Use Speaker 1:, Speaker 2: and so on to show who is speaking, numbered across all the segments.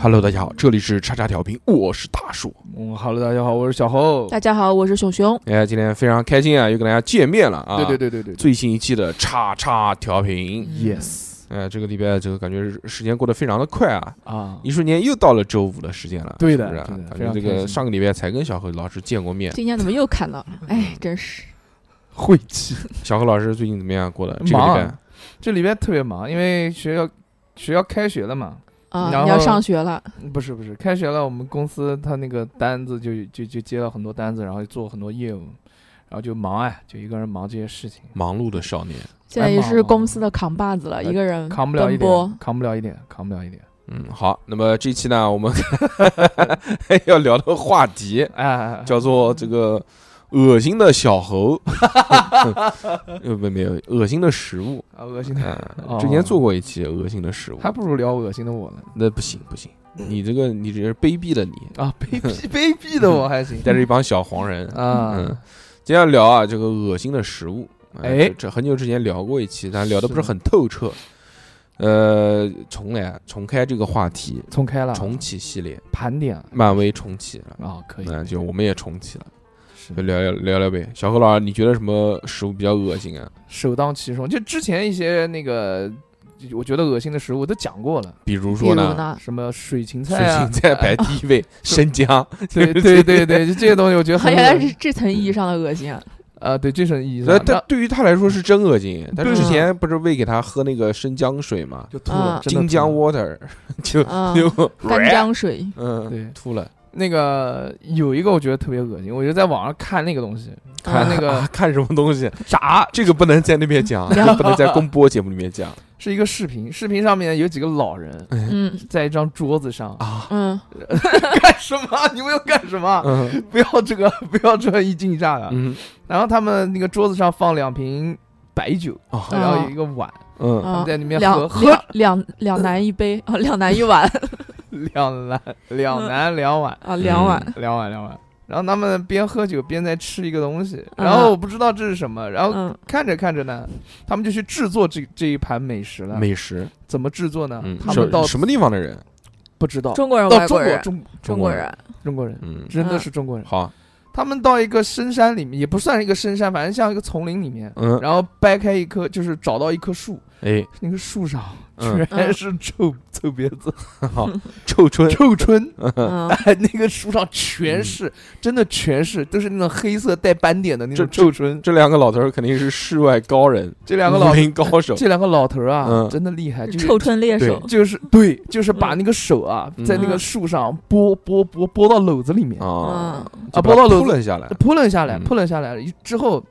Speaker 1: Hello，大家好，这里是叉叉调频，我是大树。
Speaker 2: 嗯，Hello，大家好，我是小侯。
Speaker 3: 大家好，我是熊熊。
Speaker 1: 哎，今天非常开心啊，又跟大家见面了啊！
Speaker 2: 对对对对对
Speaker 1: 最新一期的叉叉调频，
Speaker 2: ，Yes
Speaker 1: 哎，这个礼拜这个感觉时间过得非常的快啊，
Speaker 2: 啊，
Speaker 1: 一瞬间又到了周五的时间了。
Speaker 2: 对
Speaker 1: 是
Speaker 2: 的
Speaker 1: 不是啊
Speaker 2: 对的
Speaker 1: 感
Speaker 2: 非
Speaker 1: 觉
Speaker 2: 常
Speaker 1: 这
Speaker 2: 开
Speaker 1: 个
Speaker 2: 心
Speaker 1: 上个礼拜才跟小何老师见过面。
Speaker 3: 今天怎么又砍 了？哎，真是
Speaker 2: 晦气。
Speaker 1: 小何老师最近怎么样过的？这个
Speaker 2: 忙
Speaker 1: 礼
Speaker 2: 啊
Speaker 1: 拜
Speaker 2: 这里边特别忙，因为学校学校开学了嘛，
Speaker 3: 啊！
Speaker 2: 然后
Speaker 3: 你要上学了，
Speaker 2: 不是不是，开学了，我们公司他那个单子就就就接了很多单子，然后做很多业务，然后就忙啊，就一个人忙这些事情，
Speaker 1: 忙碌的少年，
Speaker 3: 现在也
Speaker 2: 哎
Speaker 3: 是
Speaker 2: 忙呃
Speaker 3: 公司的扛把子了，一个人
Speaker 2: 扛不了一
Speaker 3: 奔波
Speaker 2: 点，。扛不了一点，扛不了一点。
Speaker 1: 嗯，好，那么这期呢，我们 要聊的话题
Speaker 2: 哎哎，哎
Speaker 1: 叫做这个恶心的小 猴，呃，不，没有恶心的食物。
Speaker 2: 啊，恶心的，
Speaker 1: 嗯，之前做过一期恶心的食物，
Speaker 2: 还不如聊恶心的我呢
Speaker 1: 那不行不行，你这个你这是卑鄙的你，
Speaker 2: 啊，卑鄙卑鄙的我还行
Speaker 1: 带着一帮小黄人。嗯
Speaker 2: 啊，，
Speaker 1: 今天要聊啊这个恶心的食物，呃
Speaker 2: 哎
Speaker 1: 这这很久之前聊过一期，但聊的不是
Speaker 2: 是
Speaker 1: 很透彻。呃，重来重开这个话题，
Speaker 2: 重开了，
Speaker 1: 重启系列，
Speaker 2: 盘点
Speaker 1: 漫威重启了，
Speaker 2: 啊，可以，
Speaker 1: 那就我们也重启了，
Speaker 2: 是
Speaker 1: 就聊聊聊聊呗。小何老师，你觉得什么食物比较恶心啊？
Speaker 2: 首当其冲。就之前一些那个，就我觉得恶心的食物都讲过了，
Speaker 1: 比如
Speaker 3: 比
Speaker 1: 说
Speaker 3: 如
Speaker 1: 呢，
Speaker 3: 呢，
Speaker 2: 什么水 芹
Speaker 1: 水
Speaker 2: 菜啊，
Speaker 1: 芹菜排第一 位，生姜，
Speaker 2: 对对对对，就这些东西我觉得
Speaker 3: 好
Speaker 2: 很
Speaker 3: 原
Speaker 2: 恶
Speaker 3: 来
Speaker 2: 心
Speaker 3: 是哎这层意义上的 恶心啊！
Speaker 2: 啊，对，这是意义上
Speaker 1: 那
Speaker 2: 的。
Speaker 1: 但
Speaker 2: 那
Speaker 1: 呃对于他来说是真恶心。他
Speaker 2: 对
Speaker 1: 之
Speaker 3: 啊
Speaker 1: 前不是喂给他喝那个生姜水嘛，
Speaker 2: 就吐了
Speaker 3: 啊，
Speaker 2: 嗯真的
Speaker 1: 金姜
Speaker 2: 吐了
Speaker 1: water，就
Speaker 3: 啊，
Speaker 1: 就
Speaker 3: 干，姜水
Speaker 1: 嗯，
Speaker 2: 对
Speaker 1: 吐了。
Speaker 2: 那个有一个我觉得特别恶心，我就在网上看那个东西， 看 那个
Speaker 1: 啊看什么东 西，
Speaker 2: 炸
Speaker 1: 这个不能在那边讲，这个不能在公播节目里面 讲。
Speaker 2: 是一个视频，视频上面有几个老人
Speaker 3: 嗯
Speaker 2: 在一张桌子上
Speaker 1: 啊，
Speaker 3: 嗯，
Speaker 2: 干什么？你们要干什么？
Speaker 1: 嗯
Speaker 2: 不要这个，不要这一惊一乍的。
Speaker 1: 嗯
Speaker 2: 然后他们那个桌子上放两瓶白酒，
Speaker 1: 啊
Speaker 3: 嗯
Speaker 2: 然后有一个碗，
Speaker 1: 嗯，
Speaker 3: 啊
Speaker 2: 在里面
Speaker 3: 两
Speaker 2: 喝喝
Speaker 3: 两两两男一杯啊，两男 一碗
Speaker 2: 两男两男两碗
Speaker 3: 啊，两碗
Speaker 2: 两碗两碗。然后他们边喝酒边在吃一个东西，然后我不知道这是什么，然后
Speaker 3: 嗯
Speaker 2: 看着看着呢，他们就去制作这这一盘美食了。
Speaker 1: 美食，
Speaker 2: 怎么制作呢
Speaker 1: 嗯，？
Speaker 2: 啊他们到
Speaker 1: 什什么地方的人？
Speaker 2: 不知道，
Speaker 3: 中国人
Speaker 2: 到
Speaker 3: 外
Speaker 2: 中
Speaker 3: 国
Speaker 2: 国
Speaker 3: 人
Speaker 2: 哦中
Speaker 3: 中国人
Speaker 2: 中国人
Speaker 1: 嗯，
Speaker 2: 真的是中国人。
Speaker 1: 好，
Speaker 2: 他们到一个深山里面，也不算是一个深山，反正像一个丛林里面，
Speaker 1: 嗯，
Speaker 2: 然后掰开一棵，就是找到一棵树，
Speaker 1: 哎，
Speaker 2: 那个树上
Speaker 1: 嗯
Speaker 2: 全是臭臭别字、
Speaker 1: 好，臭春，
Speaker 2: 臭椿，
Speaker 3: 嗯
Speaker 2: 哎，那个树上
Speaker 1: 嗯
Speaker 2: 全是，真的全是，都是那种黑色带斑点的那种
Speaker 1: 这
Speaker 2: 臭椿。
Speaker 1: 这两个老头儿肯定是世外高人，
Speaker 2: 这两个老
Speaker 1: 武，林高手，
Speaker 2: 嗯这两个老头儿啊
Speaker 1: 嗯，
Speaker 2: 真的厉害，就是
Speaker 3: 臭春猎手
Speaker 2: 就是对，就是把那个手啊，
Speaker 1: 嗯
Speaker 2: 在那个树上拨拨拨拨到篓子里面，
Speaker 3: 嗯
Speaker 1: 啊拨
Speaker 2: 啊拨到楼
Speaker 1: 扑棱下来，
Speaker 2: 扑棱下来，
Speaker 1: 嗯
Speaker 2: 扑棱下来一之后。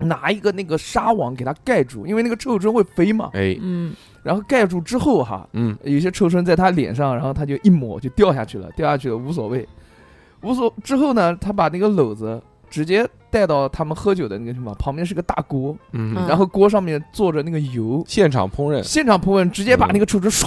Speaker 2: 拿一个那个纱网给它盖住，因为那个臭椿会飞嘛。
Speaker 1: 哎，
Speaker 3: 嗯
Speaker 2: 然后盖住之后哈，
Speaker 1: 嗯，
Speaker 2: 有些臭椿在他脸上，然后他就一抹就掉下去了，掉下去了无所谓，无所之后呢，他把那个篓子直接带到他们喝酒的那个地方，旁边是个大锅，
Speaker 1: 嗯
Speaker 3: 嗯
Speaker 2: 然后锅上面坐着那个油，
Speaker 1: 现场烹饪，
Speaker 2: 现场烹饪直接把那个臭椿唰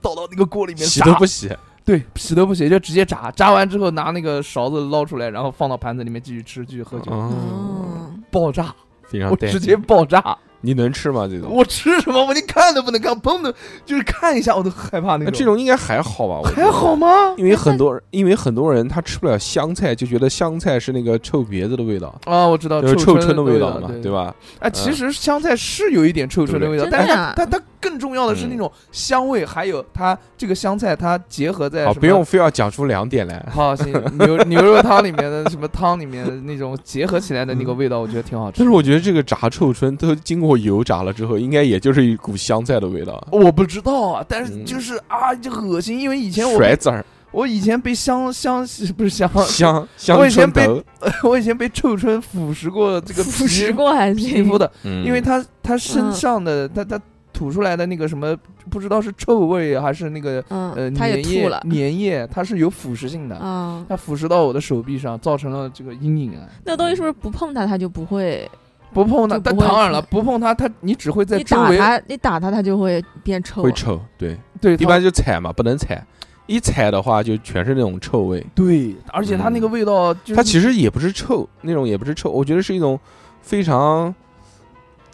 Speaker 2: 倒到那个锅里面
Speaker 1: 洗
Speaker 2: 炸
Speaker 1: 都，不洗，
Speaker 2: 对，洗都不洗就直接炸，炸完之后拿那个勺子捞出来，然后放到盘子里面继续吃，继续喝酒，
Speaker 1: 哦，
Speaker 3: 嗯
Speaker 2: 爆炸，
Speaker 1: 非常
Speaker 2: 我
Speaker 1: 带
Speaker 2: 直
Speaker 1: 劲
Speaker 2: 接爆炸，
Speaker 1: 你能吃吗？这种？
Speaker 2: 我吃什么我连看都不能看，碰都就是看一下我都害怕
Speaker 1: 那
Speaker 2: 那种，
Speaker 1: 这种应该还好吧？我觉得
Speaker 2: 还好，吗？
Speaker 1: 因为很多人，因为很多人他吃不了香菜，就觉得香菜是那个臭鼻子的味道，
Speaker 2: 啊，我知道，
Speaker 1: 就是臭
Speaker 2: 椿
Speaker 1: 椿的
Speaker 2: 味
Speaker 1: 道嘛，
Speaker 2: 对？
Speaker 1: 吧？
Speaker 2: 哎，其实香菜是有一点臭椿的味道，
Speaker 3: 对不对
Speaker 2: 但是
Speaker 3: 真
Speaker 2: 它
Speaker 3: 的啊
Speaker 2: 它它更重要的是那种香味，还有它这个香菜它结合在
Speaker 1: 好，
Speaker 2: 什么
Speaker 1: 不用。非要讲出两点来。
Speaker 2: 好，行，牛牛肉汤里面的什么汤里面的那种结合起来的那个味道，我觉得挺好吃
Speaker 1: 但是。我觉得这个炸臭椿都经过油炸了之后，应该也就是一股香菜的味道，
Speaker 2: 我不知道啊，但是
Speaker 1: 嗯
Speaker 2: 就是啊，就恶心，因为以前我
Speaker 1: 甩籽儿、
Speaker 2: 我以前被香香 不是香，
Speaker 1: 香
Speaker 2: 我
Speaker 1: 香
Speaker 2: 以
Speaker 1: 椿
Speaker 2: 前被
Speaker 1: 头，
Speaker 2: 我以前被臭椿腐蚀过这个
Speaker 3: 腐
Speaker 2: 皮
Speaker 3: 蚀过还
Speaker 2: 皮
Speaker 3: 行，
Speaker 2: 肤的，
Speaker 1: 嗯
Speaker 2: 因为它它身
Speaker 3: 嗯
Speaker 2: 上的它它吐出来的那个什么，不知道是臭味还是那个呃
Speaker 3: 嗯，他也
Speaker 2: 粘液
Speaker 3: 吐了，
Speaker 2: 粘液，它是有腐蚀性的，
Speaker 3: 嗯，
Speaker 2: 它腐蚀到我的手臂上，造成了这个阴影啊。
Speaker 3: 那东西是不是不碰它它就不会
Speaker 2: 不碰它，
Speaker 3: 就
Speaker 2: 但
Speaker 3: 不会
Speaker 2: 当然
Speaker 3: 出
Speaker 2: 了，不碰它，它你只会在
Speaker 3: 你
Speaker 2: 周
Speaker 3: 打
Speaker 2: 围
Speaker 3: 它，你打它，它就会变臭
Speaker 1: 会
Speaker 3: 啊。
Speaker 1: 臭，对，
Speaker 2: 对
Speaker 1: 一
Speaker 2: 它
Speaker 1: 般就踩嘛，不能踩，一踩的话就全是那种臭味。
Speaker 2: 对，而且它那个
Speaker 1: 嗯
Speaker 2: 味道就是
Speaker 1: 它其实也不是臭，那种也不是臭，我觉得是一种非常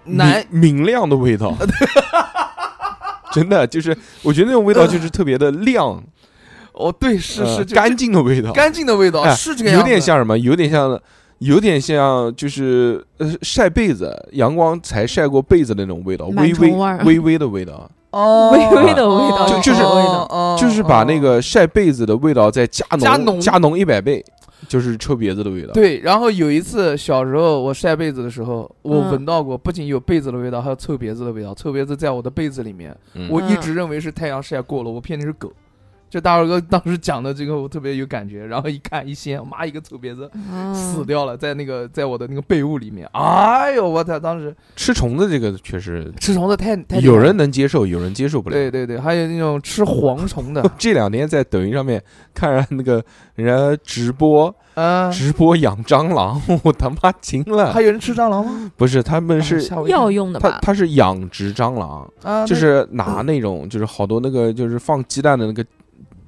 Speaker 1: 明
Speaker 2: 难
Speaker 1: 明亮的 味道。真的就是，我觉得那种味道就是特别的亮，
Speaker 2: 哦，对， 是
Speaker 1: 呃
Speaker 2: 是就
Speaker 1: 干净的味道，
Speaker 2: 干净的味道，
Speaker 1: 哎
Speaker 2: 是这个样
Speaker 1: 有
Speaker 2: 子，
Speaker 1: 点像什么？有点像，有点像就是呃晒被子，阳光才晒过被子的那种味道，
Speaker 3: 螨
Speaker 1: 微
Speaker 3: 虫
Speaker 1: 微
Speaker 3: 味儿
Speaker 1: 微微的味道，
Speaker 2: 哦
Speaker 3: 微微的味道
Speaker 1: 就就是
Speaker 3: 味道
Speaker 2: 哦
Speaker 1: 就是把那个晒被子的味道再加浓
Speaker 2: 加浓
Speaker 1: 加浓一百倍，就是臭鼻子的味道。
Speaker 2: 对，然后有一次小时候我晒被子的时候，我
Speaker 3: 嗯
Speaker 2: 闻到过，不仅有被子的味道，还有臭鼻子的味道。臭鼻子在我的被子里面，
Speaker 1: 嗯，
Speaker 2: 我一
Speaker 3: 嗯
Speaker 2: 直认为是太阳晒过了，我骗你是狗。就大二哥当时讲的这个，我特别有感觉。然后一看一掀，妈一个臭鼻子
Speaker 3: 啊
Speaker 2: 死
Speaker 1: 嗯
Speaker 2: 掉了，在那个在我的那个被褥里面。哎呦我操！当时
Speaker 1: 吃虫子这个确实
Speaker 2: 吃虫子太太厉
Speaker 1: 有
Speaker 2: 害了
Speaker 1: 人能接受，有人接受不了。，
Speaker 2: 对对对，还有那种吃蝗虫的
Speaker 1: 这两天在抖音上面看着那个人家直播
Speaker 2: 嗯，
Speaker 1: 直播养蟑螂，我他妈惊了！
Speaker 2: 还有人吃蟑螂吗？
Speaker 1: 不是，他们
Speaker 2: 啊
Speaker 1: 是
Speaker 2: 吓我一跳
Speaker 3: 药用的
Speaker 1: 他
Speaker 3: 吧？
Speaker 1: 他是养殖蟑螂，
Speaker 2: 啊，那
Speaker 1: 就是拿那种就是好多那个就是放鸡蛋的那个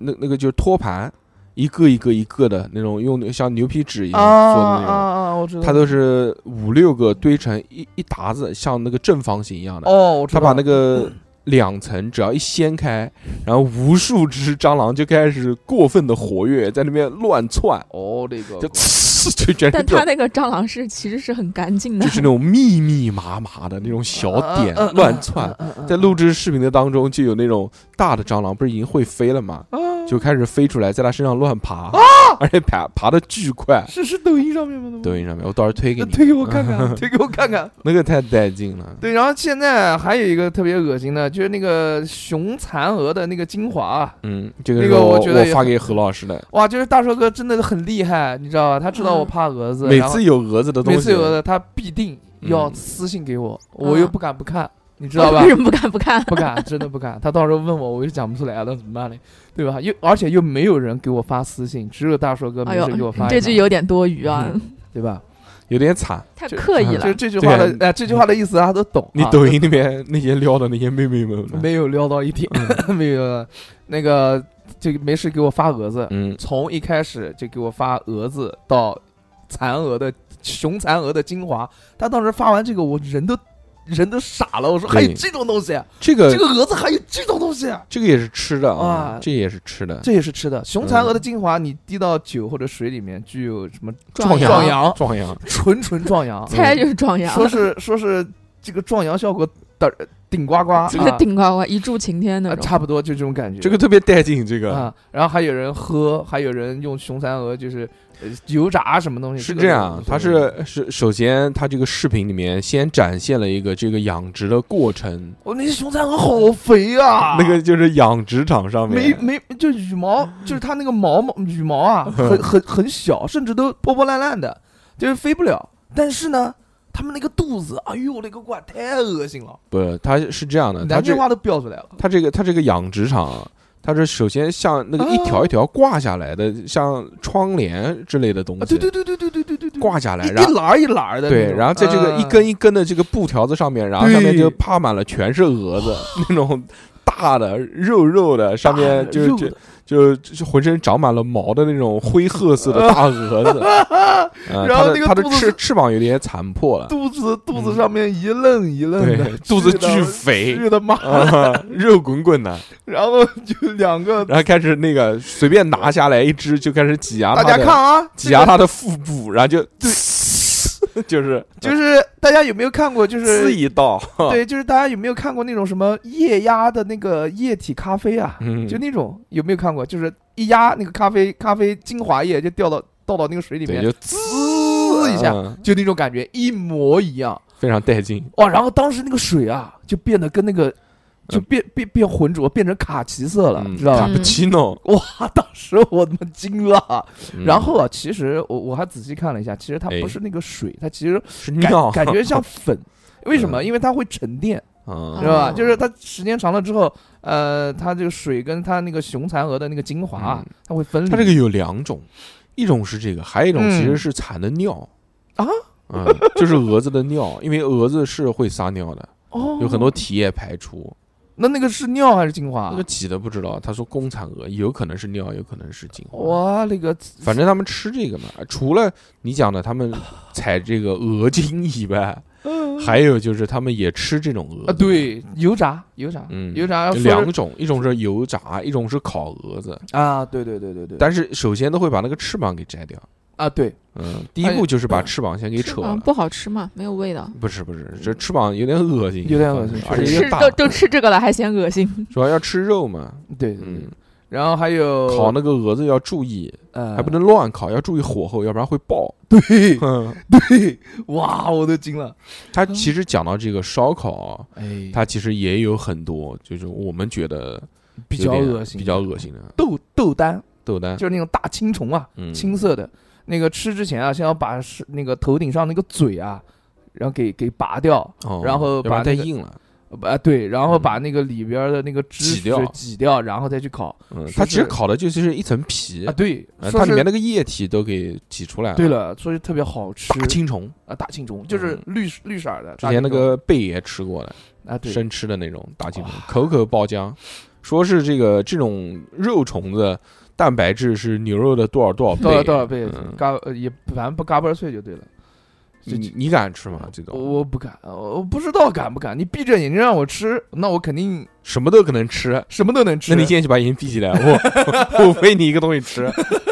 Speaker 1: 那那个就是托盘，一个一个一个的那种用像牛皮纸一样
Speaker 2: 啊
Speaker 1: 做的
Speaker 2: 啊
Speaker 1: 那
Speaker 2: 啊
Speaker 1: 种，
Speaker 2: 啊，我知道，
Speaker 1: 它都是五六个堆成一一沓子，像那个正方形一样的。
Speaker 2: 哦，我知
Speaker 1: 他
Speaker 2: 道
Speaker 1: 把那个两层只要一掀开，然后无数只蟑螂就开始过分的活跃，在那边乱窜，
Speaker 2: 哦那个
Speaker 1: 就就全是
Speaker 3: 但
Speaker 1: 这种
Speaker 3: 它那个蟑螂是其实是很干净的
Speaker 1: 就，是那种密密麻麻的那种小点
Speaker 2: 啊啊啊啊
Speaker 1: 乱窜。
Speaker 2: 嗯嗯
Speaker 1: 在录制视频的当中，就有那种大的蟑螂，不是已经会飞了吗？
Speaker 2: 嗯啊
Speaker 1: 就开始飞出来，在它身上乱爬，而且爬爬的巨快。
Speaker 2: 是是抖音上面吗？
Speaker 1: 抖音上面，我到时候推给
Speaker 2: 那
Speaker 1: 你，
Speaker 2: 推给我 看看，推给我看看。
Speaker 1: 那个太带劲了。
Speaker 2: 对，然后现在还有一个特别恶心的，就是那个熊蚕蛾的那个精华啊，
Speaker 1: 嗯，这个
Speaker 2: 那
Speaker 1: 是
Speaker 2: 个
Speaker 1: 我
Speaker 2: 我觉得也
Speaker 1: 发
Speaker 2: 很
Speaker 1: 给何老师的。
Speaker 2: 哇，就是大硕哥真的很厉害，你知道吧？他知道
Speaker 3: 嗯
Speaker 2: 我怕蛾子，
Speaker 1: 每
Speaker 2: 然后
Speaker 1: 次有蛾子的东
Speaker 2: 每
Speaker 1: 西，
Speaker 2: 次有的他必定要
Speaker 1: 嗯哎
Speaker 2: 私信给我，我又
Speaker 3: 嗯
Speaker 2: 不敢不看，你知道吧
Speaker 3: 为？什么不敢不看？
Speaker 2: 不敢，真的不敢。他到时候问我，我又讲不出来了，怎么办呢？对吧？又而且又没有人给我发私信，只有大硕哥
Speaker 3: 哎
Speaker 2: 没
Speaker 3: 呦
Speaker 2: 事给我发一发，，
Speaker 3: 这句有点多余啊，
Speaker 2: 对吧？
Speaker 1: 有点惨。
Speaker 3: 太
Speaker 2: 这
Speaker 3: 刻意
Speaker 2: 就
Speaker 3: 了。
Speaker 2: 这句话的
Speaker 1: 这，个
Speaker 2: 哎，这句话的意思大家都懂。
Speaker 1: 啊你
Speaker 2: 啊
Speaker 1: 抖音里面那些撩的那些妹妹们呢，
Speaker 2: 没有撩到一点， 没有撩到那个就没事给我发蛾子，
Speaker 1: 嗯，
Speaker 2: 从一开始就给我发蛾子到蚕蛾的雄蚕蛾的精华，他当时发完这个，我人都人都傻了，我说
Speaker 1: 对
Speaker 2: 还有这种东西，啊
Speaker 1: 这个
Speaker 2: 这个蛾子还有这种东西，啊
Speaker 1: 这个也是吃的啊
Speaker 2: 哇，
Speaker 1: 这也是吃的，
Speaker 2: 这也是吃的。雄蚕蛾的精华，你滴到酒或者水里面，具有什么
Speaker 1: 壮
Speaker 2: 壮
Speaker 3: 阳，
Speaker 2: 阳，
Speaker 1: 壮阳。
Speaker 2: 纯纯壮阳，
Speaker 3: 猜就是壮阳，
Speaker 2: 嗯说是说是这个壮阳效果的顶呱呱，
Speaker 3: 这个
Speaker 2: 啊
Speaker 3: 顶呱呱一柱擎天那
Speaker 2: 啊
Speaker 3: 种。
Speaker 2: 差不多就这种感觉。
Speaker 1: 这个特别带劲，这个
Speaker 2: 啊，然后还有人喝，还有人用雄蚕蛾就是呃油炸什么东西。
Speaker 1: 是
Speaker 2: 个
Speaker 1: 这
Speaker 2: 都
Speaker 1: 样
Speaker 2: 无，所
Speaker 1: 它
Speaker 2: 谓
Speaker 1: 是是首先它这个视频里面先展现了一个这个养殖的过程，
Speaker 2: 哦，那些雄蚕蛾好肥啊，
Speaker 1: 那个就是养殖场上
Speaker 2: 没
Speaker 1: 面，
Speaker 2: 没就羽毛，就是它那个毛毛羽毛 啊，很很很小，甚至都破破烂烂的，就是飞不了。但是呢，它们那个肚子，哎呦我勒个乖，太恶心了，
Speaker 1: 不是，它是这样的，呃它
Speaker 2: 南
Speaker 1: 这嗯
Speaker 2: 京话都飙出来了。
Speaker 1: 它这个它这个养殖场啊。它是首先像那
Speaker 2: 啊
Speaker 1: 个一条一条挂下来的，像窗帘之类的东
Speaker 2: 啊，
Speaker 1: 西
Speaker 2: 对，对对对对对对对对，
Speaker 1: 挂下来，
Speaker 2: 一
Speaker 1: 然后
Speaker 2: 一篮儿一篮儿的那种，
Speaker 1: 对，然后在这个
Speaker 2: 嗯
Speaker 1: 一根一根的这个布条子上面，然后上面
Speaker 2: 对
Speaker 1: 就爬满了全是蛾 子，那种大的肉肉的，上面
Speaker 2: 大
Speaker 1: 就
Speaker 2: 肉
Speaker 1: 就
Speaker 2: 的
Speaker 1: 就就浑身长满了毛的那种灰褐色 的大蛾子，嗯
Speaker 2: 然
Speaker 1: 它
Speaker 2: 后
Speaker 1: 的
Speaker 2: 那个
Speaker 1: 它的
Speaker 2: 肚子
Speaker 1: 翅
Speaker 2: 是
Speaker 1: 翅膀有点残破了，
Speaker 2: 肚子肚
Speaker 1: 嗯
Speaker 2: 子上面一愣一 愣的
Speaker 1: 对，，肚子
Speaker 2: 去的
Speaker 1: 巨肥。
Speaker 2: 去的妈
Speaker 1: 啊， 肉滚滚的，
Speaker 2: 然后就两个，
Speaker 1: 然后开始那个随便拿下来一只，就开始挤压
Speaker 2: 大
Speaker 1: 它
Speaker 2: 家
Speaker 1: 的，
Speaker 2: 看啊，
Speaker 1: 挤压
Speaker 2: 这个
Speaker 1: 它的腹部，然后就， 就是
Speaker 2: 就是大家有没有看过，就
Speaker 1: 呲
Speaker 2: 是
Speaker 1: 一道，
Speaker 2: 对，就是大家有没有看过那种什么液压的那个液体咖啡啊？
Speaker 1: 嗯
Speaker 2: 就那种有没有看过？就是一压那个咖啡，咖啡精华液就掉到倒到那个水里
Speaker 1: 对，
Speaker 2: 面，
Speaker 1: 就
Speaker 2: 滋一下，
Speaker 1: 嗯
Speaker 2: 就那种感觉一模一样
Speaker 1: 非常带劲。
Speaker 2: 哇！然后当时那个水啊，就变得跟那个就变变变浑浊，变成卡其色了，
Speaker 1: 嗯
Speaker 2: 知道吧
Speaker 1: 卡？布奇诺。
Speaker 2: 哇！当时我他妈惊了。
Speaker 1: 嗯
Speaker 2: 然后啊，其实我我还仔细看了一下，其实它
Speaker 1: 哎
Speaker 2: 不是那个水，它其实
Speaker 1: 是
Speaker 2: 感
Speaker 1: 尿，
Speaker 2: 感觉像粉。为什么？
Speaker 1: 哎嗯
Speaker 2: 因为它会沉淀，
Speaker 1: 嗯
Speaker 2: 知道吧？
Speaker 3: 哦
Speaker 2: 就是它时间长了之后，呃，它这个水跟它那个雄蚕蛾的那个精华啊，
Speaker 1: 嗯
Speaker 2: 它会分离。
Speaker 1: 它这个有两种，一种是这个，还有一种
Speaker 2: 嗯
Speaker 1: 其实是产的尿
Speaker 2: 啊
Speaker 1: 啊、就是蛾子的尿，因为蛾子是会撒尿的，
Speaker 2: 哦，
Speaker 1: 有很多。体液排出。
Speaker 2: 那那个是尿还是精华
Speaker 1: 那个？挤的不知道，他说公产蛾有可能是尿，有可能是精华。
Speaker 2: 哇，那个
Speaker 1: 反正他们吃这个嘛，除了你讲的他们采这个鹅精以外，还有就是他们也吃这种鹅
Speaker 2: 嗯啊，，对，啊油炸油炸，
Speaker 1: 嗯
Speaker 2: 油炸要说
Speaker 1: 两种，一种是油炸，一种是烤蛾子。
Speaker 2: 啊，对对对对对，
Speaker 1: 但是首先都会把那个翅膀给摘掉，
Speaker 2: 啊对，
Speaker 1: 嗯，第一步就是把翅膀先给扯
Speaker 2: 哎
Speaker 1: 了。
Speaker 3: 嗯，不好吃嘛，没有味道。
Speaker 1: 不是不是，这翅膀有点恶心，
Speaker 2: 有点恶心
Speaker 1: 而
Speaker 2: 确
Speaker 1: 且
Speaker 2: 实一
Speaker 1: 又
Speaker 3: 吃
Speaker 1: 大
Speaker 3: 都，都吃这个了，还嫌恶心。
Speaker 1: 主要要吃肉嘛。
Speaker 2: 对对对
Speaker 1: 嗯，，
Speaker 2: 然后还有
Speaker 1: 烤那个蛾子要注意，
Speaker 2: 呃，
Speaker 1: 还不能乱烤，要注意火候，要不然会爆。
Speaker 2: 对
Speaker 1: 嗯
Speaker 2: 对，哇，我都惊了，
Speaker 1: 他其实讲到这个烧烤啊，
Speaker 2: 哎，
Speaker 1: 它其实也有很多，就是我们觉得
Speaker 2: 比
Speaker 1: 有
Speaker 2: 较
Speaker 1: 点
Speaker 2: 恶心，
Speaker 1: 比较恶心的
Speaker 2: 豆豆丹，
Speaker 1: 豆丹，
Speaker 2: 就是那种大青虫啊，
Speaker 1: 嗯，
Speaker 2: 青色的。那个吃之前啊，先要把是那个头顶上那个嘴啊，然后给给拔掉，
Speaker 1: 哦
Speaker 2: 然后
Speaker 1: 要不
Speaker 2: 把
Speaker 1: 然太
Speaker 2: 那个
Speaker 1: 硬了。
Speaker 2: 啊对，然后
Speaker 1: 嗯
Speaker 2: 把那个里边的那个汁
Speaker 1: 挤
Speaker 2: 水
Speaker 1: 掉
Speaker 2: 挤掉，然后再去烤
Speaker 1: 嗯，
Speaker 2: 说
Speaker 1: 它其实
Speaker 2: 是
Speaker 1: 烤的就其实一层皮
Speaker 2: 啊。，对，
Speaker 1: 呃
Speaker 2: 说
Speaker 1: 它里
Speaker 2: 是
Speaker 1: 面那个液体都给挤出来了。
Speaker 2: 对，了，说是特别好吃
Speaker 1: 大青虫，
Speaker 2: 啊，大青虫就是
Speaker 1: 嗯
Speaker 2: 绿色绿色儿的。
Speaker 1: 之
Speaker 2: 大
Speaker 1: 前
Speaker 2: 青
Speaker 1: 那
Speaker 2: 虫
Speaker 1: 个贝爷吃过的，
Speaker 2: 啊，对，
Speaker 1: 生吃的那种大青虫
Speaker 2: 哇，
Speaker 1: 口口爆浆，说是这个这种肉虫子蛋白质是牛肉的多少多少倍，
Speaker 2: 多少多少倍
Speaker 1: 嗯，
Speaker 2: 嘎呃也反正不嘎嘣儿脆就对了。这
Speaker 1: 你你敢吃吗？这
Speaker 2: 我
Speaker 1: 种
Speaker 2: 我不敢，我不知道敢不敢。你闭着眼睛让我吃，那我肯定
Speaker 1: 什么都可能吃。
Speaker 2: 什么都能吃。
Speaker 1: 那你现在就把眼睛闭起来，我 我喂你一个东西 吃。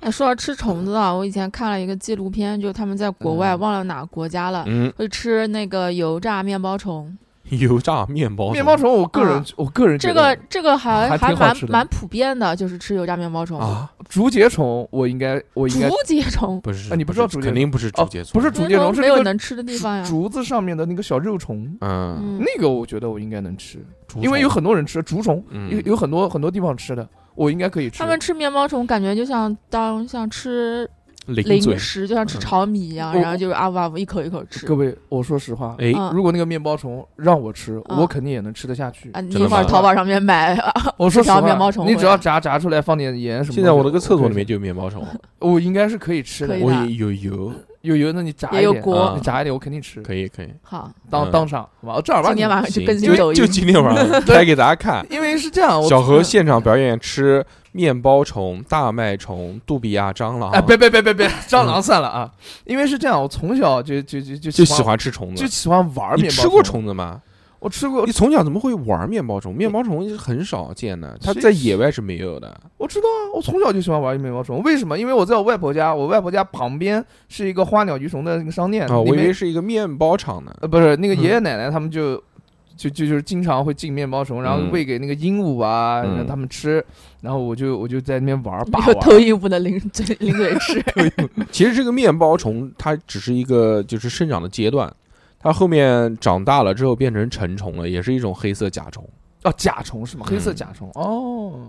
Speaker 3: 哎，说到吃虫子啊，我以前看了一个纪录片，就他们在国外
Speaker 2: 嗯
Speaker 3: 忘了哪国家了，
Speaker 1: 嗯，
Speaker 3: 会吃那个油炸面包虫。
Speaker 1: 油炸面包，
Speaker 2: 面包虫，我个人
Speaker 3: 啊
Speaker 2: 我个人觉
Speaker 3: 这
Speaker 2: 得
Speaker 3: 个这个还
Speaker 2: 还挺
Speaker 3: 还
Speaker 2: 好
Speaker 3: 蛮
Speaker 2: 吃的
Speaker 3: 蛮普遍的，就是吃油炸面包虫。
Speaker 1: 啊，
Speaker 2: 竹节虫，我应该我应该
Speaker 3: 竹节 虫，
Speaker 1: 不是，
Speaker 2: 啊你不知道竹节
Speaker 1: 肯定不是竹
Speaker 2: 哦
Speaker 1: 节虫，
Speaker 2: 不是竹节虫，是
Speaker 3: 没
Speaker 2: 那
Speaker 3: 有
Speaker 2: 个
Speaker 3: 能吃的地
Speaker 2: 竹
Speaker 3: 方呀。
Speaker 2: 竹子上面的那个小肉虫，
Speaker 1: 嗯，
Speaker 3: 嗯，
Speaker 2: 那个我觉得我应该能吃，
Speaker 1: 竹
Speaker 2: 因
Speaker 1: 虫
Speaker 2: 为有很多人吃竹虫，
Speaker 1: 嗯
Speaker 2: 有有很多很多地方吃的，我应该可以吃
Speaker 3: 他。们吃面包虫，感觉就像当像吃
Speaker 1: 零嘴
Speaker 3: 零，食，就像吃
Speaker 1: 嗯
Speaker 3: 炒米一样，
Speaker 2: 我
Speaker 3: 然后就是啊呜啊呜一口一口吃
Speaker 2: 各。位，我说实话，
Speaker 1: 哎，
Speaker 3: 嗯
Speaker 2: 如果那个面包虫让我吃，
Speaker 3: 啊
Speaker 2: 我肯定也能吃得下去
Speaker 3: 啊，。你
Speaker 1: 真的
Speaker 3: 一会儿
Speaker 1: 吗
Speaker 3: 淘宝上面买， 啊
Speaker 2: 我说实
Speaker 3: 这条面包
Speaker 2: 话
Speaker 3: 虫，
Speaker 2: 你
Speaker 3: 回
Speaker 2: 只要
Speaker 3: 来
Speaker 2: 炸炸出来，放点盐什么东西。
Speaker 1: 现在我那个厕所
Speaker 2: 可以
Speaker 1: 里面就有面包虫，
Speaker 2: 我应该是可以吃的
Speaker 3: 可以。
Speaker 1: 我
Speaker 3: 的
Speaker 1: 也有油，
Speaker 2: 有油，那你炸
Speaker 3: 也
Speaker 2: 一
Speaker 3: 有
Speaker 2: 点，
Speaker 3: 锅。
Speaker 1: 啊
Speaker 2: 你炸一点，我肯定吃。
Speaker 1: 可以可以。
Speaker 3: 好，
Speaker 2: 当
Speaker 1: 嗯
Speaker 2: 当场，好吧，我正儿八
Speaker 3: 今
Speaker 2: 经
Speaker 3: 天。晚上去
Speaker 1: 行
Speaker 3: 更新
Speaker 1: 就
Speaker 3: 抖音
Speaker 1: 就。今天晚 上拍给大家看。
Speaker 2: 因为是这样，啊我
Speaker 1: 小何现场表演吃面包虫、大麦虫、杜比亚蟑螂，
Speaker 2: 哎，别别别 别别，蟑
Speaker 1: 嗯
Speaker 2: 螂算了啊！因为是这样，我从小就就就
Speaker 1: 就
Speaker 2: 就喜
Speaker 1: 喜
Speaker 2: 欢
Speaker 1: 欢吃虫
Speaker 2: 就
Speaker 1: 子。
Speaker 2: 喜欢玩面
Speaker 1: 你
Speaker 2: 包。哦
Speaker 1: 吃过？虫子吗？
Speaker 2: 我吃过
Speaker 1: 你，从小怎么会玩面包虫？面包虫是很少见的，它在野外是没有的。
Speaker 2: 我知道啊，我从小就喜欢玩面包虫。为什么？因为我在我外婆家，我外婆家旁边是一个花鸟鱼虫的那个商店
Speaker 1: 啊，我
Speaker 2: 里
Speaker 1: 以
Speaker 2: 面
Speaker 1: 为是一个面包厂呢。
Speaker 2: 呃，不是那个
Speaker 1: 嗯
Speaker 2: 爷爷奶奶他们就、就就就是经常会进面包虫，然后
Speaker 1: 嗯
Speaker 2: 喂给那个鹦鹉啊，
Speaker 1: 嗯
Speaker 2: 让他们吃，然后我就我就在那边玩儿把
Speaker 3: 又
Speaker 2: 玩
Speaker 3: 偷
Speaker 2: 儿。
Speaker 3: 一步的零 嘴零嘴 吃，
Speaker 1: 其实这个面包虫它只是一个就是生长的阶段，它后面长大了之后变成成虫了，也是一种黑色甲虫。
Speaker 2: 哦，甲虫是吗？黑色
Speaker 1: 嗯
Speaker 2: 甲虫、哦，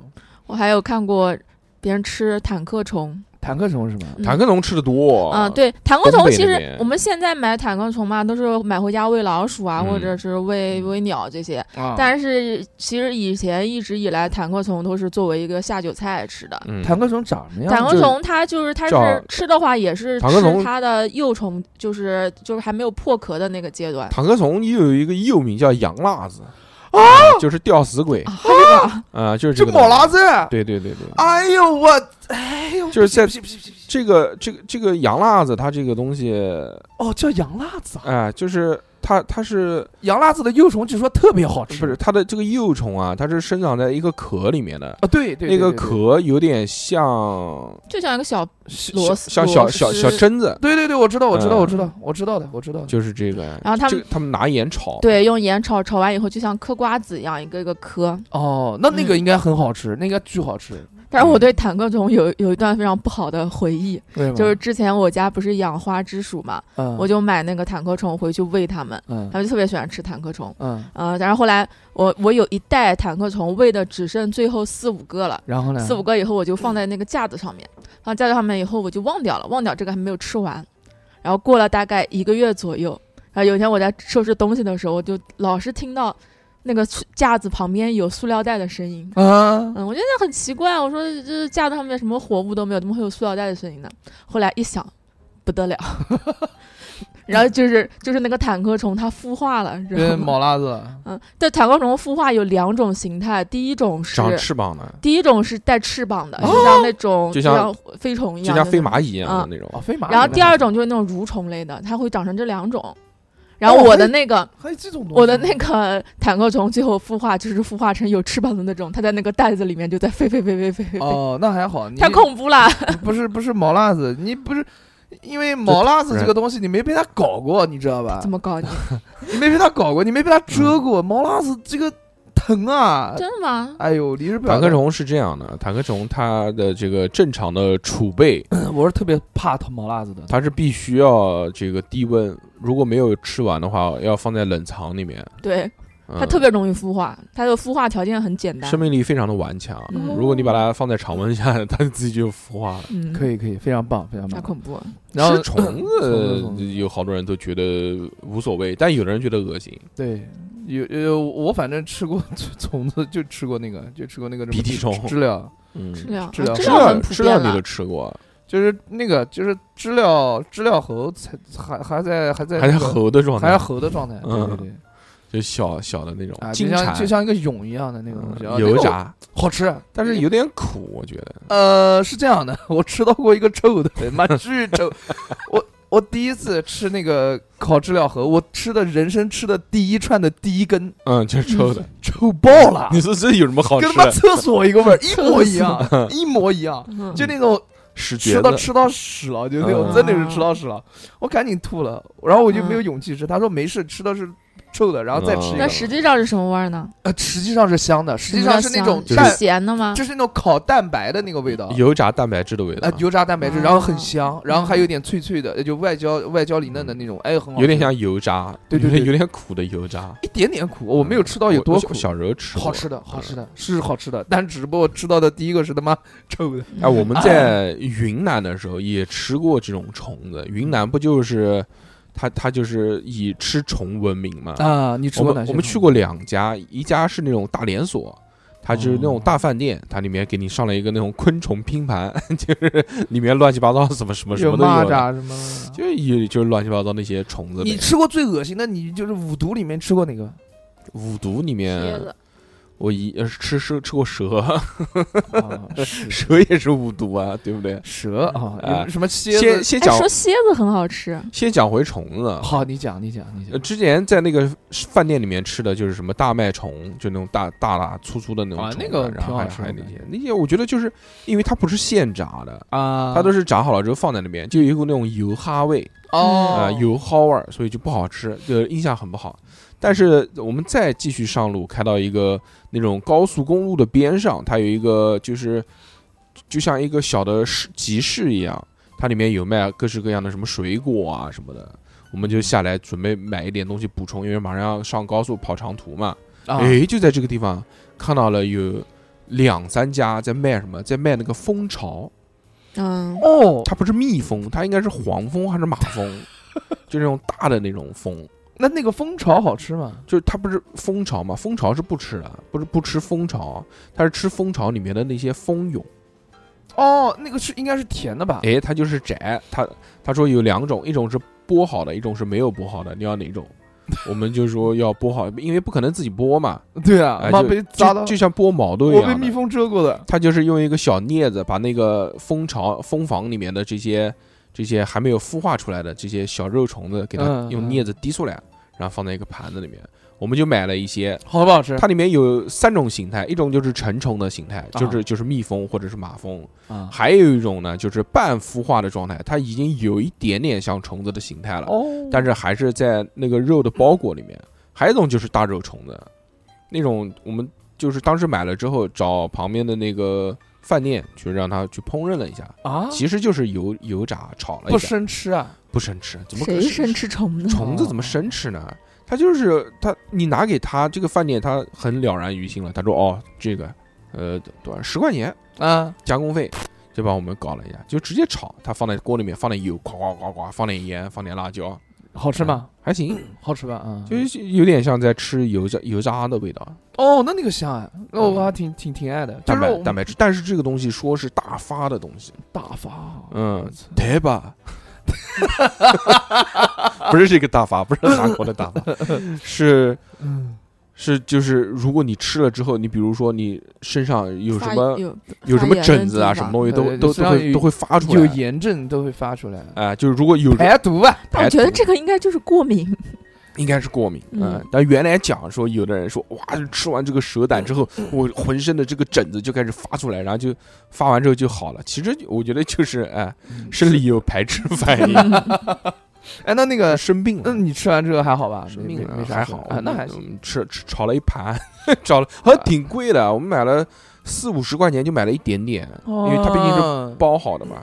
Speaker 3: 我还有看过别人吃坦克虫。
Speaker 2: 坦克虫是吗？
Speaker 3: 嗯
Speaker 1: 坦克虫吃的多
Speaker 3: 嗯，，对，坦克
Speaker 1: 哦东
Speaker 3: 虫
Speaker 1: 北
Speaker 3: 其
Speaker 1: 那
Speaker 3: 实
Speaker 1: 边
Speaker 3: 我们现在买坦克虫嘛，都是买回家喂老鼠啊，
Speaker 1: 嗯
Speaker 3: 或者是喂喂鸟这些。
Speaker 2: 啊，
Speaker 3: 但是其实以前一直以来，坦克虫都是作为一个下酒菜吃的。
Speaker 1: 嗯，
Speaker 2: 坦克虫长什么样？
Speaker 3: 坦克
Speaker 1: 就
Speaker 3: 虫它就是它
Speaker 1: 叫
Speaker 3: 是吃的话也是
Speaker 1: 坦克虫
Speaker 3: 吃它的幼虫，就是就是还没有破壳的那个阶段。
Speaker 1: 坦克虫又有一个幼名叫洋辣子，
Speaker 2: 啊
Speaker 1: 啊，就是吊死鬼
Speaker 3: 啊，这个 啊
Speaker 1: 啊，就是
Speaker 2: 这
Speaker 1: 个
Speaker 2: 毛拉
Speaker 1: 东西。
Speaker 2: 子。
Speaker 1: 对对对对，
Speaker 2: 哎呦我，哎呦，
Speaker 1: 就是在
Speaker 2: 屁屁屁屁屁
Speaker 1: 这个这个这个洋辣子，它这个东西，
Speaker 2: 哦，叫洋辣子啊！
Speaker 1: 哎、就是它它是
Speaker 2: 洋辣子的幼虫据说特别好吃，
Speaker 1: 不是它的这个幼虫啊，它是生长在一个壳里面的，
Speaker 2: 啊？对对，
Speaker 1: 那个
Speaker 2: 对，
Speaker 1: 壳有点像
Speaker 3: 就像一个小
Speaker 2: 对
Speaker 3: 螺
Speaker 1: 像
Speaker 3: 丝
Speaker 1: 像
Speaker 3: 螺
Speaker 1: 小小小
Speaker 3: 丝
Speaker 1: 榛子，
Speaker 2: 对对对，我知道，我知道，
Speaker 1: 嗯
Speaker 2: 我知道，我知道的，我知道的。
Speaker 1: 就是这个。
Speaker 3: 然后他
Speaker 1: 这
Speaker 3: 们
Speaker 1: 个他们拿盐炒，
Speaker 3: 对，用盐炒，炒完以后就像嗑瓜子一样，一个一个嗑。
Speaker 2: 哦，那那个
Speaker 3: 嗯
Speaker 2: 应该很好吃，那个巨好吃。
Speaker 3: 但是
Speaker 1: 嗯
Speaker 3: 我对坦克虫有有一段非常不好的回忆，就是之前我家不是养花枝鼠嘛，
Speaker 2: 嗯，
Speaker 3: 我就买那个坦克虫回去喂它们，
Speaker 2: 嗯
Speaker 3: 它们就特别喜欢吃坦克虫。
Speaker 2: 嗯，
Speaker 3: 呃，然后后来我我有一袋坦克虫喂的只剩最后四五个了，
Speaker 2: 然后呢？
Speaker 3: 四五个以后我就放在那个架子上面，放架子上面以后我就忘掉了，忘掉这个还没有吃完。然后过了大概一个月左右，然后有一天我在收拾东西的时候，我就老是听到那个塑架子旁边有塑料袋的声音。
Speaker 2: 啊，
Speaker 3: 嗯，我觉得很奇怪，我说这架子上面什么活物都没有，怎么会有塑料袋的声音呢？后来一想，不得了。然后就是就是那个坦克虫，它孵化了，然后
Speaker 2: 跟毛辣子，
Speaker 3: 嗯，对，坦克虫孵化有两种形态，第一种是
Speaker 1: 长翅膀的，
Speaker 3: 第一种是带翅膀的，就像那种
Speaker 1: 就像
Speaker 3: 飞虫一
Speaker 1: 就
Speaker 3: 样，
Speaker 1: 像
Speaker 3: 那
Speaker 1: 飞
Speaker 3: 种
Speaker 1: 蚂蚁一样的
Speaker 3: 嗯
Speaker 1: 那种啊
Speaker 2: 哦，。飞马。
Speaker 3: 然后第二种就是那种蠕虫类的，它会长成这两种。然
Speaker 1: 哦
Speaker 3: 后我的那个、
Speaker 2: 还有这种东西，
Speaker 3: 我的那个坦克虫最后孵化就是孵化成有翅膀的那种，它在那个袋子里面就在飞飞飞飞飞飞，飞，
Speaker 2: 哦，那还好，你
Speaker 3: 太恐怖 了。
Speaker 2: 不是不是毛辣子，你不是因为毛辣子这个东西你没被他搞过，你知道吧
Speaker 3: 怎？么搞你？
Speaker 2: 你没被他搞过，你没被他
Speaker 1: 嗯
Speaker 2: 蛰过，毛辣子这个疼啊！
Speaker 3: 真的吗？
Speaker 2: 哎呦，你是
Speaker 1: 坦克，虫是这样的，坦克虫它的这个正常的储备，
Speaker 2: 我是特别怕疼毛辣子的。
Speaker 1: 它是必须要这个低温，如果没有吃完的话，要放在冷藏里面。
Speaker 3: 对，
Speaker 1: 嗯、
Speaker 3: 它特别容易孵化，它的孵化条件很简单
Speaker 1: 生。命力非常的顽强，
Speaker 3: 嗯
Speaker 1: 如果你把它放在常温下， 它自己就孵化了。
Speaker 3: 嗯，
Speaker 2: 可以可以，非常棒非常
Speaker 3: 太
Speaker 2: 棒。
Speaker 3: 恐怖了。
Speaker 2: 然后呃
Speaker 1: 吃虫
Speaker 2: 子
Speaker 1: 子
Speaker 2: 虫子
Speaker 1: 有好多人都觉得无所谓，但有的人觉得恶心。
Speaker 2: 对，有有我反正吃过 虫子，就吃过那个，就吃过那个什么
Speaker 1: 鼻涕虫
Speaker 2: 知了，
Speaker 1: 嗯，
Speaker 3: 知了，啊
Speaker 2: 知了
Speaker 3: 知
Speaker 1: 知
Speaker 3: 了
Speaker 1: 了
Speaker 3: 很普
Speaker 1: 知
Speaker 3: 遍
Speaker 1: 了你都
Speaker 3: 了。
Speaker 1: 吃过，
Speaker 2: 就是那个就是知了知了猴才还还在还在
Speaker 1: 还
Speaker 2: 那
Speaker 1: 在
Speaker 2: 个
Speaker 1: 猴的状
Speaker 2: 还在
Speaker 1: 态，
Speaker 2: 猴的状态，对对
Speaker 1: 嗯
Speaker 2: 对。
Speaker 1: 就小小的那种
Speaker 2: 啊，就
Speaker 1: 金
Speaker 2: 像
Speaker 1: 蝉
Speaker 2: 就，像一个蛹一样的那个东西，啊
Speaker 1: 嗯油，
Speaker 2: 那个
Speaker 1: 炸，
Speaker 2: 好吃，啊
Speaker 1: 但是有点苦，我觉得。
Speaker 2: 呃是这样的，我吃到过一个臭的，妈巨臭，我我第一次吃那个烤知了盒，我吃的人生吃的第一串的第一根，
Speaker 1: 嗯，就是臭 的。
Speaker 2: 臭爆了，
Speaker 1: 你说这有什么好吃
Speaker 2: 跟他妈
Speaker 1: 的？
Speaker 2: 厕所一个 味儿，一模一样，一模一样，
Speaker 3: 嗯
Speaker 2: 就那种
Speaker 1: 屎
Speaker 2: 吃
Speaker 1: 橛
Speaker 2: 到
Speaker 1: 子，
Speaker 2: 吃到屎了，就那种
Speaker 1: 嗯
Speaker 2: 真的是吃到屎了，我赶紧吐了，然后我就没有
Speaker 3: 嗯
Speaker 2: 勇气吃，他说没事，吃的是臭的，然后再吃一
Speaker 1: 嗯
Speaker 3: 那
Speaker 2: 个，
Speaker 3: 实际上是什么味儿呢？
Speaker 2: 呃，实际上是香的，实际上是那种
Speaker 1: 就是
Speaker 2: 淡
Speaker 3: 咸的吗？
Speaker 2: 就是那种烤蛋白的那个味道，
Speaker 1: 油炸蛋白质的味道
Speaker 2: 啊，，油炸蛋白质，
Speaker 3: 啊
Speaker 2: 然后很香，然后还有点脆脆的，就外焦外焦里嫩的那种，哎，很好吃，
Speaker 1: 嗯有点像油炸，
Speaker 2: 对对
Speaker 1: 有点
Speaker 2: 对
Speaker 1: 有点苦的油炸。嗯
Speaker 2: 一点点苦，我没有吃到有多
Speaker 1: 我
Speaker 2: 苦
Speaker 1: 我，小时候嗯吃过
Speaker 2: 好吃的，好吃的，是好吃的，但只不过吃到的第一个是 他妈臭的，
Speaker 1: 哎，我们
Speaker 3: 嗯
Speaker 1: 在云南的时候也吃过这种虫子。云南不就是它它就是以吃虫闻名嘛？
Speaker 2: 啊，你
Speaker 1: 我们我们去过两家，一家是那种大连锁。它就是那
Speaker 2: 哦
Speaker 1: 种大饭店，它里面给你上了一个那种昆虫拼盘， 就是里面乱七八糟什么什么什
Speaker 2: 有
Speaker 1: 么都
Speaker 2: 蚂
Speaker 1: 有的，
Speaker 2: 蚱什么的。
Speaker 1: 就有就是乱七八糟那些虫子呗。
Speaker 2: 你吃过最恶心的，你就是五毒里面吃过 哪个？
Speaker 1: 五毒里
Speaker 3: 蝎
Speaker 1: 面，
Speaker 3: 子，
Speaker 1: 我一呃吃吃吃过蛇，
Speaker 2: 啊蛇
Speaker 1: 蛇也是五毒啊，对不对？
Speaker 2: 蛇啊，
Speaker 1: 啊
Speaker 2: 有什么蝎
Speaker 1: 先
Speaker 2: 子？
Speaker 1: 先
Speaker 3: 哎，
Speaker 1: 讲
Speaker 3: 说蝎子很好吃，
Speaker 1: 先讲回虫子，啊
Speaker 2: 好，你讲，你讲，你
Speaker 1: 呃，
Speaker 2: 讲。
Speaker 1: 之前在那个饭店里面吃的就是什么大麦虫，就那种大大大粗粗的那种
Speaker 2: 啊
Speaker 1: 虫子，
Speaker 2: 那个
Speaker 1: 然
Speaker 2: 挺
Speaker 1: 后
Speaker 2: 好
Speaker 1: 还
Speaker 2: 吃的
Speaker 1: 还有那些那些，我觉得就是因为它不是现炸的，
Speaker 2: 啊
Speaker 1: 呃它都是炸好了之后放在那边，就有一股那种油哈味啊、
Speaker 2: 哦，
Speaker 1: 油蒿味儿，所以就不好吃，就印象很不好。但是我们再继续上路，开到一个那种高速公路的边上，它有一个就是就像一个小的市集市一样，它里面有卖各式各样的什么水果啊什么的。我们就下来准备买一点东西补充，因为马上要上高速跑长途嘛。
Speaker 2: 啊
Speaker 1: 诶，就在这个地方看到了有两三家在卖什么，在卖那个蜂巢，
Speaker 3: 嗯，
Speaker 2: 哦，
Speaker 1: 它不是蜜蜂，它应该是黄蜂还是马 蜂，就那种大的那种蜂。
Speaker 2: 那那个蜂巢好吃吗？
Speaker 1: 就是它不是蜂巢嘛，蜂巢是不吃的，不是不吃蜂巢，它是吃蜂巢里面的那些蜂蛹。啊
Speaker 2: 哦，那个是应该是甜的吧？
Speaker 1: 诶，它就是摘，它他说有两种，一种是剥好的，一种是没有剥好的，你要哪种？我们就说要剥好，因为不可能自己剥嘛，
Speaker 2: 对啊
Speaker 1: 哎，
Speaker 2: 妈
Speaker 1: 就
Speaker 2: 被扎到
Speaker 1: 就，就像剥毛豆一
Speaker 2: 我被
Speaker 1: 样
Speaker 2: 蜜
Speaker 1: 的。
Speaker 2: 蜂蛰过的。
Speaker 1: 它就是用一个小镊子把那个蜂巢、蜂房里面的这些、这些还没有孵化出来的这些小肉虫子，给它
Speaker 2: 嗯
Speaker 1: 用
Speaker 2: 嗯
Speaker 1: 镊子滴出来，然后放在一个盘子里面。我们就买了一些，
Speaker 2: 好不好吃？
Speaker 1: 它里面有三种形态，一种就是成虫的形态，就是就是蜜蜂或者是马蜂，
Speaker 2: 啊，
Speaker 1: 还有一种呢就是半孵化的状态，它已经有一点点像虫子的形态了，
Speaker 2: 哦，
Speaker 1: 但是还是在那个肉的包裹里面。还有一种就是大肉虫子，那种我们就是当时买了之后找旁边的那个饭店去让他去烹饪了一下，
Speaker 2: 啊，
Speaker 3: 哦
Speaker 1: 其实就是油油炸炒了
Speaker 2: 不
Speaker 1: 一下，
Speaker 2: 生吃啊，
Speaker 1: 不生吃，怎么可
Speaker 3: 谁
Speaker 1: 能
Speaker 3: 生吃哦虫呢？
Speaker 1: 虫子怎么生吃呢？他就是他，你拿给他这个饭店，他很了然于心了。他说：“哦，这个，呃，多少十块钱
Speaker 2: 啊，
Speaker 1: 加工费，就把我们搞了一下，就直接炒。他放在锅里面，放点油，呱呱呱呱，放点盐，放点辣椒，
Speaker 2: 好吃吗？
Speaker 1: 还行，
Speaker 2: 好吃吧？啊，
Speaker 1: 就是有点像在吃油炸油炸的味道，
Speaker 2: 哦，那那个香啊，那我还挺挺挺爱的，就
Speaker 1: 蛋
Speaker 2: 是
Speaker 1: 白
Speaker 2: 我
Speaker 1: 蛋白质。但是这个东西说是大发的东西，
Speaker 2: 大发，
Speaker 1: 嗯，对吧？ 不是这个大法，不是韩国的大法，是
Speaker 2: 嗯，
Speaker 1: 是就是，如果你吃了之后，你比如说你身上有
Speaker 3: 发
Speaker 1: 什么
Speaker 3: 有
Speaker 1: 有什么
Speaker 3: 发炎的
Speaker 1: 疹子啊，
Speaker 3: 地方
Speaker 1: 什么东西都
Speaker 2: 对
Speaker 1: 都
Speaker 2: 身
Speaker 1: 都
Speaker 2: 上
Speaker 1: 会
Speaker 2: 有
Speaker 1: 都会发出
Speaker 2: 有
Speaker 1: 来。
Speaker 2: 炎症都会发出来，
Speaker 1: 哎，就是如果有人
Speaker 2: 排毒啊，
Speaker 3: 但我
Speaker 1: 排
Speaker 3: 觉得
Speaker 1: 毒
Speaker 3: 这个应该就是过敏，
Speaker 1: 应该是过敏，
Speaker 3: 嗯
Speaker 1: 嗯，但原来讲说有的人说哇，吃完这个蛇胆之后，
Speaker 2: 嗯
Speaker 1: 我浑身的这个疹子就开始发出来，然后就发完之后就好了。其实我觉得就是哎，
Speaker 2: 嗯
Speaker 1: 生理有排斥反应，
Speaker 2: 哎，那那个，
Speaker 1: 生病
Speaker 2: 那
Speaker 1: 了。
Speaker 2: 你吃完之后还好吧？
Speaker 1: 生
Speaker 2: 没
Speaker 1: 病
Speaker 2: 没
Speaker 1: 了
Speaker 2: 没啥
Speaker 1: 还
Speaker 2: 事
Speaker 1: 好
Speaker 2: 啊，，那还
Speaker 1: 我
Speaker 2: 行。
Speaker 1: 们吃吃炒了一盘， 炒了好像挺贵的，我们买了四五十块钱就买了一点点，因为它毕竟是
Speaker 2: 是
Speaker 1: 包好的
Speaker 2: 哦
Speaker 1: 嘛。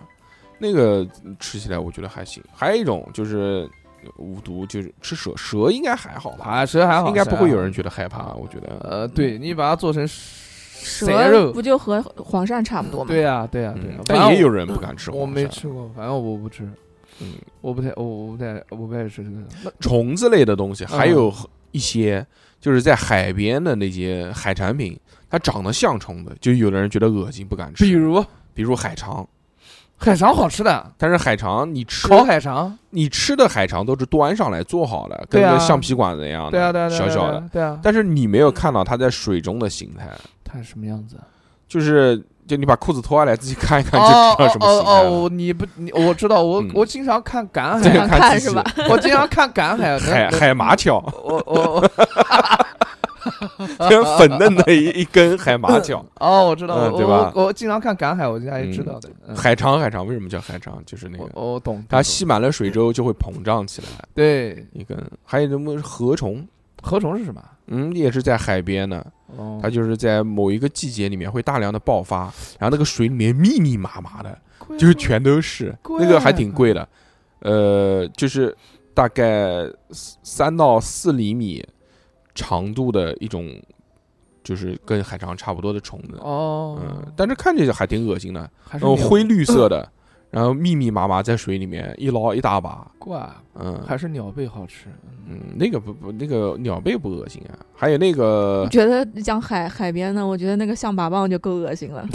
Speaker 1: 那个吃起来我觉得还行。还有一种就是无毒，就是吃蛇，蛇应该还好吧，
Speaker 2: 啊，蛇还好，
Speaker 1: 应该
Speaker 2: 蛇
Speaker 1: 不
Speaker 2: 还
Speaker 1: 会有
Speaker 2: 好
Speaker 1: 人觉得害怕。我觉得，
Speaker 2: 呃，对你把它做成蛇
Speaker 3: 蛇
Speaker 2: 肉
Speaker 3: 不，就和黄鳝差不多吗？
Speaker 2: 对呀啊对呀对
Speaker 1: 嗯
Speaker 2: 呀，反
Speaker 1: 但
Speaker 2: 正
Speaker 1: 也
Speaker 2: 我
Speaker 1: 有人不敢吃黄鳝。
Speaker 2: 我没吃过，反正我不吃，
Speaker 1: 嗯，
Speaker 2: 我不太我我不太我不爱吃这个。那
Speaker 1: 虫子类的东西，还
Speaker 2: 嗯
Speaker 1: 有一些就是在海边的那些海产品，它长得像虫子，就有的人觉得恶心不敢吃。
Speaker 2: 比，如
Speaker 1: 比如海肠，
Speaker 2: 海肠好吃的，
Speaker 1: 但是海肠你吃
Speaker 2: 烤海肠，
Speaker 1: 你吃的海肠都是端上来做好的，跟
Speaker 2: 对啊
Speaker 1: 个橡皮管子一样的，
Speaker 2: 对啊对啊对啊，
Speaker 1: 小
Speaker 2: 对啊
Speaker 1: 小的。，
Speaker 2: 对啊，
Speaker 1: 但是你没有看到它在水中的形态，
Speaker 2: 它是什么样子啊？
Speaker 1: 就是就你把裤子脱下来自己看一看就
Speaker 2: 哦
Speaker 1: 知道
Speaker 2: 哦
Speaker 1: 什么
Speaker 2: 哦
Speaker 1: 形态
Speaker 2: 哦，
Speaker 1: 了。
Speaker 2: 我你不你我知道，我
Speaker 1: 嗯
Speaker 2: 我经常看赶
Speaker 1: 这个
Speaker 2: 海，
Speaker 3: 看
Speaker 1: 看
Speaker 3: 是吧？
Speaker 2: 我经常看赶 海，
Speaker 1: 海啊
Speaker 2: 能
Speaker 1: 海麻 条，
Speaker 2: 我我我
Speaker 1: 跟粉嫩的一一根海麻条，
Speaker 2: 哦，我知道，
Speaker 1: 嗯
Speaker 2: 我
Speaker 1: 对吧
Speaker 2: 我我经常看赶海，我家也知道的。嗯
Speaker 1: 海肠海肠为什么叫海肠？就是那
Speaker 2: 我
Speaker 1: 个
Speaker 2: 我懂，
Speaker 1: 它
Speaker 2: 懂
Speaker 1: 吸满了
Speaker 2: 嗯
Speaker 1: 水之后就会膨胀起来，
Speaker 2: 对
Speaker 1: 一根。还有什么河虫？
Speaker 2: 河虫是什么？
Speaker 1: 嗯，也是在海边的，
Speaker 2: 哦
Speaker 1: 它就是在某一个季节里面会大量的爆发，然后那个水里面密密麻麻的，就是全都是，
Speaker 2: 贵
Speaker 1: 那个还挺
Speaker 2: 啊
Speaker 1: 贵的，呃，就是大概三到四厘米长度的一种，就是跟海肠差不多的虫子，
Speaker 2: 哦，
Speaker 1: 嗯，但是看着还挺恶心的，
Speaker 2: 还
Speaker 1: 然
Speaker 2: 是那
Speaker 1: 后
Speaker 2: 种
Speaker 1: 灰绿色的，然后密密麻麻在水里面一捞一大把，
Speaker 2: 怪，
Speaker 1: 嗯，
Speaker 2: 还是鸟贝好吃。
Speaker 1: 嗯，那个不不，那个鸟贝不恶心啊，还有那个
Speaker 3: 我觉得讲海海边的，我觉得那个象拔蚌就够恶心了。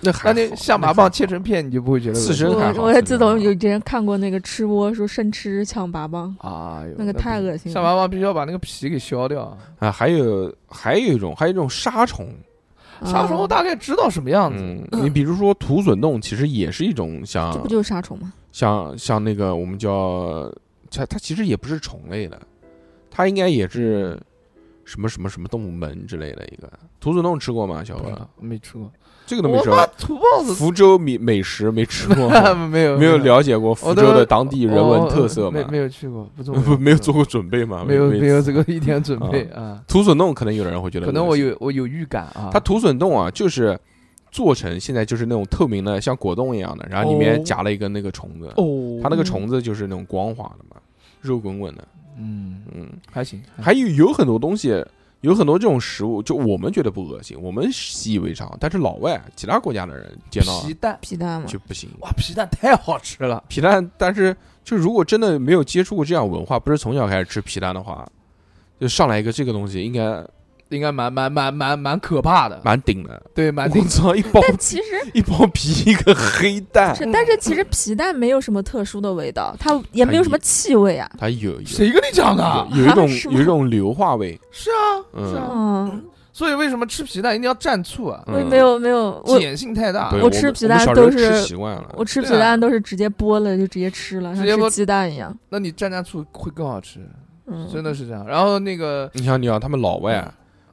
Speaker 1: 那还
Speaker 2: 那
Speaker 1: 好
Speaker 2: 那象拔蚌切成片，你就不会觉得恶心
Speaker 1: 刺身真还好
Speaker 3: 我我
Speaker 1: 真
Speaker 3: 自
Speaker 1: 还好
Speaker 2: 啊
Speaker 3: 从有之前看过那个吃播说生吃象拔蚌，
Speaker 2: 哎呦，
Speaker 3: 那个太
Speaker 2: 不行
Speaker 3: 恶心了
Speaker 2: 象拔蚌必须要把那个皮给削掉。
Speaker 1: 啊，还有还有一种，还有一种沙虫，
Speaker 2: 啥时候
Speaker 3: 啊
Speaker 2: 大概知道什么样子？
Speaker 1: 嗯，你比如说土笋冻，其实也是一种
Speaker 2: 啊
Speaker 3: 这
Speaker 1: 像
Speaker 3: 不就是杀虫吗？
Speaker 1: 像像那个我们叫它它其实也不是虫类的，它应该也是什么什么什么动物门之类的一个土笋冻吃过吗？小
Speaker 2: 不知
Speaker 1: 文，
Speaker 2: 道没吃过，
Speaker 1: 这个都没
Speaker 2: 我
Speaker 1: 吃
Speaker 2: 妈
Speaker 1: 过，
Speaker 2: 土包子，
Speaker 1: 福州美美食没吃过
Speaker 2: 没有
Speaker 1: 没有了解过福
Speaker 2: 我都
Speaker 1: 州的当地人
Speaker 2: 我
Speaker 1: 文特色吗
Speaker 2: 没？没有去过，不做
Speaker 1: 不没有做过准备吗？
Speaker 2: 没有
Speaker 1: 每
Speaker 2: 没有这个一点准备
Speaker 1: 啊
Speaker 2: 啊。
Speaker 1: 土笋冻可能有的人会觉得恶
Speaker 2: 可
Speaker 1: 心，
Speaker 2: 能我有我有预感啊，
Speaker 1: 它土笋冻啊，就是做成现在就是那种透明的，像果冻一样的，然后里面
Speaker 2: 哦
Speaker 1: 夹了一根那个虫子，
Speaker 2: 哦，
Speaker 1: 它那个虫子就是那种光滑的嘛，肉滚滚的。
Speaker 2: 嗯
Speaker 1: 嗯，
Speaker 2: 还行，
Speaker 1: 还有有很多东西，有很多这种食物，就我们觉得不恶心，我们习以为常，但是老外其他国家的人见到
Speaker 2: 皮蛋
Speaker 3: 皮蛋吗？
Speaker 1: 就不行。
Speaker 2: 哇，皮蛋太好吃了，
Speaker 1: 皮蛋，但是就如果真的没有接触过这样文化，不是从小开始吃皮蛋的话，就上来一个这个东西，应该
Speaker 2: 应该蛮蛮蛮蛮蛮可怕的，
Speaker 1: 蛮顶的。
Speaker 2: 对蛮
Speaker 1: 我
Speaker 2: 顶
Speaker 1: 操，一包
Speaker 3: 但其实
Speaker 1: 一包皮一个黑蛋，
Speaker 3: 是，但是其
Speaker 2: 嗯
Speaker 3: 实皮蛋没有什么特殊的味道，它也没有什么气味啊。
Speaker 1: 它有有
Speaker 2: 谁跟你讲的？
Speaker 1: 有有一种
Speaker 3: 是吗
Speaker 1: 有一种硫化味，
Speaker 2: 啊是啊，
Speaker 1: 嗯
Speaker 2: 是啊，
Speaker 3: 嗯，
Speaker 2: 所以为什么吃皮蛋一定要蘸醋啊？
Speaker 3: 我也没有没有，我
Speaker 2: 碱性太大
Speaker 1: 嗯对，
Speaker 3: 我吃
Speaker 1: 们
Speaker 3: 皮蛋
Speaker 1: 们小时
Speaker 3: 都
Speaker 1: 候吃
Speaker 3: 是
Speaker 1: 习惯了，
Speaker 3: 我吃皮
Speaker 2: 对啊
Speaker 3: 蛋都是直接剥了就直接吃了，像
Speaker 2: 直接剥
Speaker 3: 吃鸡蛋一样。
Speaker 2: 那你蘸蘸醋会更好吃，
Speaker 3: 嗯，
Speaker 2: 真的是这样。然后那个
Speaker 1: 你想你想他们老外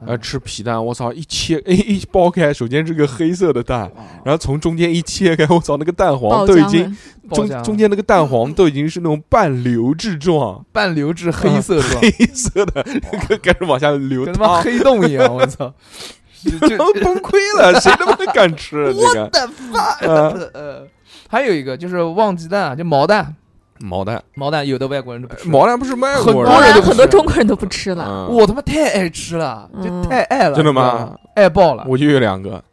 Speaker 1: 呃
Speaker 2: 嗯
Speaker 1: 吃皮蛋，我操一切 一一剥开，首先是个黑色的蛋，然后从中间一切开，我操那个蛋
Speaker 3: 爆
Speaker 1: 黄都已
Speaker 3: 浆
Speaker 1: 经
Speaker 3: 了，嗯
Speaker 2: 爆
Speaker 1: 中
Speaker 2: 浆
Speaker 1: 中间那个蛋黄都已经是那种半流质状
Speaker 2: 半流质黑色状，
Speaker 1: 嗯黑啊色的，开始往下流
Speaker 2: 跟他妈
Speaker 1: 汤，
Speaker 2: 黑洞 一样，我操！就 就
Speaker 1: 都崩溃了，谁他妈敢 吃啊这个
Speaker 2: 的 fuck，
Speaker 1: 呃
Speaker 2: 呃，还有一个就是旺鸡蛋，啊，就毛蛋，
Speaker 1: 毛蛋？
Speaker 2: 毛蛋有的外国人都不吃，
Speaker 1: 毛蛋不是外国
Speaker 2: 很
Speaker 1: 人
Speaker 2: 多
Speaker 3: 当
Speaker 2: 人
Speaker 3: 然
Speaker 2: 都
Speaker 3: 很多中国人都不吃了。
Speaker 1: 嗯
Speaker 2: 我他妈太爱吃了，
Speaker 3: 嗯
Speaker 2: 就太爱了，
Speaker 1: 真的吗
Speaker 2: 你知道？爱爆了，
Speaker 1: 我就有两个，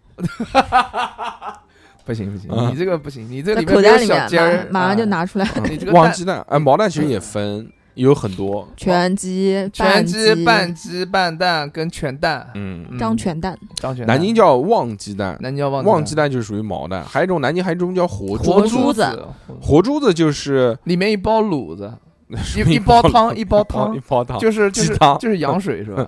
Speaker 2: 不行不行，
Speaker 1: 嗯
Speaker 2: 你这个不行，你这
Speaker 3: 在
Speaker 2: 里
Speaker 3: 口
Speaker 2: 没
Speaker 3: 袋
Speaker 2: 有
Speaker 3: 里
Speaker 2: 小
Speaker 3: 面
Speaker 2: 尖儿，
Speaker 3: 马马上就
Speaker 2: 啊。
Speaker 3: 拿出来。
Speaker 2: 你这个
Speaker 1: 旺
Speaker 2: 蛋
Speaker 1: 鸡蛋，哎，毛蛋其实也分有很多，
Speaker 3: 全鸡、
Speaker 2: 全鸡、
Speaker 3: 拌
Speaker 2: 半鸡、半蛋跟全蛋，
Speaker 1: 嗯，
Speaker 2: 嗯
Speaker 3: 张全蛋，
Speaker 2: 张全蛋。
Speaker 1: 南京叫旺鸡蛋，
Speaker 2: 南京叫旺
Speaker 1: 旺
Speaker 2: 鸡
Speaker 1: 鸡
Speaker 2: 蛋
Speaker 1: 蛋就是属于毛蛋，还有一种南京还有一种叫活
Speaker 3: 活
Speaker 1: 珠
Speaker 3: 珠
Speaker 1: 子，
Speaker 3: 子
Speaker 1: 活珠子就是
Speaker 2: 里面一包卤子，
Speaker 1: 什么
Speaker 2: 一一煲汤，
Speaker 1: 一
Speaker 2: 一煲
Speaker 1: 汤
Speaker 2: 汤
Speaker 1: 一，哦煲汤，
Speaker 2: 就是就
Speaker 1: 鸡
Speaker 2: 是
Speaker 1: 汤嗯
Speaker 2: 就是羊水是吧？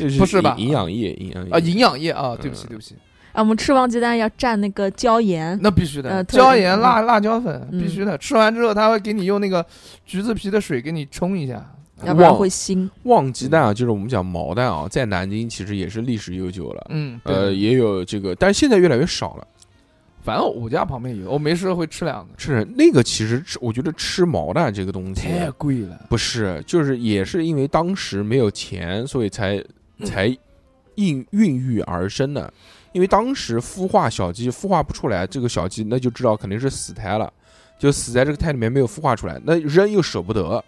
Speaker 1: 就
Speaker 2: 不是吧
Speaker 1: 营营养液，营养液
Speaker 2: 啊，营养液啊，
Speaker 1: 嗯
Speaker 2: 对不起对不起，
Speaker 3: 啊，我们吃旺鸡蛋要蘸那个椒盐，
Speaker 2: 那必须的，
Speaker 3: 呃特
Speaker 2: 椒盐
Speaker 3: 嗯
Speaker 2: 辣辣椒粉
Speaker 3: 嗯
Speaker 2: 必须的。吃完之后，他会给你用那个橘子皮的水给你冲一下。
Speaker 3: 要不然
Speaker 1: 旺
Speaker 3: 会腥。
Speaker 1: 旺鸡蛋啊，就是我们讲毛蛋啊，在南京其实也是历史悠久了，
Speaker 2: 嗯，
Speaker 1: 呃，
Speaker 2: 对，
Speaker 1: 也有这个，但是现在越来越少了。
Speaker 2: 反正我家旁边有，我没事会吃两个，
Speaker 1: 是那个，其实吃，我觉得吃毛蛋这个东西
Speaker 2: 太贵了。
Speaker 1: 不是，就是也是因为当时没有钱，所以才才孕孕育而生的。因为当时孵化小鸡孵化不出来，这个小鸡那就知道肯定是死胎了，就死在这个胎里面没有孵化出来，那扔又舍不得，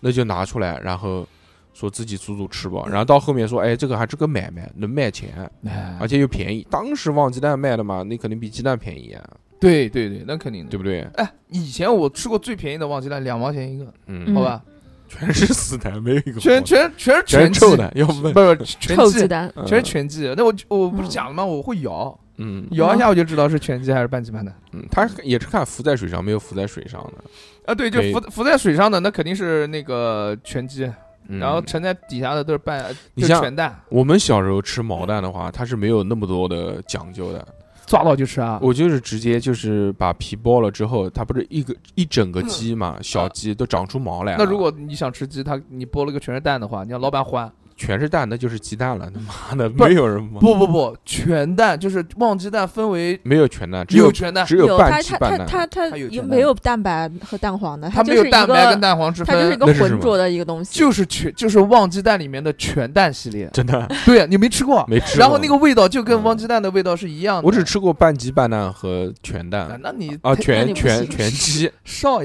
Speaker 1: 那就拿出来，然后说自己煮煮吃吧。然后到后面说，哎，这个还是个买卖，能卖钱，
Speaker 2: 哎
Speaker 1: 啊而且又便宜。当时旺鸡蛋卖的嘛，那肯定比鸡蛋便宜啊，
Speaker 2: 对对对，那肯定
Speaker 1: 对
Speaker 2: 的。
Speaker 1: 不对？
Speaker 2: 哎，以前我吃过最便宜的旺鸡蛋，两毛钱一个，
Speaker 1: 嗯，
Speaker 2: 好吧？
Speaker 1: 全是死胎，没有一个
Speaker 2: 全
Speaker 1: 好的
Speaker 2: 全全是
Speaker 1: 全是
Speaker 2: 鸡，
Speaker 1: 臭的，要
Speaker 2: 不
Speaker 1: 问，
Speaker 2: 是全
Speaker 3: 臭鸡
Speaker 2: 鸡，
Speaker 3: 蛋，
Speaker 2: 全是全鸡。那我就我不是
Speaker 3: 嗯
Speaker 2: 讲了吗？我会摇，
Speaker 1: 嗯。
Speaker 2: 摇一下我就知道是全鸡还是半鸡半蛋。
Speaker 1: 嗯，它也是看浮在水上，没有浮在水上的。
Speaker 2: 啊，对，就
Speaker 1: 对
Speaker 2: 浮浮在水上的那肯定是那个全鸡，
Speaker 1: 嗯
Speaker 2: 然后沉在底下的都是半，
Speaker 1: 你
Speaker 2: 就
Speaker 1: 像
Speaker 2: 全蛋，
Speaker 1: 我们小时候吃毛蛋的话，它是没有那么多的讲究的。
Speaker 2: 抓到就吃啊。
Speaker 1: 我就是直接就是把皮剥了之后，它不是一个一整个鸡嘛，小鸡都长出毛来了。
Speaker 2: 嗯那如果你想吃鸡，他你剥了个全是蛋的话，你让老板还。
Speaker 1: 全是蛋，那就是鸡蛋了。他 妈的，
Speaker 2: 不
Speaker 1: 没有人吗？
Speaker 2: 不不不，全蛋就是旺鸡蛋分为
Speaker 1: 没有全蛋，只
Speaker 2: 有
Speaker 1: 有
Speaker 2: 全蛋，
Speaker 1: 只有半
Speaker 3: 它
Speaker 1: 鸡
Speaker 3: 它
Speaker 1: 半蛋。
Speaker 3: 它它它
Speaker 2: 它有
Speaker 3: 有
Speaker 2: 全
Speaker 3: 没
Speaker 2: 蛋
Speaker 3: 有蛋白和蛋黄的？
Speaker 2: 它
Speaker 3: 就
Speaker 2: 没
Speaker 3: 是
Speaker 2: 有
Speaker 3: 一
Speaker 2: 蛋白
Speaker 3: 个
Speaker 2: 跟蛋黄之
Speaker 3: 它就是一
Speaker 2: 分，
Speaker 3: 个
Speaker 1: 那是什
Speaker 3: 浑
Speaker 1: 么
Speaker 3: 浊的一个东西，
Speaker 2: 就是全就是旺鸡蛋里面的全蛋系列。
Speaker 1: 真的
Speaker 2: 对，啊你没吃过？
Speaker 1: 没吃过。
Speaker 2: 然后那个味道就跟
Speaker 1: 嗯
Speaker 2: 汪鸡蛋的味道是一样的。
Speaker 1: 我只吃过半鸡半蛋和全
Speaker 2: 啊
Speaker 1: 蛋，
Speaker 2: 那你
Speaker 1: 啊，
Speaker 2: 太
Speaker 1: 全
Speaker 3: 那你不
Speaker 1: 全
Speaker 3: 行
Speaker 1: 全鸡
Speaker 2: 少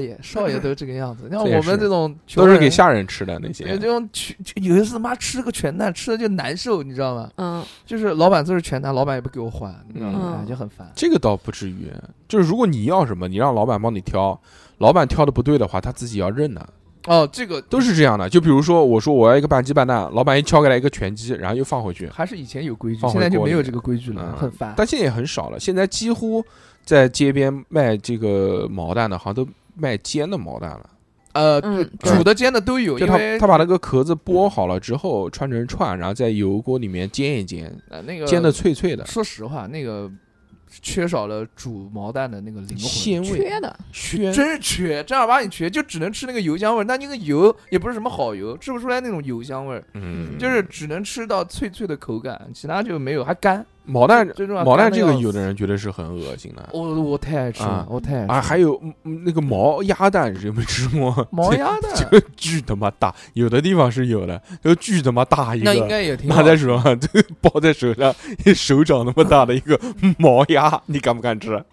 Speaker 2: 爷少爷都这个样子，像
Speaker 1: 这也
Speaker 2: 我们
Speaker 1: 是
Speaker 2: 这种
Speaker 1: 都是给
Speaker 2: 下。
Speaker 1: 下人吃的那
Speaker 2: 有
Speaker 1: 些
Speaker 2: 这。种全有一次妈吃个全蛋，吃的就难受，你知道吗？
Speaker 3: 嗯，
Speaker 2: 就是老板这是全蛋，老板也不给我还，你知道吗？
Speaker 3: 嗯
Speaker 2: 哎就很烦。
Speaker 1: 这个倒不至于，就是如果你要什么，你让老板帮你挑，老板挑的不对的话，他自己要认的，
Speaker 2: 哦，这个
Speaker 1: 都是这样的。就比如说，我说我要一个半鸡半蛋，老板一敲开来一个全鸡，然后又放回去，
Speaker 2: 还是以前有规矩，
Speaker 1: 放回
Speaker 2: 现在就
Speaker 1: 锅里
Speaker 2: 没有这个规矩了，
Speaker 1: 嗯
Speaker 2: 很烦。
Speaker 1: 但现在也很少了。现在几乎在街边卖这个毛蛋的，好像都卖煎的毛蛋了，
Speaker 2: 呃，
Speaker 3: 嗯
Speaker 2: 对煮的、煎的都有，
Speaker 1: 就
Speaker 2: 因
Speaker 1: 他
Speaker 2: 为
Speaker 1: 他把那个壳子剥好了之后，穿成串，然后在油锅里面煎一煎，
Speaker 2: 呃那个
Speaker 1: 煎的。脆脆的，
Speaker 2: 说实话，那个缺少了煮毛蛋的那个灵
Speaker 1: 鲜
Speaker 2: 魂。
Speaker 1: 味
Speaker 3: 缺的，
Speaker 1: 鲜
Speaker 2: 真是缺，正儿八经缺，就只能吃那个油香味儿。但那个油也不是什么好油，吃不出来那种油香味儿，
Speaker 1: 嗯，
Speaker 2: 就是只能吃到脆脆的口感，其他就没有，还干。
Speaker 1: 毛蛋
Speaker 2: 最重要
Speaker 1: 毛蛋
Speaker 2: 干得
Speaker 1: 这个，
Speaker 2: 要
Speaker 1: 有
Speaker 2: 死
Speaker 1: 的人觉得是很恶心的。
Speaker 2: 我我太爱吃
Speaker 1: 啊
Speaker 2: 了，我太爱吃
Speaker 1: 啊，
Speaker 2: 了
Speaker 1: 还有嗯嗯那个毛鸭蛋，有没有吃 过？
Speaker 2: 毛鸭
Speaker 1: 这
Speaker 2: 蛋，
Speaker 1: 个 巨他妈大，有的地方是有的，就巨他妈大一
Speaker 2: 那应
Speaker 1: 个，
Speaker 2: 该也挺
Speaker 1: 拿
Speaker 2: 好。
Speaker 1: 在手上， 这个抱在手上，手掌那么大的一个毛鸭，你敢不敢吃？
Speaker 2: 啊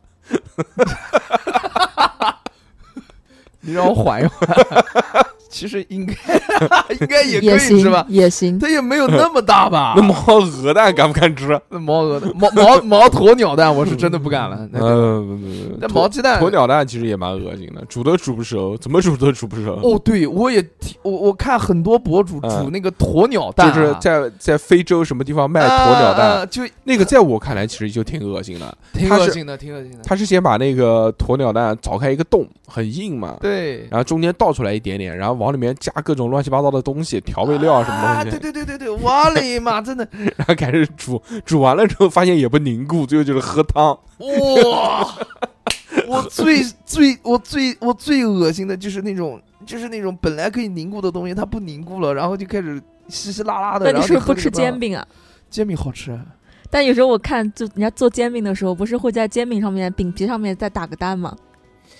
Speaker 2: 你让我缓 一缓。其实应该 应该也可
Speaker 3: 也
Speaker 2: 以是
Speaker 3: 行
Speaker 2: 吧？，
Speaker 3: 也行，
Speaker 2: 它也没有那么大吧
Speaker 1: 那？毛鹅蛋敢不敢吃？
Speaker 2: 那毛鹅蛋、毛毛毛鸵鸟蛋，我是真的不敢 了。那
Speaker 1: 嗯，
Speaker 2: 那毛鸡蛋，
Speaker 1: 鸵鸟蛋其实也蛮恶心的，煮都煮不熟，怎么煮都煮不熟。
Speaker 2: 哦，对，我也听我我看很多博主
Speaker 1: 嗯
Speaker 2: 煮那个鸵鸟蛋
Speaker 1: 就
Speaker 2: 啊，
Speaker 1: 是在在非洲什么地方卖鸵鸟
Speaker 2: 啊，
Speaker 1: 蛋，
Speaker 2: 啊就
Speaker 1: 那个在我看来其实就挺恶心的。
Speaker 2: 挺
Speaker 1: 它
Speaker 2: 恶
Speaker 1: 是
Speaker 2: 心的，挺恶心的。
Speaker 1: 他是先把那个鸵鸟蛋凿开一个洞，很硬嘛，
Speaker 2: 对，
Speaker 1: 然后中间倒出来一点点，然后往里面加各种乱七八糟的东西，调味料啊什么
Speaker 2: 啊
Speaker 1: 东
Speaker 2: 对
Speaker 1: 西，
Speaker 2: 对对对对，我嘞妈，真的
Speaker 1: 然后开始煮，煮完了之后发现也不凝固，最后就是喝汤。
Speaker 2: 哇！ 我最最我最我最恶心的就是那种就是那种本来可以凝固的东西，它不凝固了，然后就开始稀稀拉拉的。
Speaker 3: 那你
Speaker 2: 然后
Speaker 3: 是不是
Speaker 2: 喝
Speaker 3: 不
Speaker 2: 那
Speaker 3: 吃
Speaker 2: 个办
Speaker 3: 煎
Speaker 2: 法？
Speaker 3: 饼啊？
Speaker 2: 煎饼好吃，啊
Speaker 3: 但有时候我看，就人家做煎饼的时候，不是会在煎饼上面、饼皮上面再打个蛋吗？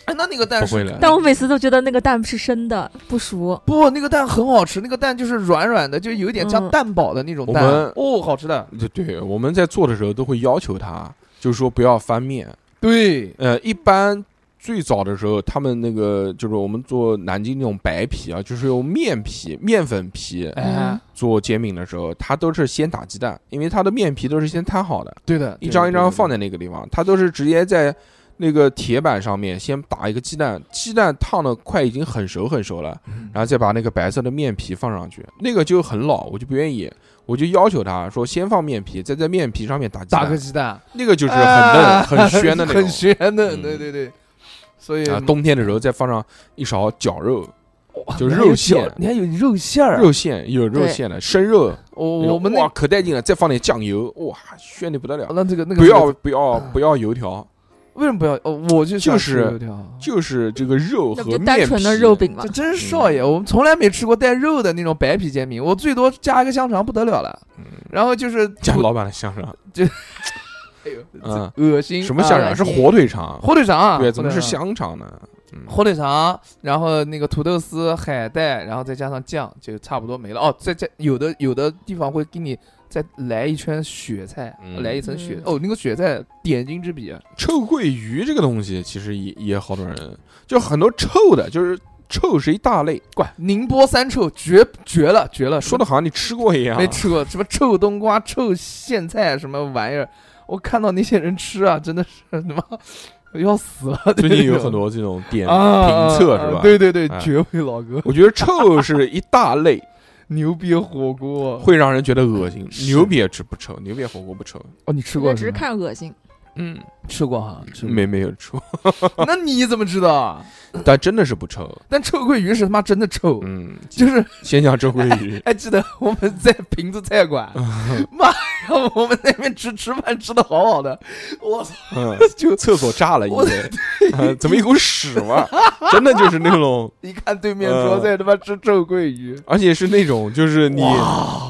Speaker 2: 哎，那那个蛋
Speaker 1: 不会
Speaker 2: 是
Speaker 1: 了
Speaker 3: 但我每次都觉得那个蛋是生的，不熟。
Speaker 2: 不，那个蛋很好吃，那个蛋就是软软的，就有点像
Speaker 3: 嗯
Speaker 2: 蛋堡的那种
Speaker 1: 我
Speaker 2: 蛋。
Speaker 1: 们
Speaker 2: 哦，好吃的。
Speaker 1: 对对，我们在做的时候都会要求他，就是说不要翻面。
Speaker 2: 对，
Speaker 1: 呃，一般最早的时候，他们那个就是我们做南京那种白皮啊，就是用面皮、面粉皮
Speaker 2: 哎
Speaker 3: 嗯，
Speaker 1: 做煎饼的时候，它都是先打鸡蛋，因为它的面皮都是先摊好的，
Speaker 2: 对的，
Speaker 1: 一张一张放
Speaker 2: 在
Speaker 1: 在那个地方，它都是直接在那个铁板上面先打一个鸡蛋，鸡蛋烫的快已经很熟很熟了，
Speaker 2: 嗯
Speaker 1: 然后再把那个白色的面皮放上去，那个就很老，我就不愿意，我就要求他说先放面皮，再在面皮上面打鸡
Speaker 2: 打个
Speaker 1: 蛋，
Speaker 2: 鸡蛋，
Speaker 1: 那个就是很
Speaker 2: 啊
Speaker 1: 嫩很 鲜的那种
Speaker 2: 很，鲜嫩，
Speaker 1: 嗯
Speaker 2: 对对对。所以嗯
Speaker 1: 啊，冬天的时候再放上一勺绞肉，
Speaker 2: 哇
Speaker 1: 就
Speaker 2: 你还
Speaker 1: 肉
Speaker 2: 有
Speaker 1: 馅
Speaker 2: 饺你还有肉馅儿啊，
Speaker 1: 肉馅有肉
Speaker 3: 对
Speaker 1: 馅的生肉，
Speaker 2: 我我们
Speaker 1: 哇
Speaker 2: 那
Speaker 1: 可带劲了，再放点酱油，哇炫的不得了，
Speaker 2: 啊那这个那个
Speaker 1: 不要不要不要油条，
Speaker 2: 为什么不要？哦，我就喜欢吃
Speaker 1: 就是
Speaker 2: 油条，啊嗯
Speaker 1: 就是这个肉
Speaker 3: 那
Speaker 1: 和
Speaker 3: 不
Speaker 1: 面
Speaker 3: 就
Speaker 1: 皮，
Speaker 3: 单纯的肉饼吗
Speaker 2: 这？真是少爷，我们从来没吃过带肉的那种白皮煎饼，我最多加一个香肠不得了了，然后就是
Speaker 1: 加
Speaker 2: 土
Speaker 1: 老板的香肠，
Speaker 2: 哎呦
Speaker 1: 嗯，
Speaker 2: 恶心，
Speaker 1: 什么香肠？
Speaker 2: 啊
Speaker 1: 是火腿肠，
Speaker 2: 火腿肠啊，
Speaker 1: 对，怎么
Speaker 2: 火
Speaker 1: 是
Speaker 2: 腿肠？
Speaker 1: 香肠呢？嗯
Speaker 2: 火腿肠，然后那个土豆丝、海带，然后再加上酱，就差不多没了。哦，再加有的有的地方会给你再来一圈雪菜，
Speaker 1: 嗯
Speaker 2: 来一层雪
Speaker 3: 嗯。
Speaker 2: 哦，那个雪菜点睛之笔，啊
Speaker 1: 臭鳜鱼这个东西，其实也也好多人，就很多臭的，就是臭是一大类，
Speaker 2: 怪宁波三臭绝绝了，绝了！
Speaker 1: 说的好像你吃过一样
Speaker 2: 没。吃过什么臭冬瓜、臭苋菜啊什么玩意儿，我看到那些人吃啊，真的是他妈要死了。
Speaker 1: 最近有
Speaker 2: 这种
Speaker 1: 很多这种点
Speaker 2: 啊
Speaker 1: 评测是
Speaker 2: 啊
Speaker 1: 吧？
Speaker 2: 对对对，
Speaker 1: 哎
Speaker 2: 绝味老哥，
Speaker 1: 我觉得臭是一大 类，
Speaker 2: 牛逼火锅。
Speaker 1: 会让人觉得恶心。
Speaker 2: 是
Speaker 1: 牛瘪吃不臭，牛瘪火锅不臭。
Speaker 2: 哦，你吃
Speaker 3: 我
Speaker 2: 过
Speaker 3: 只
Speaker 2: 是
Speaker 3: 是
Speaker 2: 吗？
Speaker 3: 看恶心，
Speaker 1: 嗯，
Speaker 2: 吃过哈，吃过
Speaker 1: 没没有臭，
Speaker 2: 那你怎么知道啊？
Speaker 1: 但真的是不臭。
Speaker 2: 但臭鳜鱼是他妈真的臭，
Speaker 1: 嗯，
Speaker 2: 就是，
Speaker 1: 先讲臭鳜鱼
Speaker 2: 还记得我们在瓶子菜 馆，妈呀，我们那边吃吃饭吃的好好的，我操，
Speaker 1: 嗯，
Speaker 2: 就
Speaker 1: 厕所炸了，因
Speaker 2: 我
Speaker 1: 为、呃怎么一股屎味儿，真的就是那种，
Speaker 2: 一看对面桌在他妈吃臭鳜鱼，
Speaker 1: 而且是那种，就是嗯你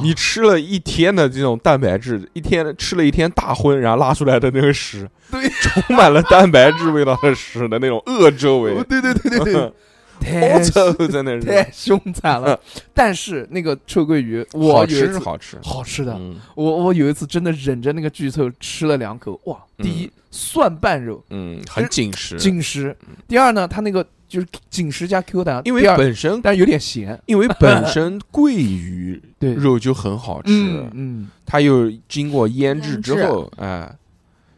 Speaker 1: 你吃了一天的这种蛋白质，一天吃了一天大荤，然后拉出来的那个屎，
Speaker 2: 对，
Speaker 1: 充满了蛋白质味道的屎的那种恶臭味
Speaker 2: 哦，对对 对对对，
Speaker 1: 好
Speaker 2: 太
Speaker 1: 臭，真 的是。
Speaker 2: 太凶残了。但是那个臭鳜鱼，我
Speaker 1: 好
Speaker 2: 有一
Speaker 1: 吃是
Speaker 2: 次
Speaker 1: 好吃，
Speaker 2: 好吃的，
Speaker 1: 嗯
Speaker 2: 我我有一次真的忍着那个巨臭吃了两口，哇，第一蒜瓣肉
Speaker 1: 嗯，很紧实，
Speaker 2: 紧实，第二呢，它那个就是紧实加 Q 弹，
Speaker 1: 嗯因为
Speaker 2: 第二
Speaker 1: 本身
Speaker 2: 但有点咸，
Speaker 1: 因为本 身桂鱼
Speaker 2: 对，
Speaker 1: 肉就很好吃
Speaker 2: 嗯，嗯，
Speaker 1: 它又经过腌制
Speaker 3: 腌
Speaker 1: 之
Speaker 3: 制
Speaker 1: 后，哎，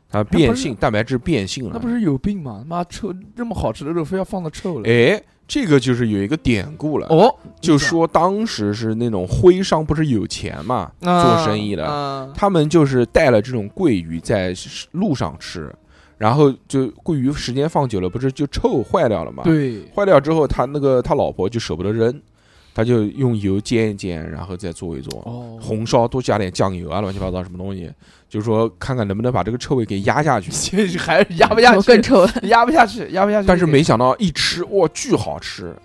Speaker 1: 它
Speaker 2: 不
Speaker 1: 变
Speaker 2: 是
Speaker 1: 性，蛋白质变性了，
Speaker 2: 那不是有病吗？妈臭，这么好吃的肉非要放到臭了。
Speaker 1: 哎，这个就是有一个典故了，
Speaker 2: 哦，
Speaker 1: 就说当时是那种徽商不是有钱嘛，
Speaker 2: 啊
Speaker 1: 做生意的，
Speaker 2: 的，
Speaker 1: 他们就是带了这种桂鱼在路上吃，然后就桂鱼时间放久了，不是就臭坏掉了嘛？，
Speaker 2: 对，
Speaker 1: 坏掉之后，他那个他老婆就舍不得扔，他就用油煎一煎，然后再做一做。
Speaker 2: 哦，
Speaker 1: 红烧多加点酱油啊，乱七八糟什么东西，就是说看看能不能把这个臭味给压 下去。
Speaker 2: 还是压 不下
Speaker 3: 我
Speaker 2: 去
Speaker 3: 更，臭。
Speaker 2: 压不下去，压不下去。
Speaker 1: 但是没想到一吃，哇，巨好吃！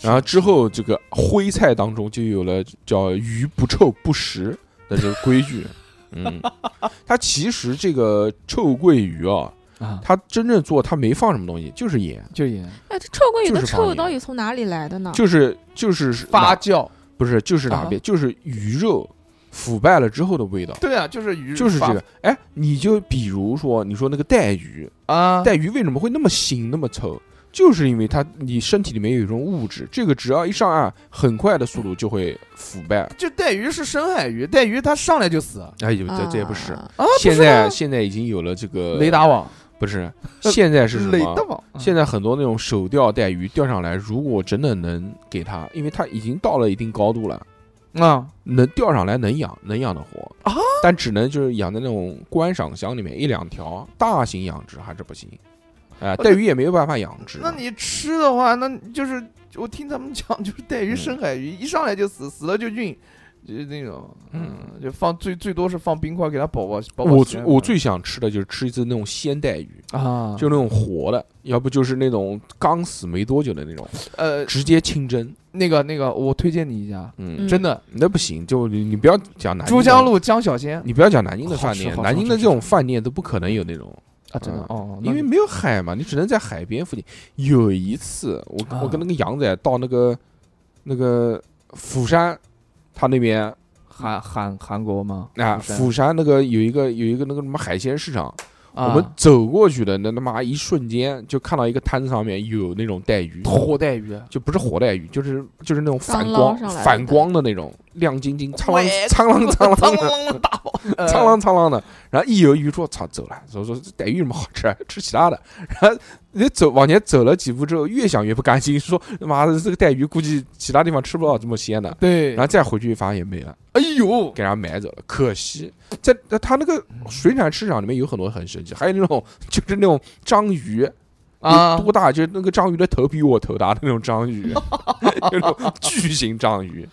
Speaker 1: 然后之后这个徽菜当中就有了叫“鱼不臭不食”的这个规矩。 嗯，它其实这个臭鳜鱼啊，
Speaker 2: 啊，
Speaker 1: 它真正做它没放什么东西，就是盐，
Speaker 2: 就盐
Speaker 3: 哎，这臭鳜鱼的
Speaker 1: 就是放
Speaker 3: 臭
Speaker 1: 盐
Speaker 3: 到底从哪里来的呢？
Speaker 1: 就是就是
Speaker 2: 发
Speaker 1: 哪
Speaker 2: 酵，
Speaker 1: 不是就是哪
Speaker 2: 啊
Speaker 1: 边就是鱼肉腐败了之后的味道，
Speaker 2: 对啊，就是鱼，
Speaker 1: 就是这
Speaker 2: 发
Speaker 1: 个。哎，你就比如说你说那个带鱼，
Speaker 2: 啊，
Speaker 1: 带鱼为什么会那么腥那么臭？就是因为它你身体里面有一种物质，这个只要一上岸，很快的速度就会腐败。
Speaker 2: 就带鱼是深海鱼，带鱼它上来就死啊，
Speaker 1: 哎，也
Speaker 3: 啊
Speaker 1: 这这也不是，
Speaker 2: 哦不是
Speaker 1: 现在
Speaker 2: 吗
Speaker 1: 现在已经有了这个
Speaker 2: 雷，达网，
Speaker 1: 不是，
Speaker 2: 呃
Speaker 1: 现在是什
Speaker 2: 雷
Speaker 1: 么
Speaker 2: 达？网，
Speaker 1: 现在很多那种手钓带鱼钓上来，如果真的能给它，因为它已经到了一定高度了，
Speaker 2: 在啊，
Speaker 1: 能钓上来能养能养得活
Speaker 2: 啊，
Speaker 1: 但只能就是养在那种观赏箱里面一两条，大型养殖还是不行。哎，带鱼也没有办法养殖嘛。
Speaker 2: 哦那你吃的话，那就是我听他们讲，就是带鱼、
Speaker 1: 嗯
Speaker 2: 深海鱼一上来就死，死了就晕，就是那种，
Speaker 1: 嗯
Speaker 2: 嗯，就放最最多是放冰块给它保保保保
Speaker 1: 我
Speaker 2: 鲜
Speaker 1: 最
Speaker 2: 嘛
Speaker 1: 我最想吃的就是吃一次那种鲜带鱼，
Speaker 2: 啊，
Speaker 1: 就那种活的，要不就是那种刚死没多久的那种，
Speaker 2: 呃
Speaker 1: 直接清蒸。
Speaker 2: 那个那个，我推荐你一下，
Speaker 1: 嗯，
Speaker 3: 嗯
Speaker 2: 真的，
Speaker 1: 那不行，就你你不要讲南京
Speaker 2: 珠
Speaker 1: 的
Speaker 2: 江，路江小仙
Speaker 1: 你不要讲南京的
Speaker 2: 好
Speaker 1: 饭
Speaker 2: 吃
Speaker 1: 店
Speaker 2: 好，吃
Speaker 1: 南
Speaker 2: 好
Speaker 1: 京
Speaker 2: 吃
Speaker 1: 的
Speaker 2: 好
Speaker 1: 这种
Speaker 2: 吃
Speaker 1: 饭店都不可能有那种，
Speaker 2: 啊，真的
Speaker 1: 嗯
Speaker 2: 哦，那
Speaker 1: 因为没有海嘛，你只能在海边附近。有一次，
Speaker 2: 啊
Speaker 1: 我我跟那个杨仔到那个那个釜山，他那边
Speaker 2: 韩韩韩国吗？
Speaker 1: 啊，
Speaker 2: 釜
Speaker 1: 釜山那个有一个有一个那个什么海鲜市场。
Speaker 2: 山
Speaker 1: 我们走过去的那他妈一瞬间就看到一个摊子上面有那种带鱼
Speaker 2: 啊，火带鱼，
Speaker 1: 就不是活带鱼，就是就是那种反
Speaker 3: 刚捞
Speaker 1: 光
Speaker 3: 上来的
Speaker 1: 反光的那种，亮晶晶、苍啷
Speaker 2: 喂
Speaker 1: 苍啷 苍啷的，
Speaker 2: 啷啷大包，
Speaker 1: 苍啷苍啷的，然后一犹豫说：“操，走了。”说说这带鱼有什么好吃？ 吃其他的。然后你走往前走了几步之后，越想越不甘心，说：“妈的，这个带鱼估计其他地方吃不到这么鲜的。”
Speaker 2: 对，
Speaker 1: 然后再回去发现也没了，
Speaker 2: 哎呦，
Speaker 1: 给人家买走了，可惜。在在他那个水产市场里面有很多很神奇，还有那种就是那种章鱼，
Speaker 2: 啊
Speaker 1: 有，多大？就是那个章鱼的头比我头大的那种章 鱼， 那种巨型章鱼。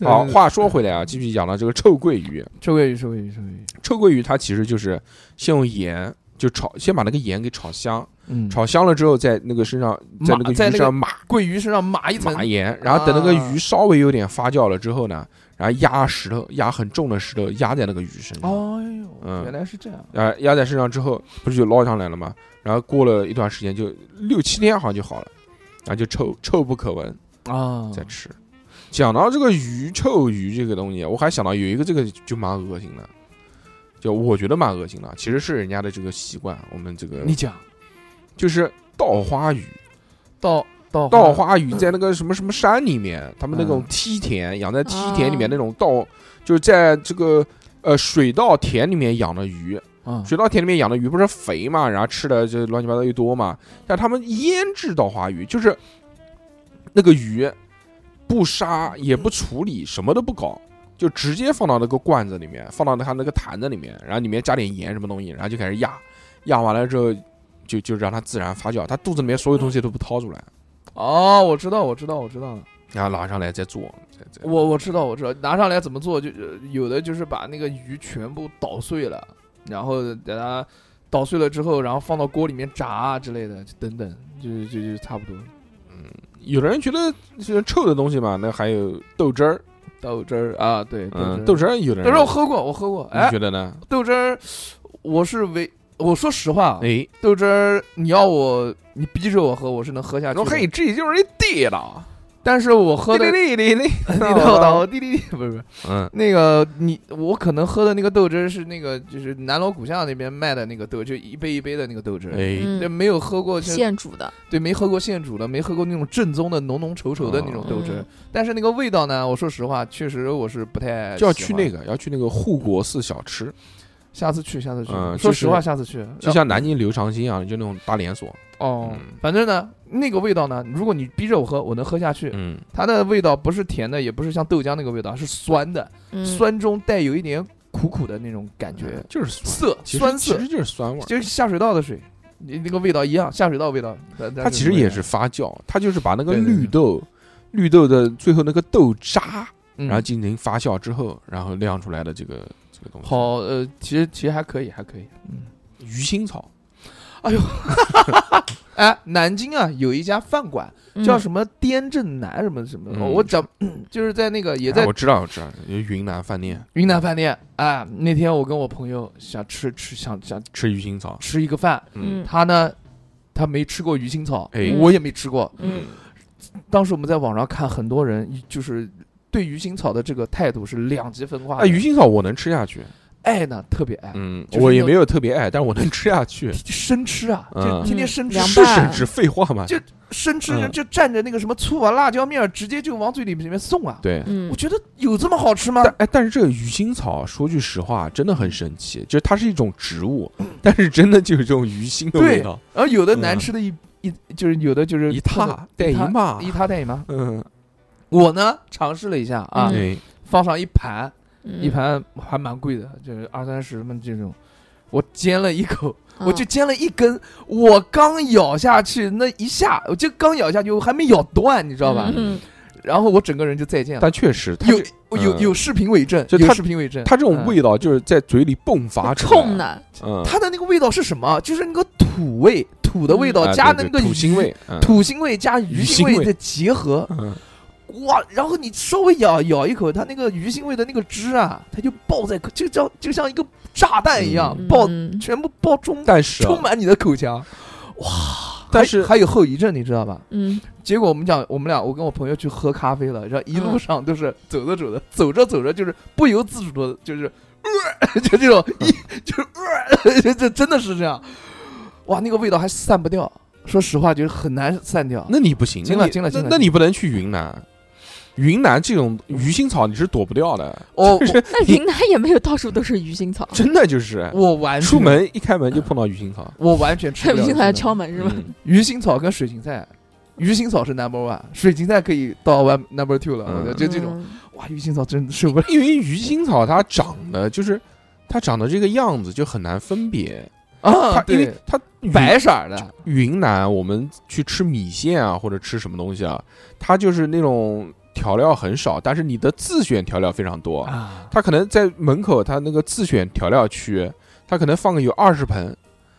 Speaker 1: 好，话说回来啊，继续讲到这个臭鳜鱼。
Speaker 2: 臭鳜鱼，臭鳜鱼，臭鳜鱼，
Speaker 1: 臭鳜鱼它其实就是先用盐就炒，先把那个盐给炒香，
Speaker 2: 嗯，
Speaker 1: 炒香了之后，在那个身上，在
Speaker 2: 码
Speaker 1: 那个鱼
Speaker 2: 在那
Speaker 1: 身
Speaker 2: 个
Speaker 1: 上码
Speaker 2: 鳜鱼身上码一层，
Speaker 1: 码盐，然后等那个
Speaker 2: 啊
Speaker 1: 鱼稍微有点发酵了之后呢，然后压石头，压很重的石头压在那个鱼身上，
Speaker 2: 哎呦，
Speaker 1: 嗯
Speaker 2: 原来是这样，
Speaker 1: 呃，压在身上之后，不是就捞上来了吗？然后过了一段时间，就六七天好像就好了，然后就臭臭不可闻，
Speaker 2: 啊
Speaker 1: 再吃。讲到这个鱼臭鱼这个东西，我还想到有一个这个就蛮恶心的，就我觉得蛮恶心的，其实是人家的这个习惯，我们这个
Speaker 2: 你讲
Speaker 1: 就是稻花鱼，
Speaker 2: 稻稻
Speaker 1: 稻花鱼在那个什么什么山里面，他们那种梯田养在梯田里面
Speaker 3: 啊
Speaker 1: 那种稻，就是在这个呃水稻田里面养的鱼，
Speaker 2: 啊，
Speaker 1: 水稻田里面养的鱼不是肥嘛，然后吃的就乱七八糟又多嘛，但他们腌制稻花鱼就是那个鱼不杀也不处理，什么都不搞，就直接放到那个罐子里面，放到它那个坛子里面，然后里面加点盐什么东西，然后就开始压，压完了之后就就让它自然发酵，它肚子里面所有东西都不掏出来，
Speaker 2: 哦，我知道，我知道，我知道了。
Speaker 1: 然后拿上来再做，再再
Speaker 2: 我我知道我知道，拿上来怎么做？就呃有的就是把那个鱼全部捣碎了，然后给它捣碎了之后，然后放到锅里面炸啊之类的，就等等，就就就差不多。
Speaker 1: 有的人觉得是臭的东西嘛，那还有豆汁儿，
Speaker 2: 豆汁儿啊，对，
Speaker 1: 嗯，
Speaker 2: 豆
Speaker 1: 豆
Speaker 2: 汁
Speaker 1: 汁儿有的
Speaker 2: 儿，
Speaker 1: 人
Speaker 2: 豆汁儿我喝过，我喝过。
Speaker 1: 你
Speaker 2: 哎，
Speaker 1: 觉得呢？
Speaker 2: 豆汁儿，我是唯我说实话啊，
Speaker 1: 哎，
Speaker 2: 豆汁儿你要我你逼着我喝，我是能喝下去
Speaker 1: 我
Speaker 2: 的。
Speaker 1: 看你这就是一地道。
Speaker 2: 但是我喝的
Speaker 1: 滴滴 滴
Speaker 2: 地道的，我滴滴滴，不是不是。
Speaker 1: 嗯，
Speaker 2: 那个你我可能喝的那个豆汁儿是那个就是南锣鼓巷那边卖的那个豆，就一杯一杯的那个豆汁儿。
Speaker 1: 哎，
Speaker 3: 嗯
Speaker 2: 对，没有喝过就
Speaker 3: 现煮的，
Speaker 2: 对，没喝过现煮的，没喝过那种正宗的浓浓稠稠的那种豆汁儿。
Speaker 3: 嗯
Speaker 2: 但是那个味道呢，我说实话，确实我是不太
Speaker 1: 就要去那
Speaker 2: 个，
Speaker 1: 个，要去那个护国寺小吃，
Speaker 2: 下次去，下次去。
Speaker 1: 嗯
Speaker 2: 说
Speaker 1: 就是
Speaker 2: 实话，下次去。
Speaker 1: 就像南京刘长兴一样，就那种大连锁。
Speaker 2: 哦，
Speaker 1: 嗯
Speaker 2: 反正呢，那个味道呢，如果你逼着我喝，我能喝下去。
Speaker 1: 嗯，
Speaker 2: 它的味道不是甜的，也不是像豆浆那个味道，是酸的，
Speaker 3: 嗯，
Speaker 2: 酸中带有一点苦苦的那种感觉，
Speaker 1: 嗯就是酸，
Speaker 2: 涩
Speaker 1: 其实
Speaker 2: 酸
Speaker 1: 其
Speaker 2: 涩。
Speaker 1: 实就是酸味儿。
Speaker 2: 就是下水道的水，你那个味道一样，下水道味道。但
Speaker 1: 它其实也是，发酵，它就是把那个绿
Speaker 2: 对对对
Speaker 1: 豆，绿豆的最后那个豆渣，
Speaker 2: 但是不一样嗯
Speaker 1: 然后进行发酵之后，然后酿出来的这个这个东西。
Speaker 2: 好呃，其实其实还可以，还可以。
Speaker 1: 鱼腥草，
Speaker 2: 哎，南京啊有一家饭馆
Speaker 3: 嗯
Speaker 2: 叫什么滇正南什么什么的，
Speaker 1: 嗯
Speaker 2: 我讲 就是在那个也
Speaker 1: 哎
Speaker 2: 在
Speaker 1: 我知道，我知道，有云南饭店
Speaker 2: 云南饭店啊。那天我跟我朋友想吃吃想想
Speaker 1: 吃鱼腥草。
Speaker 2: 吃一个饭，
Speaker 3: 嗯
Speaker 2: 他呢他没吃过鱼腥草
Speaker 1: 哎，
Speaker 2: 我也没吃过。
Speaker 3: 嗯
Speaker 2: 当时我们在网上看很多人就是。对鱼腥草的这个态度是两极分化
Speaker 1: 哎，
Speaker 2: 的，
Speaker 1: 鱼腥草我能吃下去，
Speaker 2: 爱呢特别爱，
Speaker 1: 嗯，
Speaker 2: 就是
Speaker 1: 我也
Speaker 2: 那
Speaker 1: 没有特别爱，但我能吃下去，
Speaker 2: 生吃啊，
Speaker 1: 嗯
Speaker 2: 就天天生吃，
Speaker 3: 凉
Speaker 1: 是
Speaker 3: 拌
Speaker 1: 是是废话嘛？
Speaker 2: 就生吃
Speaker 1: 嗯
Speaker 2: 就蘸着那个什么醋啊、辣椒面儿，直接就往嘴里面送啊。
Speaker 1: 对，
Speaker 3: 嗯
Speaker 2: 我觉得有这么好吃吗？
Speaker 1: 但哎，但是这个鱼腥草，啊说句实话，真的很神奇，就是它是一种植物，但是真的就有这种鱼腥的味
Speaker 2: 对
Speaker 1: 道，
Speaker 2: 然后有的难吃的一一就是有的就是
Speaker 1: 一踏带一骂，
Speaker 2: 一塌带一嘛。
Speaker 1: 嗯，哎
Speaker 2: 我呢尝试了一下啊，
Speaker 3: 嗯
Speaker 1: 对，
Speaker 2: 放上一盘，
Speaker 3: 嗯
Speaker 2: 一盘还蛮贵的，就是二三十嘛这种。我煎了一口，
Speaker 3: 嗯
Speaker 2: 我就煎了一根，我刚咬下去那一下，我就刚咬下去，我还没咬断，你知道吧？
Speaker 3: 嗯
Speaker 2: 然后我整个人就再见了。
Speaker 1: 但确实它
Speaker 2: 有
Speaker 1: 这
Speaker 2: 有
Speaker 1: 嗯
Speaker 2: 有视频为证，
Speaker 1: 就
Speaker 2: 有
Speaker 1: 它
Speaker 2: 视频为证。
Speaker 1: 它这种
Speaker 2: 嗯
Speaker 1: 味道就是在嘴里迸发出来，
Speaker 3: 冲，的，
Speaker 1: 嗯，
Speaker 2: 它的那个味道是什么？就是那个土味，土的味道
Speaker 1: 哎
Speaker 2: 加
Speaker 1: 对
Speaker 2: 那
Speaker 1: 对
Speaker 2: 个
Speaker 1: 土腥
Speaker 2: 鱼
Speaker 1: 味，嗯
Speaker 2: 土腥味加
Speaker 1: 鱼
Speaker 2: 鱼
Speaker 1: 腥
Speaker 2: 腥味
Speaker 1: 味
Speaker 2: 的结合，
Speaker 1: 嗯
Speaker 2: 哇！然后你稍微咬咬一口，它那个鱼腥味的那个汁啊，它就爆在口，就叫就像一个炸弹一样
Speaker 1: 嗯
Speaker 2: 爆，
Speaker 3: 嗯
Speaker 2: 全部爆冲
Speaker 1: 但是啊
Speaker 2: 充满你的口腔。
Speaker 1: 但
Speaker 2: 还
Speaker 1: 是
Speaker 2: 还有后遗症，你知道吧？
Speaker 3: 嗯
Speaker 2: 结果我们讲，我们俩我跟我朋友去喝咖啡了，然后一路
Speaker 3: 嗯
Speaker 2: 上都是走着走着，走着走着就是不由自主的，就是，呃、 就这种
Speaker 1: 嗯
Speaker 2: 一就是、呃、 这这真的是这样，哇，那个味道还散不掉，说实话就是很难散掉。
Speaker 1: 那你不行，
Speaker 2: 惊
Speaker 1: 那
Speaker 2: 了
Speaker 1: 你
Speaker 2: 惊了
Speaker 1: 那
Speaker 2: 惊了
Speaker 1: 那你不能去云南，云南这种鱼腥草你是躲不掉 的，
Speaker 2: 哦，我
Speaker 3: 那云南也没有到处都是鱼腥草，
Speaker 1: 真的就是
Speaker 2: 我完全
Speaker 1: 出门一开门就碰到鱼腥草。
Speaker 2: 我完全吃
Speaker 3: 还
Speaker 2: 不
Speaker 3: 有
Speaker 2: 了
Speaker 3: 鱼腥
Speaker 2: 真
Speaker 3: 草
Speaker 2: 的。
Speaker 3: 来敲门是吧？
Speaker 1: 嗯
Speaker 2: 鱼腥草跟水芹菜，鱼腥草是 number one，水芹菜可以到 one number two 了。
Speaker 1: 嗯
Speaker 2: 我觉得就这种，
Speaker 3: 嗯
Speaker 2: 哇，鱼腥草真的受不了。
Speaker 1: 因为鱼腥草它长得就是它长得这个样子就很难分别，
Speaker 2: 啊，
Speaker 1: 它因
Speaker 2: 对
Speaker 1: 为，它云
Speaker 2: 白色儿的，
Speaker 1: 云南我们去吃米线啊或者吃什么东西啊，它就是那种调料很少，但是你的自选调料非常多。
Speaker 2: 啊，
Speaker 1: 它可能在门口它那个自选调料区，它可能放个有二十盆。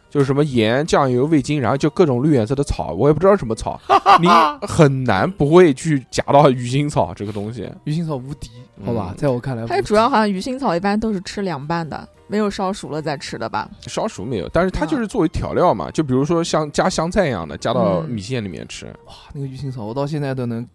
Speaker 1: 就是什么盐、酱油、味精，然后就各种绿颜色的草，我也不知道是什么草，你很难不会去夹到鱼腥草这个东西。
Speaker 2: 鱼腥草无敌，好吧，
Speaker 1: 嗯
Speaker 2: 在我看来无敌，
Speaker 3: 它主要好像鱼腥草一般都是吃凉拌的，没有烧熟了再吃的吧？
Speaker 1: 烧熟没有，但是它
Speaker 3: 啊
Speaker 2: 嗯
Speaker 1: 就是作为调料嘛，就比如说像加香菜一样的，加到
Speaker 3: 嗯
Speaker 1: 米线里面吃。
Speaker 2: 哇，那个鱼腥草，我到现在都能，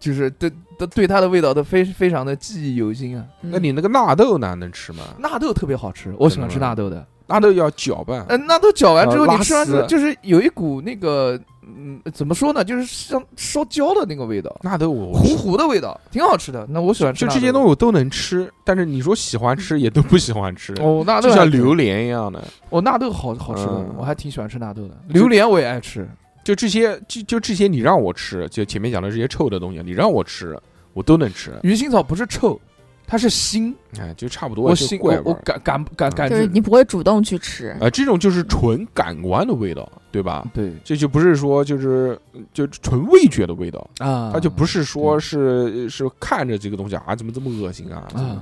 Speaker 2: 就是对对对它的味道都非非常的记忆犹新啊。
Speaker 3: 嗯
Speaker 1: 那你那个纳豆呢，能吃吗？
Speaker 2: 纳豆特别好吃，我喜欢吃
Speaker 1: 真的吗
Speaker 2: 纳豆的。
Speaker 1: 纳豆要搅拌，
Speaker 2: 嗯，纳豆搅完之后，
Speaker 1: 呃
Speaker 2: 你吃完之后
Speaker 1: 拉丝
Speaker 2: 就是有一股那个，嗯，怎么说呢，就是像烧焦的那个味道，
Speaker 1: 纳豆我
Speaker 2: 糊糊的味道，挺好吃的。那我喜欢吃
Speaker 1: 就
Speaker 2: 纳
Speaker 1: 这
Speaker 2: 豆。嗯
Speaker 1: 些东西我都能吃，但是你说喜欢吃也都不喜欢吃，
Speaker 2: 哦，纳豆
Speaker 1: 就像
Speaker 2: 还可以
Speaker 1: 榴，莲一样的。
Speaker 2: 哦，纳豆好好吃的
Speaker 1: 嗯，
Speaker 2: 我还挺喜欢吃纳豆的。榴莲我也爱吃，
Speaker 1: 就这些，就就这些，你让我吃，就前面讲的这些臭的东西，你让我吃，我都能吃。
Speaker 2: 鱼腥草不是臭，它是腥，
Speaker 1: 哎，就差不多，
Speaker 2: 我
Speaker 1: 就
Speaker 2: 腥，
Speaker 1: 怪
Speaker 2: 我
Speaker 1: 味
Speaker 2: 我
Speaker 1: 儿。
Speaker 2: 感感感感
Speaker 3: 就是
Speaker 2: 觉，
Speaker 3: 你不会主动去吃，
Speaker 1: 啊，这种就是纯感官的味道，对吧？
Speaker 2: 对
Speaker 1: 这就不是说就是嗯就纯味觉的味道，
Speaker 2: 啊，
Speaker 1: 它就不
Speaker 2: 是
Speaker 1: 是说是是看着这个东西啊，怎么这么恶心啊？
Speaker 2: 啊。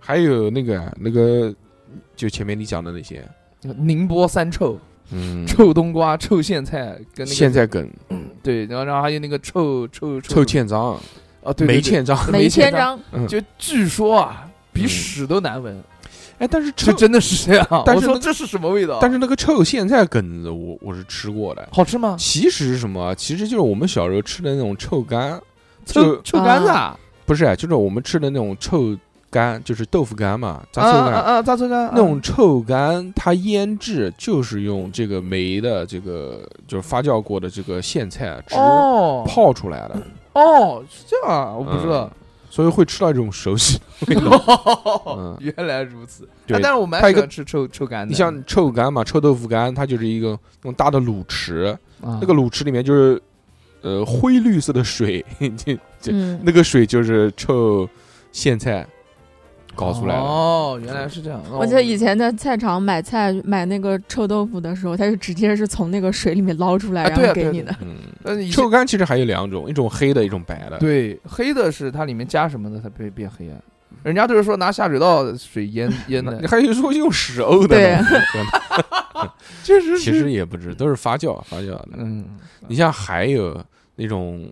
Speaker 1: 还有那个那个，就前面你讲的那些，
Speaker 2: 宁波三臭，
Speaker 1: 嗯，
Speaker 2: 臭冬瓜、臭苋菜跟那个
Speaker 1: 苋菜梗、
Speaker 2: 对，然后然后还有那个臭臭
Speaker 1: 臭欠章、
Speaker 2: 啊，对
Speaker 1: 梅
Speaker 2: 对对
Speaker 1: 嗯欠章，
Speaker 3: 每
Speaker 2: 没嗯
Speaker 3: 千
Speaker 2: 千
Speaker 3: 张
Speaker 2: 就据说啊，比
Speaker 1: 嗯
Speaker 2: 屎都难闻，
Speaker 1: 哎，但是
Speaker 2: 这
Speaker 1: 臭，
Speaker 2: 真的是这样。
Speaker 1: 但
Speaker 2: 我
Speaker 1: 是
Speaker 2: 说
Speaker 1: 那
Speaker 2: 这是什么味道？啊
Speaker 1: 但是那个臭苋菜梗子我，我是吃过的。
Speaker 2: 好吃吗？
Speaker 1: 其实是什么？啊其实就是我们小时候吃的那种臭干，
Speaker 2: 臭
Speaker 1: 就
Speaker 2: 臭干子啊，
Speaker 1: 不是，就是我们吃的那种臭干，就是豆腐干嘛，炸
Speaker 2: 啊
Speaker 1: 臭
Speaker 2: 啊
Speaker 1: 干。
Speaker 2: 啊，炸臭干
Speaker 1: 那种臭干，它腌制就是用这个梅的这个就是发酵过的这个苋菜汁
Speaker 2: 哦
Speaker 1: 泡出来的，
Speaker 2: 哦，是这样啊，我不知道。
Speaker 1: 所以会吃到这种熟悉。 嗯
Speaker 2: 原来如此，
Speaker 1: 对
Speaker 2: 啊但是我蛮
Speaker 1: 它一
Speaker 2: 喜
Speaker 1: 个
Speaker 2: 欢吃臭臭干的。
Speaker 1: 你像臭干嘛，臭豆腐干，它就是一个那种大的卤池，
Speaker 2: 那
Speaker 1: 那个卤池里面就是呃灰绿色的水， 就这
Speaker 3: 嗯，
Speaker 1: 那个水就是臭苋菜搞出来的。
Speaker 2: 哦，原来是这样。那
Speaker 3: 我记得以前在菜场买菜买那个臭豆腐的时候，它是直接是从那个水里面捞出来，
Speaker 2: 啊
Speaker 3: 然
Speaker 2: 对啊
Speaker 3: 后给
Speaker 2: 对
Speaker 3: 你
Speaker 2: 对
Speaker 3: 的。
Speaker 1: 嗯，
Speaker 2: 但是以前
Speaker 1: 臭干其实还有两种，一种黑的，一种白的。，
Speaker 2: 对黑的是它里面加什么的，它变变黑啊。人家都是说拿下水道水腌腌的啊
Speaker 1: 你，还有说用屎欧的 呢，
Speaker 2: 确实
Speaker 1: 其实也不是，都是发酵发酵的。
Speaker 2: 嗯，
Speaker 1: 你像还有那种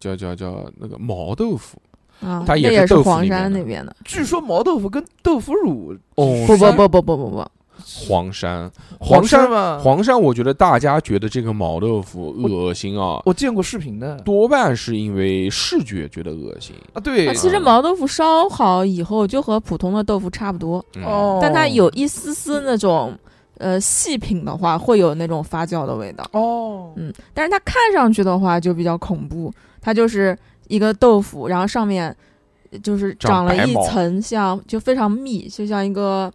Speaker 1: 叫叫叫那个毛豆腐，
Speaker 3: 啊，
Speaker 1: 它
Speaker 3: 那
Speaker 1: 也是
Speaker 3: 也
Speaker 1: 豆腐
Speaker 3: 黄
Speaker 1: 里面
Speaker 3: 山
Speaker 1: 的
Speaker 3: 那边的。
Speaker 2: 据说毛豆腐跟豆腐乳
Speaker 1: 哦
Speaker 3: 不不不不不不不，
Speaker 1: 黄山，
Speaker 2: 黄
Speaker 1: 山
Speaker 2: 山吗？
Speaker 1: 黄山，我觉得大家觉得这个毛豆腐恶心啊，
Speaker 2: 我见过视频的
Speaker 1: 多半是因为视觉觉得恶心。
Speaker 2: 啊，对
Speaker 3: 啊其实毛豆腐烧好以后就和普通的豆腐差不多，
Speaker 1: 嗯，
Speaker 2: 哦，
Speaker 3: 但它有一丝丝那种呃细品的话，会有那种发酵的味道。
Speaker 2: 哦，
Speaker 3: 嗯，但是它看上去的话就比较恐怖，它就是一个豆腐，然后上面就是
Speaker 1: 长
Speaker 3: 长了
Speaker 1: 白
Speaker 3: 一
Speaker 1: 毛
Speaker 3: 层像就非常密，就像一个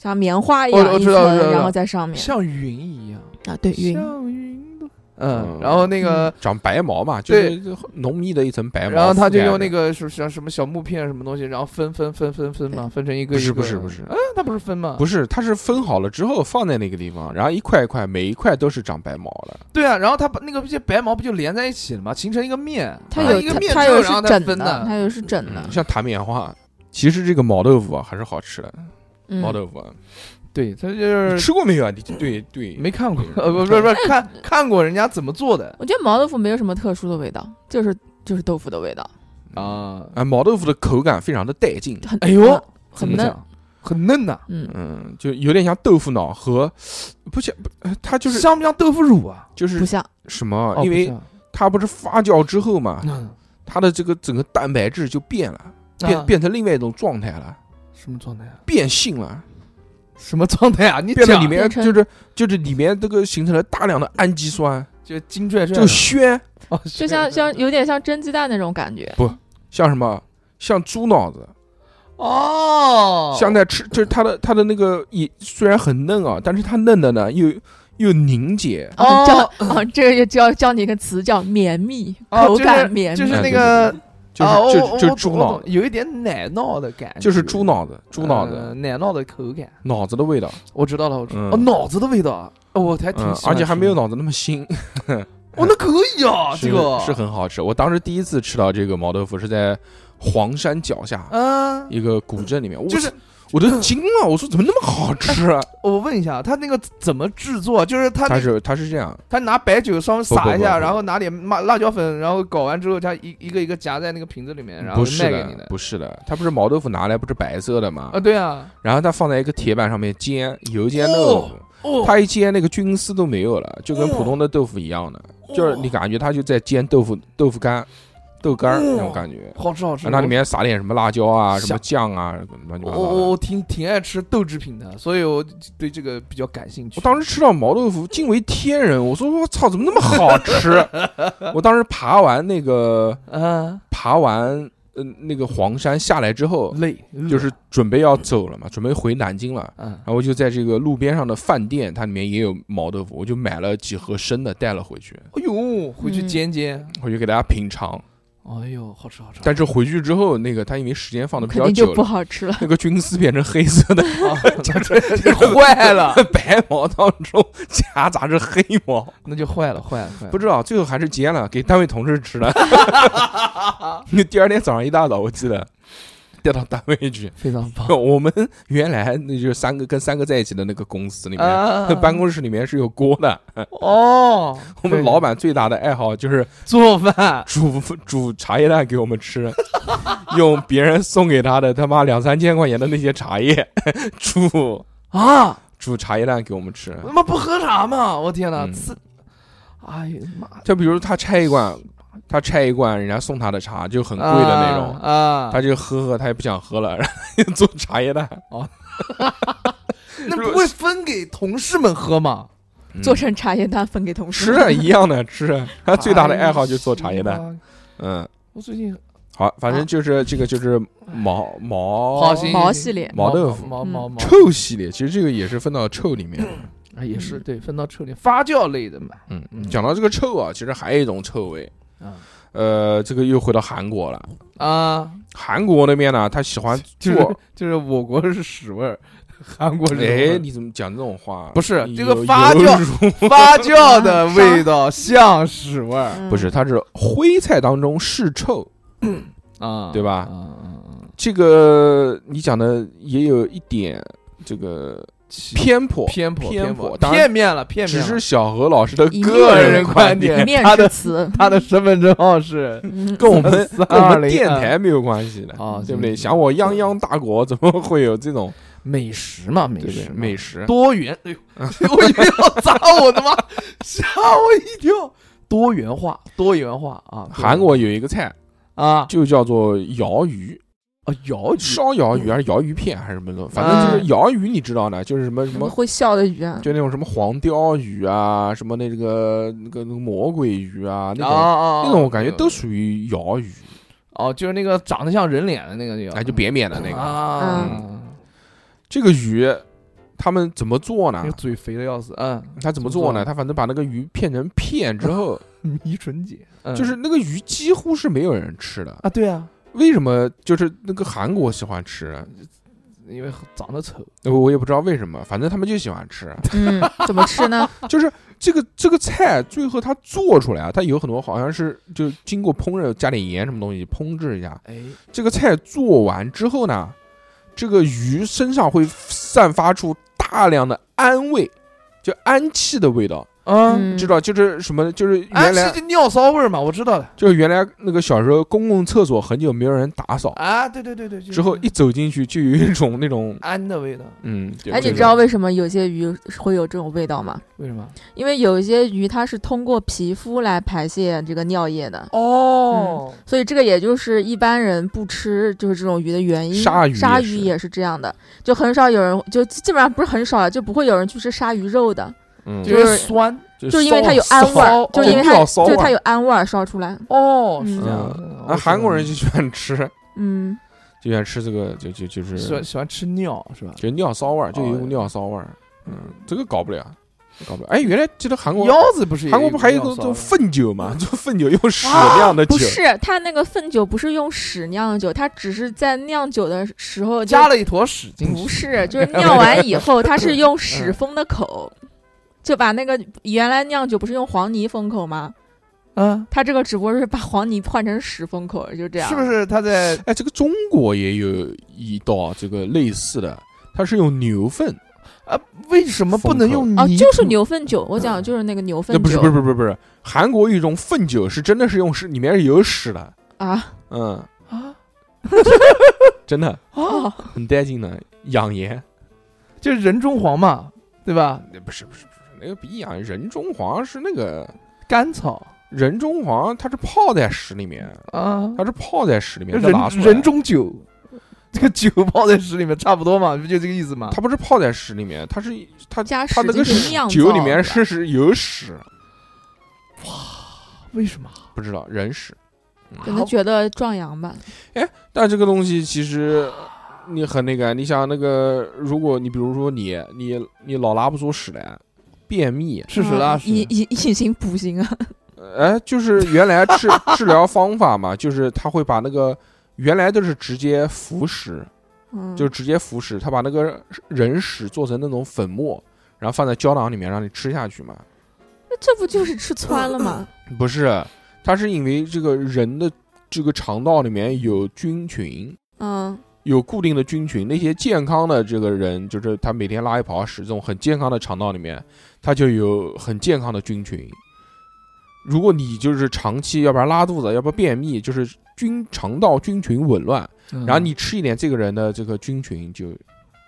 Speaker 3: 像棉花一
Speaker 2: 我
Speaker 3: 样
Speaker 2: 我
Speaker 3: 一
Speaker 2: 知道知道
Speaker 3: 层，
Speaker 2: 知
Speaker 3: 然
Speaker 2: 道
Speaker 3: 后在上面
Speaker 2: 像云一样，
Speaker 3: 啊，对云，
Speaker 2: 像云朵
Speaker 1: 嗯
Speaker 2: 嗯，然后那个。
Speaker 1: 长白毛嘛，就
Speaker 2: 对
Speaker 1: 是浓密的一层白毛覆盖着。
Speaker 2: 然后他就用那个是像什么小木片什么东西，然后分分分分分嘛，分成一个
Speaker 1: 不
Speaker 2: 一
Speaker 1: 是
Speaker 2: 个。
Speaker 1: 不是不是
Speaker 2: 嗯，他不是分吗？
Speaker 1: 不
Speaker 2: 是。
Speaker 1: 是，它是分好了之后放在那个地方，然后一块一块，每一块都是长白毛的。
Speaker 2: 对啊，然后他把那个这些白毛不就连在一起了吗？形成一个面。
Speaker 3: 它
Speaker 2: 然后
Speaker 3: 有
Speaker 2: 一个
Speaker 3: 它
Speaker 2: 面
Speaker 3: 它
Speaker 2: 之后，
Speaker 3: 有
Speaker 2: 然后
Speaker 3: 是
Speaker 2: 再
Speaker 3: 整
Speaker 2: 分
Speaker 3: 的，它有是整
Speaker 2: 嗯
Speaker 3: 的，
Speaker 1: 像弹棉花。其实这个毛豆腐啊还是好吃的，
Speaker 3: 嗯
Speaker 1: 毛豆腐啊，
Speaker 2: 对，他就
Speaker 1: 你
Speaker 2: 是
Speaker 1: 吃过没有啊？你对对，
Speaker 2: 没看过，呃， 不不是不是看看过人家怎么做的
Speaker 3: 我觉得毛豆腐没有什么特殊的味道，就是就是豆腐的味道，
Speaker 2: 啊。
Speaker 1: 啊，毛豆腐的口感非常的带劲，
Speaker 3: 就很
Speaker 2: 哎呦
Speaker 3: 嗯
Speaker 2: 怎
Speaker 3: 很
Speaker 2: 么
Speaker 3: 嫩，
Speaker 2: 讲？很嫩呐，
Speaker 3: 嗯，
Speaker 1: 嗯，就有点像豆腐脑和，不像不，呃它就是
Speaker 2: 像不像豆腐乳啊？
Speaker 1: 就
Speaker 3: 不
Speaker 1: 是
Speaker 3: 像
Speaker 1: 什么
Speaker 2: 哦？
Speaker 1: 因
Speaker 2: 不
Speaker 1: 为
Speaker 2: 像
Speaker 1: 它不是发酵之后嘛，
Speaker 2: 嗯
Speaker 1: 它的这个整个蛋白质就变了，
Speaker 2: 啊
Speaker 1: 变变成另外一种状态了，
Speaker 2: 什么状态啊？
Speaker 1: 变性了，
Speaker 2: 什么状态啊？你
Speaker 1: 变得
Speaker 2: 讲
Speaker 1: 里面
Speaker 3: 变成
Speaker 1: 就是就是里面这个形成了大量的氨基酸，
Speaker 2: 就金拽拽
Speaker 1: 就
Speaker 2: 的，
Speaker 1: 鲜，
Speaker 2: 哦
Speaker 3: 就像像有点像蒸鸡蛋那种感觉。
Speaker 1: 像什么？像猪脑子，
Speaker 2: 哦，
Speaker 1: 像在吃，就是它的它的那个也虽然很嫩啊，但是它嫩的呢又又凝结，
Speaker 2: 哦
Speaker 3: 啊，叫啊，这个就教教你一个词叫绵密，
Speaker 2: 哦
Speaker 3: 口
Speaker 2: 就是
Speaker 3: 感绵密，
Speaker 2: 就是
Speaker 1: 哎
Speaker 2: 那
Speaker 1: 对
Speaker 2: 个
Speaker 1: 就是、
Speaker 2: 啊我
Speaker 1: 就
Speaker 2: 我
Speaker 1: 就
Speaker 2: 我
Speaker 1: 猪
Speaker 2: 懂
Speaker 1: 脑
Speaker 2: 我
Speaker 1: 子，
Speaker 2: 懂有一点奶酪的感觉，
Speaker 1: 就是猪脑子，猪脑子、
Speaker 2: 呃奶酪的口感。
Speaker 1: 脑子的味道，
Speaker 2: 我知道了，我知道
Speaker 1: 嗯
Speaker 2: 了，哦，脑子的味道啊，哦我还挺
Speaker 1: 嗯
Speaker 2: 喜，欢
Speaker 1: 而且还
Speaker 2: 吃
Speaker 1: 没有
Speaker 2: 的，
Speaker 1: 脑子那么腥，
Speaker 2: 哦，那可以啊，这
Speaker 1: 是
Speaker 2: 个
Speaker 1: 是很好吃。我当时第一次吃到这个毛豆腐是在黄山脚下
Speaker 2: 嗯，
Speaker 1: 一个古镇里面，我
Speaker 2: 就是
Speaker 1: 我都惊了，我说怎么那么好吃啊？
Speaker 2: 我问一下，他那个怎么制作？就是 他
Speaker 1: 它
Speaker 2: 那
Speaker 1: 是它是这样，
Speaker 2: 他拿白酒稍微
Speaker 1: 不
Speaker 2: 撒一
Speaker 1: 不
Speaker 2: 下，
Speaker 1: 不
Speaker 2: 然后拿点麻辣椒粉，然后搞完之后，他一一个一个夹在那个瓶子里面，然后
Speaker 1: 不是
Speaker 2: 卖给你
Speaker 1: 的，。不是的，它不是毛豆腐拿来不是白色的嘛
Speaker 2: 啊，，对啊，
Speaker 1: 然后它放在一个铁板上面煎，油煎豆
Speaker 2: 哦
Speaker 1: 腐。
Speaker 2: 哦，
Speaker 1: 它一煎那个菌丝都没有了，就跟
Speaker 2: 哦
Speaker 1: 普通的豆腐一样的，就是你感觉它就在煎豆腐豆腐干、豆干儿那种感觉。
Speaker 2: 好吃好吃，
Speaker 1: 然后它里面撒点什么辣椒啊、什么
Speaker 2: 想
Speaker 1: 酱啊，什么乱七
Speaker 2: 我
Speaker 1: 八
Speaker 2: 我
Speaker 1: 糟
Speaker 2: 我
Speaker 1: 的。
Speaker 2: 我挺挺爱吃豆制品的，所以我对这个比较感兴趣。
Speaker 1: 我当时吃到毛豆腐惊为天人，我说我操，怎么那么好吃？ 我当时爬完那个
Speaker 2: 啊
Speaker 1: 爬完呃那个黄山下来之后，
Speaker 2: 累，
Speaker 1: 就是准备要走了嘛，准备回南京了。
Speaker 2: 嗯
Speaker 1: 然后我就在这个路边上的饭店，它里面也有毛豆腐，我就买了几盒生的带了回去，
Speaker 2: 哎呦，回去
Speaker 3: 嗯
Speaker 2: 煎煎，
Speaker 1: 回去给大家品尝。
Speaker 2: 哎呦，好吃好吃。
Speaker 1: 但是回去之后，那个它因为时间放的比
Speaker 3: 肯
Speaker 1: 较
Speaker 3: 定
Speaker 1: 久
Speaker 3: 就不
Speaker 1: 了，
Speaker 3: 好吃了。
Speaker 1: 那个菌丝变成黑色的，
Speaker 2: 啊那就坏了，
Speaker 1: 白毛当中夹杂着黑毛，
Speaker 2: 那就坏了，坏了，坏了。
Speaker 1: 不知道最后还是煎了，给单位同事 吃了。因为第二天早上一大早，我记得 带到单位去。
Speaker 2: 非常棒
Speaker 1: 我们原来那就是三个跟三个在一起的那个公司里面，
Speaker 2: 啊！
Speaker 1: 办公室里面是有锅的。
Speaker 2: 哦，
Speaker 1: 我们老板最大的爱好就是
Speaker 2: 做饭，
Speaker 1: 煮 煮茶叶蛋给我们吃， 用别人送给他的他妈两三千块钱的那些茶叶 煮
Speaker 2: 啊，
Speaker 1: 煮茶叶蛋给我们吃。
Speaker 2: 他妈不喝茶吗？我天哪，
Speaker 1: 嗯
Speaker 2: 吃！哎呀妈，
Speaker 1: 就比如他拆一罐，他拆一罐人家送他的茶就很贵的那种，
Speaker 2: 啊！
Speaker 1: 他就喝喝，他也不想喝了， 然后就做茶叶蛋，
Speaker 2: 那不会分给同事们喝吗？
Speaker 1: 嗯
Speaker 3: 做成茶叶蛋分给同事
Speaker 1: 吃，啊一样的吃啊。他最大的爱好就是做茶叶
Speaker 2: 哎
Speaker 1: 蛋，
Speaker 2: 呀。
Speaker 1: 嗯，
Speaker 2: 我最近
Speaker 1: 好，反正就是这个就是毛毛
Speaker 2: 好行
Speaker 3: 毛系列
Speaker 1: 哦
Speaker 3: 嗯
Speaker 1: 毛豆腐
Speaker 2: 毛毛毛，
Speaker 1: 臭系列，其实这个也是分到臭里面。
Speaker 2: 啊也是对，分到臭里发酵类的嘛。
Speaker 1: 嗯
Speaker 2: 嗯，
Speaker 1: 讲到这个臭啊，其实还有一种臭味，
Speaker 2: 啊
Speaker 1: 呃，这个又回到韩国了。
Speaker 2: 啊，
Speaker 1: 韩国那边呢，他喜欢
Speaker 2: 就
Speaker 1: 做。
Speaker 2: 是就是我国是屎味儿，韩国是
Speaker 1: 哎，你怎么讲这种话？
Speaker 2: 不是这
Speaker 1: 有
Speaker 2: 个发
Speaker 1: 有
Speaker 2: 酵
Speaker 1: 如
Speaker 2: 发酵的味道像屎味儿
Speaker 3: 嗯
Speaker 1: 不是，它是徽菜当中是臭，
Speaker 2: 啊，
Speaker 1: 对吧
Speaker 2: 嗯嗯嗯，
Speaker 1: 这个你讲的也有一点这个偏颇，
Speaker 2: 偏颇
Speaker 1: 偏
Speaker 2: 颇
Speaker 1: 颇当然
Speaker 2: 片面了片面
Speaker 1: 只
Speaker 2: 了，
Speaker 1: 是小何老师的
Speaker 3: 一
Speaker 1: 个
Speaker 2: 面
Speaker 1: 人
Speaker 2: 观
Speaker 1: 观
Speaker 2: 点
Speaker 1: 点，
Speaker 3: 面
Speaker 2: 他的
Speaker 3: 试词，
Speaker 2: 他的身份证号是
Speaker 3: 嗯
Speaker 1: 跟我们
Speaker 2: 三
Speaker 1: 跟我
Speaker 2: 二
Speaker 1: 们
Speaker 2: 零
Speaker 1: 电台没有关系的
Speaker 2: 啊，
Speaker 1: 对不对？
Speaker 2: 行
Speaker 1: 想我泱泱大国，怎么会有这种
Speaker 2: 美食嘛，
Speaker 1: 对
Speaker 2: 美
Speaker 1: 不
Speaker 2: 食
Speaker 1: 对
Speaker 2: 嘛
Speaker 1: 美食？
Speaker 2: 多元， 哎呦，我以为要砸我 的妈，吓我一跳。多元化，多元化啊！对
Speaker 1: 韩国有一个菜
Speaker 2: 啊
Speaker 1: 就叫做鳐鱼，哦
Speaker 2: 啊，瑶鱼
Speaker 1: 烧鳐鱼还是鳐鱼片还是什么的，反正
Speaker 2: 嗯
Speaker 1: 就是鳐鱼，你知道的，就是什么什
Speaker 3: 什
Speaker 1: 么
Speaker 3: 么会笑的鱼啊？
Speaker 1: 就那种什么黄鲷鱼啊，什么那个那个那个魔鬼鱼啊，那
Speaker 2: 啊
Speaker 1: 种
Speaker 2: 啊，
Speaker 1: 那种我感觉都属于鳐鱼，
Speaker 2: 哦，就是那个长得像人脸的那个叫，
Speaker 1: 哎，就扁扁的那个。
Speaker 2: 啊，
Speaker 1: 这个鱼他们怎么做呢
Speaker 2: 那个？嘴肥的要死，嗯，
Speaker 1: 他怎么做呢？他反正把那个鱼片成片之后，
Speaker 2: 迷唇姐， 嗯
Speaker 1: 就是那个鱼几乎是没有人吃的。
Speaker 2: 啊，对啊，
Speaker 1: 为什么？就是那个韩国喜欢吃，
Speaker 2: 因为长得丑，
Speaker 1: 呃我也不知道为什么，反正他们就喜欢 吃。
Speaker 3: 嗯，怎么吃呢？
Speaker 1: 就是这个这个菜最后它做出来啊，它有很多好像是就经过烹饪，加点盐什么东西烹制一下，
Speaker 2: 哎，
Speaker 1: 这个菜做完之后呢，这个鱼身上会散发出大量的氨味，就氨气的味道，
Speaker 2: 嗯，
Speaker 3: 嗯
Speaker 1: 知道就是什么？就是
Speaker 2: 啊，
Speaker 1: 啊原来、
Speaker 2: 是尿骚味儿嘛，我知道的，
Speaker 1: 就是原来那个小时候公共厕所很久没有人打扫，
Speaker 2: 啊，对对对对，就是
Speaker 1: 之后一走进去就有一种那种
Speaker 2: 氨的味道，
Speaker 1: 嗯，就
Speaker 3: 哎，你
Speaker 1: 这
Speaker 3: 知道
Speaker 1: 种
Speaker 3: 为什么有些鱼会有这种味道吗？
Speaker 2: 为什么？
Speaker 3: 因为有一些鱼它是通过皮肤来排泄这个尿液的，
Speaker 2: 哦，
Speaker 3: 所以这个也就是一般人不吃就是这种鱼的原因。
Speaker 1: 鲨鱼也
Speaker 3: 鲨
Speaker 1: 是
Speaker 3: 鱼也是这样的，啊就很少有人就基本上不是很少了，就不会有人去吃鲨鱼肉的。
Speaker 1: 嗯
Speaker 3: 就
Speaker 2: 就是酸
Speaker 1: 就
Speaker 3: 就因为它有
Speaker 1: 骚
Speaker 3: 氨味儿
Speaker 2: 烧，
Speaker 3: 就
Speaker 2: 哦
Speaker 3: 因为
Speaker 1: 这叫
Speaker 3: 它
Speaker 1: 骚啊
Speaker 3: 就是
Speaker 1: 味儿
Speaker 3: 它有氨味儿烧出来。
Speaker 2: 哦，是
Speaker 3: 嗯
Speaker 2: 这样的。
Speaker 1: 那韩国人就喜欢吃，
Speaker 3: 嗯，
Speaker 1: 就喜欢吃这个，就就就是
Speaker 2: 喜欢喜欢吃尿是吧？
Speaker 1: 就尿骚味儿，就有一股
Speaker 2: 哦
Speaker 1: 尿骚味儿。嗯，这个搞不了，搞不了。哎，原来记得韩国
Speaker 2: 腰子不是也
Speaker 1: 韩国不还有一
Speaker 2: 尿
Speaker 1: 个
Speaker 2: 骚
Speaker 1: 叫
Speaker 2: 吗
Speaker 1: 粪酒嘛，就粪酒用屎酿的酒
Speaker 3: 不，是，它那个粪酒不是用屎酿的酒，它只是在酿酒的时候就
Speaker 2: 加了一坨屎进去？
Speaker 3: 不 是，就是酿完以后，它
Speaker 1: 嗯
Speaker 3: 是用屎封的口，就把那个原来酿酒不是用黄泥封口吗？
Speaker 1: 啊
Speaker 2: 嗯，
Speaker 3: 它这个只不过是把黄泥换成屎封口，就这样。
Speaker 2: 是不？是他在
Speaker 1: 哎，这个中国也有一道这个类似的，它是用牛粪，
Speaker 2: 啊？为什么不能用
Speaker 3: 哦，
Speaker 1: 啊
Speaker 2: 泥土？
Speaker 3: 就是嗯牛粪酒，我讲的就是那个牛粪
Speaker 1: 那
Speaker 3: 酒。
Speaker 1: 不是不是不是不是不是，韩国有一种粪酒是真的是用屎，里面是有屎的，
Speaker 3: 啊
Speaker 1: 嗯，
Speaker 2: 啊
Speaker 1: 真的
Speaker 2: 啊！
Speaker 3: 哦，
Speaker 1: 很带劲的，养颜。
Speaker 2: 就是人中黄嘛，对吧？
Speaker 1: 那不是不是不是，那个不一样，人中黄是那个
Speaker 2: 甘草
Speaker 1: 人中黄，它是泡在屎里面，
Speaker 2: 啊，
Speaker 1: 它是泡在屎里面
Speaker 2: 人
Speaker 1: 再拿出来。
Speaker 2: 人中酒，这个酒泡在屎里面差不多嘛，不就这个意思嘛？
Speaker 1: 它不是泡在屎里面，它是它
Speaker 3: 加
Speaker 1: 它
Speaker 3: 屎
Speaker 1: 那个
Speaker 3: 进
Speaker 1: 屎
Speaker 3: 去酿
Speaker 1: 酒
Speaker 3: 造
Speaker 1: 里面
Speaker 3: 的
Speaker 1: 是是有屎，
Speaker 2: 为什么？
Speaker 1: 不知道人屎。
Speaker 3: 可能觉得壮阳吧。
Speaker 1: 但这个东西其实你很那个，你想那个，如果你比如说你你你老拉不出屎来，便秘，
Speaker 2: 吃屎拉
Speaker 3: 嗯以
Speaker 2: 屎
Speaker 3: 以以形补形啊。
Speaker 1: 哎，就是原来 治治疗方法嘛，就是他会把那个原来都是直接服食，
Speaker 3: 嗯，
Speaker 1: 就直接服食，他把那个人屎做成那种粉末，然后放在胶囊里面让你吃下去嘛。
Speaker 3: 那这不就是吃穿了吗？
Speaker 1: 不是，它是因为这个人的这个肠道里面有菌群，
Speaker 3: 嗯，
Speaker 1: 有固定的菌群，那些健康的这个人，就是他每天拉一泡屎，这种很健康的肠道里面，他就有很健康的菌群。如果你就是长期，要不然拉肚子，要不然便秘，就是菌肠道菌群紊乱，
Speaker 2: 嗯
Speaker 1: 然后你吃一点这个人的这个菌群就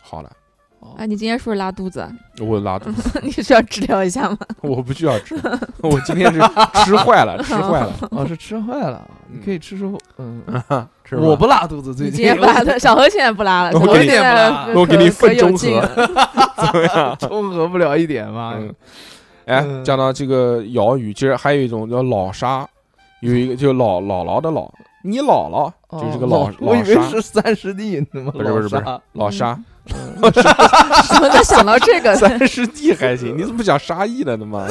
Speaker 1: 好了。
Speaker 3: 哎，你今天是不是拉肚子啊？
Speaker 1: 我拉肚子，
Speaker 3: 你需要治疗一下吗？
Speaker 1: 我不需要吃，我今天是吃坏了，吃坏了，
Speaker 2: 哦，是吃坏了，
Speaker 1: 嗯
Speaker 2: 你可以吃出嗯，
Speaker 1: 吃坏了
Speaker 2: 我不拉肚子，最
Speaker 3: 你今
Speaker 2: 近
Speaker 3: 天不拉的，小何现在不拉了，
Speaker 1: 我
Speaker 3: 小何
Speaker 1: 给你
Speaker 3: 现在
Speaker 2: 我
Speaker 3: 可
Speaker 1: 给你
Speaker 3: 可
Speaker 1: 粪
Speaker 3: 有
Speaker 1: 中
Speaker 3: 劲
Speaker 1: 和
Speaker 3: 了
Speaker 2: 中和不了一点嘛。
Speaker 1: 嗯哎，
Speaker 2: 嗯
Speaker 1: 讲到这个瑶语，其实还有一种叫老沙，有一个就老姥姥的老，你姥姥
Speaker 2: 哦
Speaker 1: 就是个老
Speaker 2: 我
Speaker 1: 老
Speaker 2: 以为
Speaker 1: 沙
Speaker 2: 是三十弟呢嘛，
Speaker 1: 不是不是不是
Speaker 2: 老沙
Speaker 1: 老沙，
Speaker 3: 怎么能嗯想到这个呢？
Speaker 1: 三师弟还行， 你怎么讲沙溢了呢 嘛？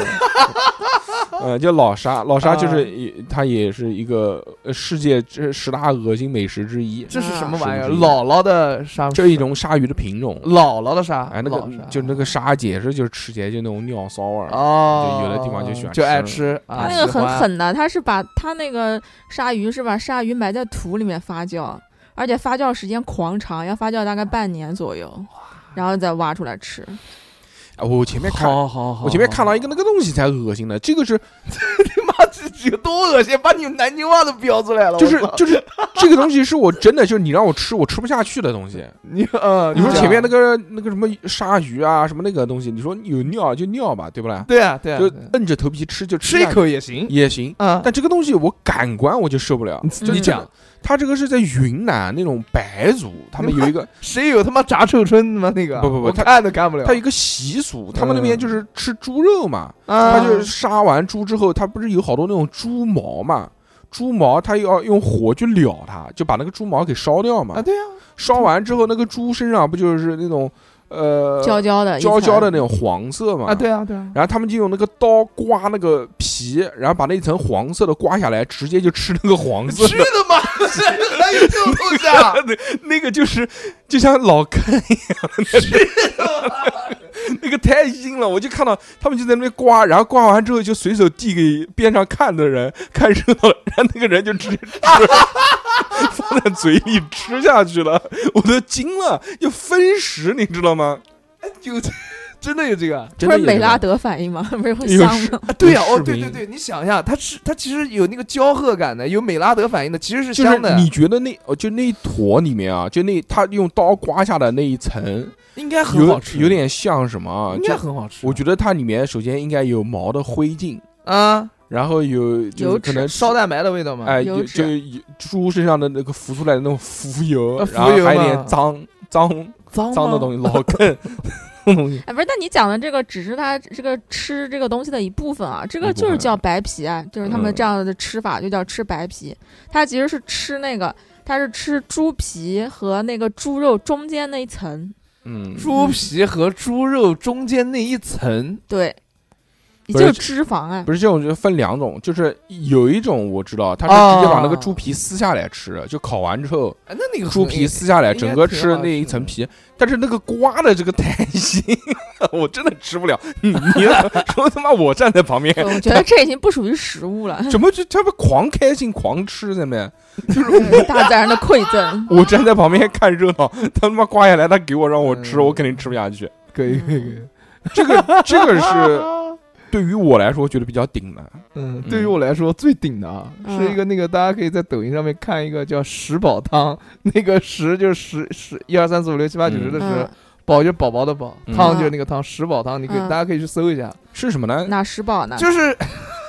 Speaker 1: 呃，叫老沙，老沙
Speaker 2: 啊
Speaker 1: 就是也它也是一个呃世界这十大恶心美食之一，
Speaker 2: 这是什么玩意儿？
Speaker 1: 是不是
Speaker 2: 姥姥的沙，
Speaker 1: 这一种鲨鱼的品种。
Speaker 2: 姥姥的沙，
Speaker 1: 哎，那个
Speaker 2: 老沙
Speaker 1: 就那个沙解释就是吃起来就那种尿骚味儿，
Speaker 2: 哦，
Speaker 1: 就有的地方就喜欢
Speaker 2: 就爱
Speaker 1: 吃
Speaker 2: 吃，啊
Speaker 3: 他那个
Speaker 2: 喜欢
Speaker 3: 很狠的，他是把他那个鲨鱼是把鲨鱼埋在土里面发酵，而且发酵时间狂长，要发酵大概半年左右，然后再挖出来吃。
Speaker 1: 哎我前面看，
Speaker 2: 好好好，
Speaker 1: 我前面看到一个
Speaker 2: 好，
Speaker 1: 那个东西才恶心的，这个是
Speaker 2: 你 妈这这个多恶心，把你南京话都飙出来了，
Speaker 1: 就是
Speaker 2: 我操
Speaker 1: 就是这个东西是我真的就是你让我吃我吃不下去的东西。
Speaker 2: 你呃，
Speaker 1: 你说
Speaker 2: 这样
Speaker 1: 前面那个那个什么鲨鱼啊什么那个东西，你说有尿就尿吧，对不啦？
Speaker 2: 对啊对啊，
Speaker 1: 就
Speaker 2: 对啊
Speaker 1: 摁着头皮吃就
Speaker 2: 吃一
Speaker 1: 下去
Speaker 2: 口也行
Speaker 1: 也行。
Speaker 2: 啊，
Speaker 1: 但这个东西我感官我就受不了。
Speaker 2: 就
Speaker 3: 你
Speaker 1: 讲，它这个是在云南那种白族，他们有一个
Speaker 2: 谁有他妈炸臭春他妈那个？
Speaker 1: 不不不
Speaker 2: 我
Speaker 1: 他
Speaker 2: 看都看不了。
Speaker 1: 它有一个习俗，他们那边
Speaker 2: 嗯
Speaker 1: 就是吃猪肉嘛，他
Speaker 2: 啊
Speaker 1: 就是杀完猪之后，他不是有好多那种猪毛嘛，猪毛他要用火去燎它，就把那个猪毛给烧掉嘛
Speaker 2: 啊，。对啊，
Speaker 1: 烧完之后，那个猪身上不就是那种呃
Speaker 3: 焦焦的，
Speaker 1: 焦焦的那种黄色嘛？
Speaker 2: 啊对啊对啊，
Speaker 1: 然后他们就用那个刀刮那个皮，然后把那一层黄色的刮下来，直接就吃那个黄 色
Speaker 2: 去
Speaker 1: 的。
Speaker 2: 他妈的，还有这种东 西啊？
Speaker 1: 那个就是就像老坑一样的 那个，那个太阴了。我就看到他们就在那边刮，然后刮完之后就随手递给边上看的人看热闹，然后那个人就直接吃 了，放在嘴里吃下去了。我都惊了，要分食，你知道吗？
Speaker 2: 就真的有这 个啊？
Speaker 3: 不是美拉德反应吗？ 不是会
Speaker 1: 有
Speaker 3: 香
Speaker 1: 是
Speaker 3: 吗？
Speaker 2: 对呀，
Speaker 1: 有
Speaker 2: 哦
Speaker 1: 视
Speaker 2: 对
Speaker 1: 频
Speaker 2: 对对，你想一下，它是它其实有那个焦褐感的，有美拉德反应的，其实是
Speaker 1: 就是
Speaker 2: 香的。
Speaker 1: 你觉得那哦，就那一坨里面啊，就那他用刀刮下的那一层，
Speaker 2: 应该很好
Speaker 1: 有
Speaker 2: 吃，
Speaker 1: 有点像什么啊？
Speaker 2: 应
Speaker 1: 就
Speaker 2: 该很好吃。
Speaker 1: 我觉得它里面首先应该有毛的灰烬，
Speaker 2: 啊，
Speaker 1: 然后有就是
Speaker 3: 油
Speaker 1: 可
Speaker 3: 脂
Speaker 1: 能
Speaker 2: 烧蛋白的味道嘛。
Speaker 1: 哎，
Speaker 3: 油
Speaker 1: 有
Speaker 3: 脂
Speaker 1: 就有猪身上的那个浮出来的那种浮油，
Speaker 2: 啊
Speaker 1: 然后
Speaker 2: 浮油
Speaker 1: 还有
Speaker 2: 嘛
Speaker 1: 点脏脏
Speaker 2: 脏
Speaker 1: 脏的
Speaker 2: 吗
Speaker 1: 东西，老坑。种东西。
Speaker 3: 哎，不是，但你讲的这个只是他这个吃这个东西的一部分啊，这
Speaker 1: 一
Speaker 3: 个
Speaker 1: 部
Speaker 3: 就是
Speaker 1: 分
Speaker 3: 叫白皮啊，就是他们
Speaker 1: 嗯
Speaker 3: 这样的吃法就叫吃白皮。它其实是吃那个，它是吃猪皮和那个猪肉中间那一层，
Speaker 1: 嗯，
Speaker 2: 猪皮和猪肉中间那一层，
Speaker 3: 对，也
Speaker 1: 不
Speaker 3: 就是是脂肪啊。
Speaker 1: 不是这种，就分两种，就是有一种我知道，他是直接把那个
Speaker 2: 哦
Speaker 1: 猪皮撕下来吃，就烤完之后，
Speaker 2: 哎那那个
Speaker 1: 猪皮撕下来，
Speaker 2: 应该
Speaker 1: 整个
Speaker 2: 挺
Speaker 1: 吃
Speaker 2: 好
Speaker 1: 那一
Speaker 2: 吃
Speaker 1: 层
Speaker 2: 的
Speaker 1: 皮，但是那个瓜的这个弹性，我真的吃不了。你你 说他妈我站在旁边，
Speaker 3: 对 我觉得这已经不属于食物了，
Speaker 1: 怎么就他们狂开心狂吃在那？
Speaker 3: 大自然的馈 赠。
Speaker 1: 我站在旁边看热闹，他他妈刮下来，他给我让我吃，
Speaker 2: 嗯
Speaker 1: 我肯定吃不下去。
Speaker 2: 可以可以可以啊
Speaker 3: 嗯，
Speaker 1: 这个这个 是对于我来说觉得比较顶的，
Speaker 2: 嗯，
Speaker 1: 嗯
Speaker 2: 对于我来说最顶的啊，
Speaker 3: 嗯
Speaker 2: 是一个那个大家可以在抖音上面看一个叫食宝汤，那个食就是十十一二三四五六七八九十的
Speaker 3: 嗯
Speaker 2: 十，，宝就是宝宝的宝，
Speaker 1: 嗯
Speaker 2: 汤就是那个汤，食宝汤，你可以
Speaker 3: 嗯
Speaker 2: 大家可以去搜一下，
Speaker 1: 是什么呢？
Speaker 3: 哪食宝呢？
Speaker 2: 就是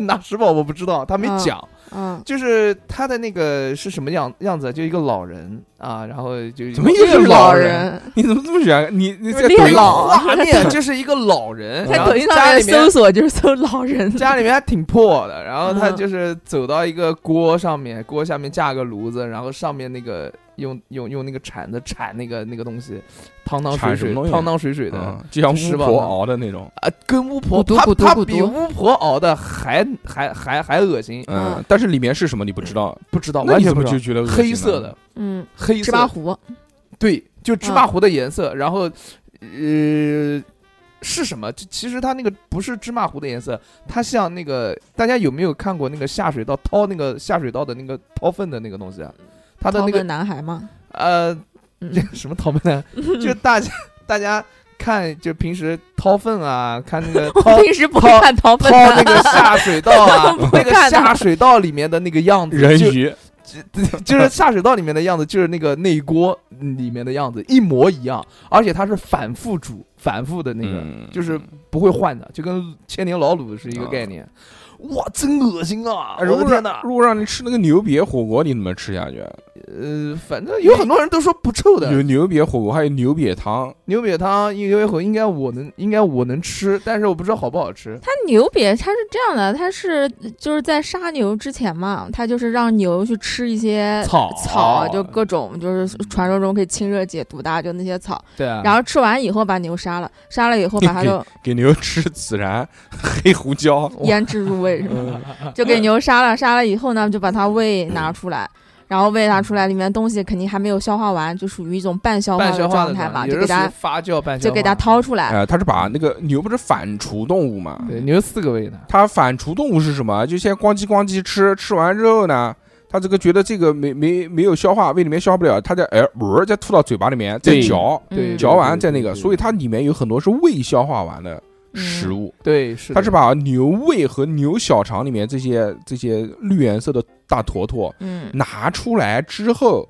Speaker 2: 哪食宝我不知道，他没
Speaker 3: 嗯
Speaker 2: 讲，
Speaker 3: 嗯，
Speaker 2: 就是他的那个是什么样样子啊，就一个老人啊，然后就
Speaker 1: 怎么一
Speaker 3: 又
Speaker 1: 个
Speaker 3: 是
Speaker 1: 是老
Speaker 3: 人，
Speaker 1: 你怎么这么喜欢？你你
Speaker 3: 就
Speaker 1: 在抖
Speaker 3: 是练
Speaker 1: 音
Speaker 3: 老
Speaker 2: 画面就是一个老人，
Speaker 3: 在
Speaker 2: 然后
Speaker 3: 抖音上
Speaker 2: 家
Speaker 3: 面
Speaker 2: 里面
Speaker 3: 搜索就是搜老 人，
Speaker 2: 家里面还挺破的，然后他
Speaker 3: 嗯
Speaker 2: 就是走到一个锅上面，锅下面架个炉子，然后上面那个用用用那个铲子铲那个那个东西，汤汤水
Speaker 1: 铲什么
Speaker 2: 水
Speaker 1: 东，西
Speaker 2: 汤汤水水的、
Speaker 1: 嗯，就像
Speaker 2: 是
Speaker 1: 巫
Speaker 2: 吧
Speaker 1: 婆熬的那种，
Speaker 2: 啊，跟巫婆
Speaker 3: 咕嘟
Speaker 2: 他
Speaker 3: 咕嘟
Speaker 2: 他
Speaker 3: 咕
Speaker 2: 比
Speaker 3: 嘟
Speaker 2: 巫婆熬的还还还还恶心，
Speaker 3: 嗯
Speaker 1: 嗯，但是里面是什么你不知道，
Speaker 2: 呃不知道
Speaker 1: 那
Speaker 2: 嗯完
Speaker 1: 你
Speaker 2: 全
Speaker 1: 怎
Speaker 2: 不
Speaker 1: 么
Speaker 2: 知
Speaker 1: 就
Speaker 2: 道，
Speaker 1: 觉得恶心
Speaker 2: 黑
Speaker 1: 呢
Speaker 2: 色的？
Speaker 3: 嗯，
Speaker 2: 黑
Speaker 3: 芝
Speaker 2: 色
Speaker 3: 麻
Speaker 2: 的
Speaker 3: 糊，
Speaker 2: 对，就芝
Speaker 3: 嗯
Speaker 2: 麻糊的颜色，然后呃。是什么？就其实它那个不是芝麻糊的颜色，它像那个大家有没有看过那个下水道掏那个下水道的那个掏粪的那个东西啊？它的
Speaker 3: 掏
Speaker 2: 那
Speaker 3: 个
Speaker 2: 个
Speaker 3: 男孩嘛，
Speaker 2: 呃，
Speaker 3: 嗯
Speaker 2: 这什么掏粪 呢？就大家大家看，就平时掏粪啊，看那个掏
Speaker 3: 我平时不
Speaker 2: 掏
Speaker 3: 看桃
Speaker 2: 掏
Speaker 3: 粉
Speaker 2: 那
Speaker 3: 的，
Speaker 2: 个下水道 啊
Speaker 3: 不，
Speaker 2: 那个
Speaker 3: 看的
Speaker 2: 下水道里面的那个样子，
Speaker 1: 人
Speaker 2: 就
Speaker 1: 鱼，
Speaker 2: 就是 下水道里面的样子，就是那个内锅里面的样子，一模一样，而且它是反复煮、反复的那个，
Speaker 1: 嗯
Speaker 2: 就是不会换的，就跟千年老卤是一个概念。哇，真恶心啊！
Speaker 1: 哎
Speaker 2: 我
Speaker 1: 如
Speaker 2: 的
Speaker 1: 果
Speaker 2: 天哪
Speaker 1: 让！如果让你吃那个牛瘪火锅，你怎么吃下去？啊
Speaker 2: 呃，反正有很多人都说不臭
Speaker 1: 有
Speaker 2: 的
Speaker 1: 牛瘪火锅，还有牛瘪汤，
Speaker 2: 牛瘪汤，因为应该我能，应该我能吃，但是我不知道好不好吃。
Speaker 3: 它牛瘪，它是这样的，它是就是在杀牛之前嘛，它就是让牛去吃一些
Speaker 2: 草啊
Speaker 3: 草，就各种就是传说中可以清热解毒的啊，就那些草。
Speaker 2: 对啊，
Speaker 3: 然后吃完以后把牛杀了，杀了以后把它就
Speaker 1: 给牛 吃孜然、黑胡椒。
Speaker 3: 腌制入 味，是
Speaker 2: 嗯
Speaker 3: 吧？就给牛杀了，杀了以后呢，就把它胃拿出来。然后胃拿出来，里面东西肯定还没有消化完，就属于一种半消化
Speaker 2: 半消
Speaker 3: 的
Speaker 2: 化的
Speaker 3: 状态嘛，
Speaker 2: 也
Speaker 3: 就是给
Speaker 2: 属于
Speaker 3: 它
Speaker 2: 发酵半消化，
Speaker 3: 就给它掏出来。
Speaker 1: 哎，他是把那个牛不是反刍动物嘛？
Speaker 2: 对，牛四个胃的，
Speaker 1: 它反刍动物是什么？就先咣叽咣叽吃，吃完之后呢，它这个觉得这个没没没有消化，胃里面消化不了，它再哎，呃再吐到嘴巴里面，再
Speaker 2: 对
Speaker 1: 嚼，
Speaker 2: 对
Speaker 3: 嗯
Speaker 1: 嚼完再那个，
Speaker 2: 对对对
Speaker 1: 所以它里面有很多是未消化完的
Speaker 3: 嗯
Speaker 1: 食物。
Speaker 2: 对，是
Speaker 1: 它
Speaker 2: 的
Speaker 1: 是把牛胃和牛小肠里面这些这些绿颜色的大坨坨
Speaker 3: 嗯，
Speaker 1: 拿出来之后，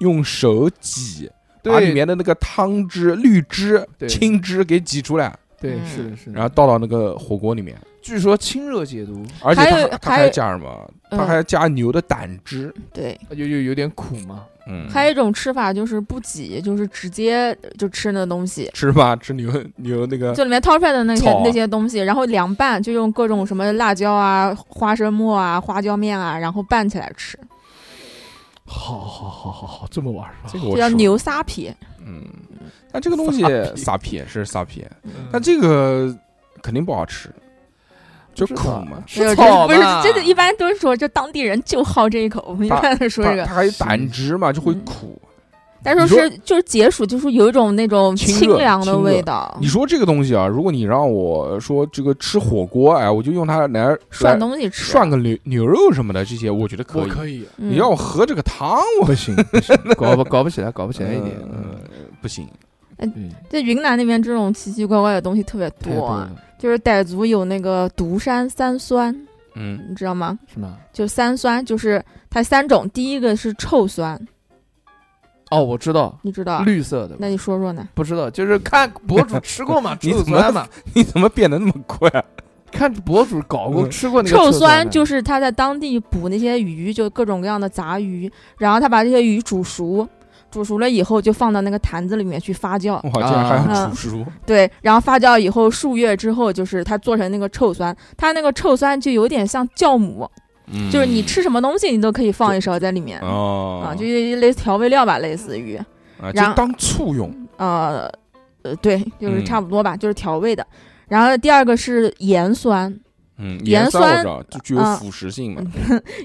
Speaker 1: 用手挤，把
Speaker 2: 对
Speaker 1: 里面的那个汤汁、绿汁、
Speaker 2: 对
Speaker 1: 青汁给挤出来，
Speaker 2: 对，
Speaker 3: 嗯
Speaker 2: 是的，是的。
Speaker 1: 然后倒到那个火锅里面。
Speaker 2: 据说清热解毒，
Speaker 1: 而且
Speaker 3: 还有
Speaker 1: 它它
Speaker 3: 还
Speaker 1: 还
Speaker 3: 有
Speaker 1: 加什么？
Speaker 3: 嗯
Speaker 1: 它还加牛的胆汁。
Speaker 3: 对。
Speaker 2: 有有有点苦嘛。
Speaker 1: 嗯，
Speaker 3: 还有一种吃法就是不挤，就是直接就吃那东西，
Speaker 1: 吃吧，吃牛牛那
Speaker 2: 呃
Speaker 1: 个
Speaker 3: 就里面掏出来的那些
Speaker 1: 炒啊
Speaker 3: 那些东西，然后凉拌，就用各种什么辣椒啊、花生末啊、花椒面啊，然后拌起来吃，
Speaker 2: 好好好好好，这么玩儿
Speaker 1: 这
Speaker 2: 吧。
Speaker 1: 个
Speaker 3: 就
Speaker 1: 我
Speaker 3: 叫
Speaker 1: 吃过。
Speaker 3: 牛撒撇。
Speaker 1: 嗯，但这个 东西嗯
Speaker 2: 撒撇
Speaker 1: 撒撇是撒撇，但
Speaker 2: 但
Speaker 1: 这个肯定不好吃，就苦嘛。
Speaker 2: 吃
Speaker 3: 没有，哎这
Speaker 2: 草
Speaker 3: 不是
Speaker 2: 嘛
Speaker 3: 这个，一般都是说就当地人就好这一口，一般都说
Speaker 1: 它
Speaker 3: 这个。
Speaker 1: 它还有胆汁嘛，就会苦。
Speaker 3: 但是
Speaker 1: 你说
Speaker 3: 是就是解暑，就是有一种那种
Speaker 1: 清
Speaker 3: 清
Speaker 1: 热
Speaker 3: 凉的
Speaker 1: 清热
Speaker 3: 味道
Speaker 1: 你，说这个东西啊，如果你让我说这个吃火锅，哎，我就用它来
Speaker 3: 涮
Speaker 1: 来
Speaker 3: 东西吃。
Speaker 1: 涮个牛牛肉什么的，这些我觉得可以。
Speaker 2: 以，
Speaker 3: 嗯
Speaker 1: 你让我喝这个汤，我
Speaker 2: 不行不行， 搞不搞不起来，搞不起来一点。
Speaker 1: 呃不行。
Speaker 2: 嗯，
Speaker 3: 在云南那边这种奇奇怪怪的东西特别
Speaker 2: 太多
Speaker 3: 多，
Speaker 2: 了，
Speaker 3: 就是傣族有那个独山三酸，
Speaker 1: 嗯，
Speaker 3: 你知道吗？
Speaker 2: 是吗？
Speaker 3: 就三酸，就是它三种，第一个是臭酸，
Speaker 2: 哦，我知道，
Speaker 3: 你知道？
Speaker 2: 绿色的，
Speaker 3: 那你说说呢？
Speaker 2: 不知道，就是看博主吃过 嘛，
Speaker 1: 你
Speaker 2: 臭
Speaker 1: 怎么
Speaker 2: 酸嘛，
Speaker 1: 你怎么变得那么快？啊
Speaker 2: 看博主搞过
Speaker 1: 嗯
Speaker 2: 吃过那个
Speaker 3: 臭
Speaker 2: 酸
Speaker 3: 酸就是他在当地捕那些鱼，就各种各样的杂鱼，然后他把这些鱼煮熟，煮熟了以后就放到那个坛子里面去发酵。
Speaker 1: 哇，竟然还
Speaker 3: 啊
Speaker 1: 要煮熟，
Speaker 3: 对，然后发酵以后数月之后，就是它做成那个臭酸，它那个臭酸就有点像酵母，
Speaker 1: 嗯
Speaker 3: 就是你吃什么东西你都可以放一勺在里面啊，
Speaker 1: 哦
Speaker 3: 就类似调味料吧，类似于
Speaker 1: 啊，就
Speaker 3: 然后
Speaker 1: 当醋用，
Speaker 3: 呃呃，对，就是
Speaker 1: 嗯
Speaker 3: 差不多吧，就是调味的。然后第二个是盐酸，
Speaker 1: 嗯，
Speaker 3: 盐
Speaker 1: 盐
Speaker 3: 酸
Speaker 1: 我知道，就具有
Speaker 3: 嗯
Speaker 1: 腐蚀性嘛，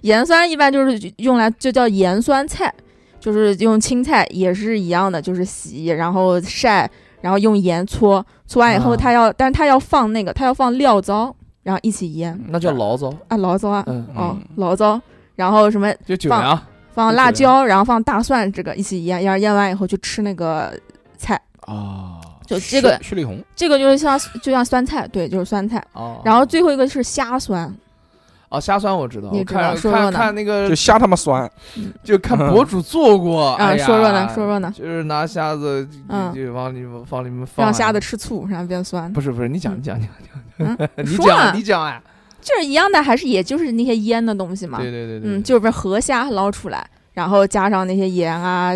Speaker 3: 盐酸一般就是用来就叫盐酸菜，就是用青菜也是一样的，就是洗然后晒，然后用盐搓，搓完以后
Speaker 2: 啊
Speaker 3: 它要，但是它要放那个，它要放料糟，然后一起腌
Speaker 2: 那叫醪糟，
Speaker 3: 啊，醪糟啊，
Speaker 2: 嗯，
Speaker 3: 哦
Speaker 1: 嗯，
Speaker 3: 醪糟，然后什么
Speaker 2: 就酒粮
Speaker 3: 放
Speaker 1: 就
Speaker 3: 辣
Speaker 1: 这样
Speaker 3: 椒，然后放大蒜，这个一起腌，然后腌完以后就吃那个菜，
Speaker 2: 啊
Speaker 3: 就这个
Speaker 1: 血里红，
Speaker 3: 这个就是像就像酸菜，对，就是酸菜。
Speaker 2: 哦，
Speaker 3: 然后最后一个是虾酸，
Speaker 2: 哦虾酸我知道，
Speaker 3: 你
Speaker 2: 我
Speaker 3: 知道
Speaker 2: 看
Speaker 3: 说说
Speaker 2: 看
Speaker 3: 呢
Speaker 2: 看那个
Speaker 1: 就虾他妈酸，
Speaker 3: 嗯
Speaker 2: 就看 博主做过，
Speaker 3: 啊
Speaker 2: 哎呀
Speaker 3: 说说呢说说呢
Speaker 2: 就是拿虾子就
Speaker 3: 嗯
Speaker 2: 就往里面往里面放啊，
Speaker 3: 让虾子吃醋，然后变酸，
Speaker 2: 不是不是，你讲你讲你
Speaker 3: 嗯
Speaker 2: 讲， 你
Speaker 3: 说啊
Speaker 2: 讲你讲啊，
Speaker 3: 就是一样的，还是也就是那些腌的东西嘛。
Speaker 2: 对对对对，
Speaker 3: 嗯，就是河虾捞出来，然后加上那些盐啊，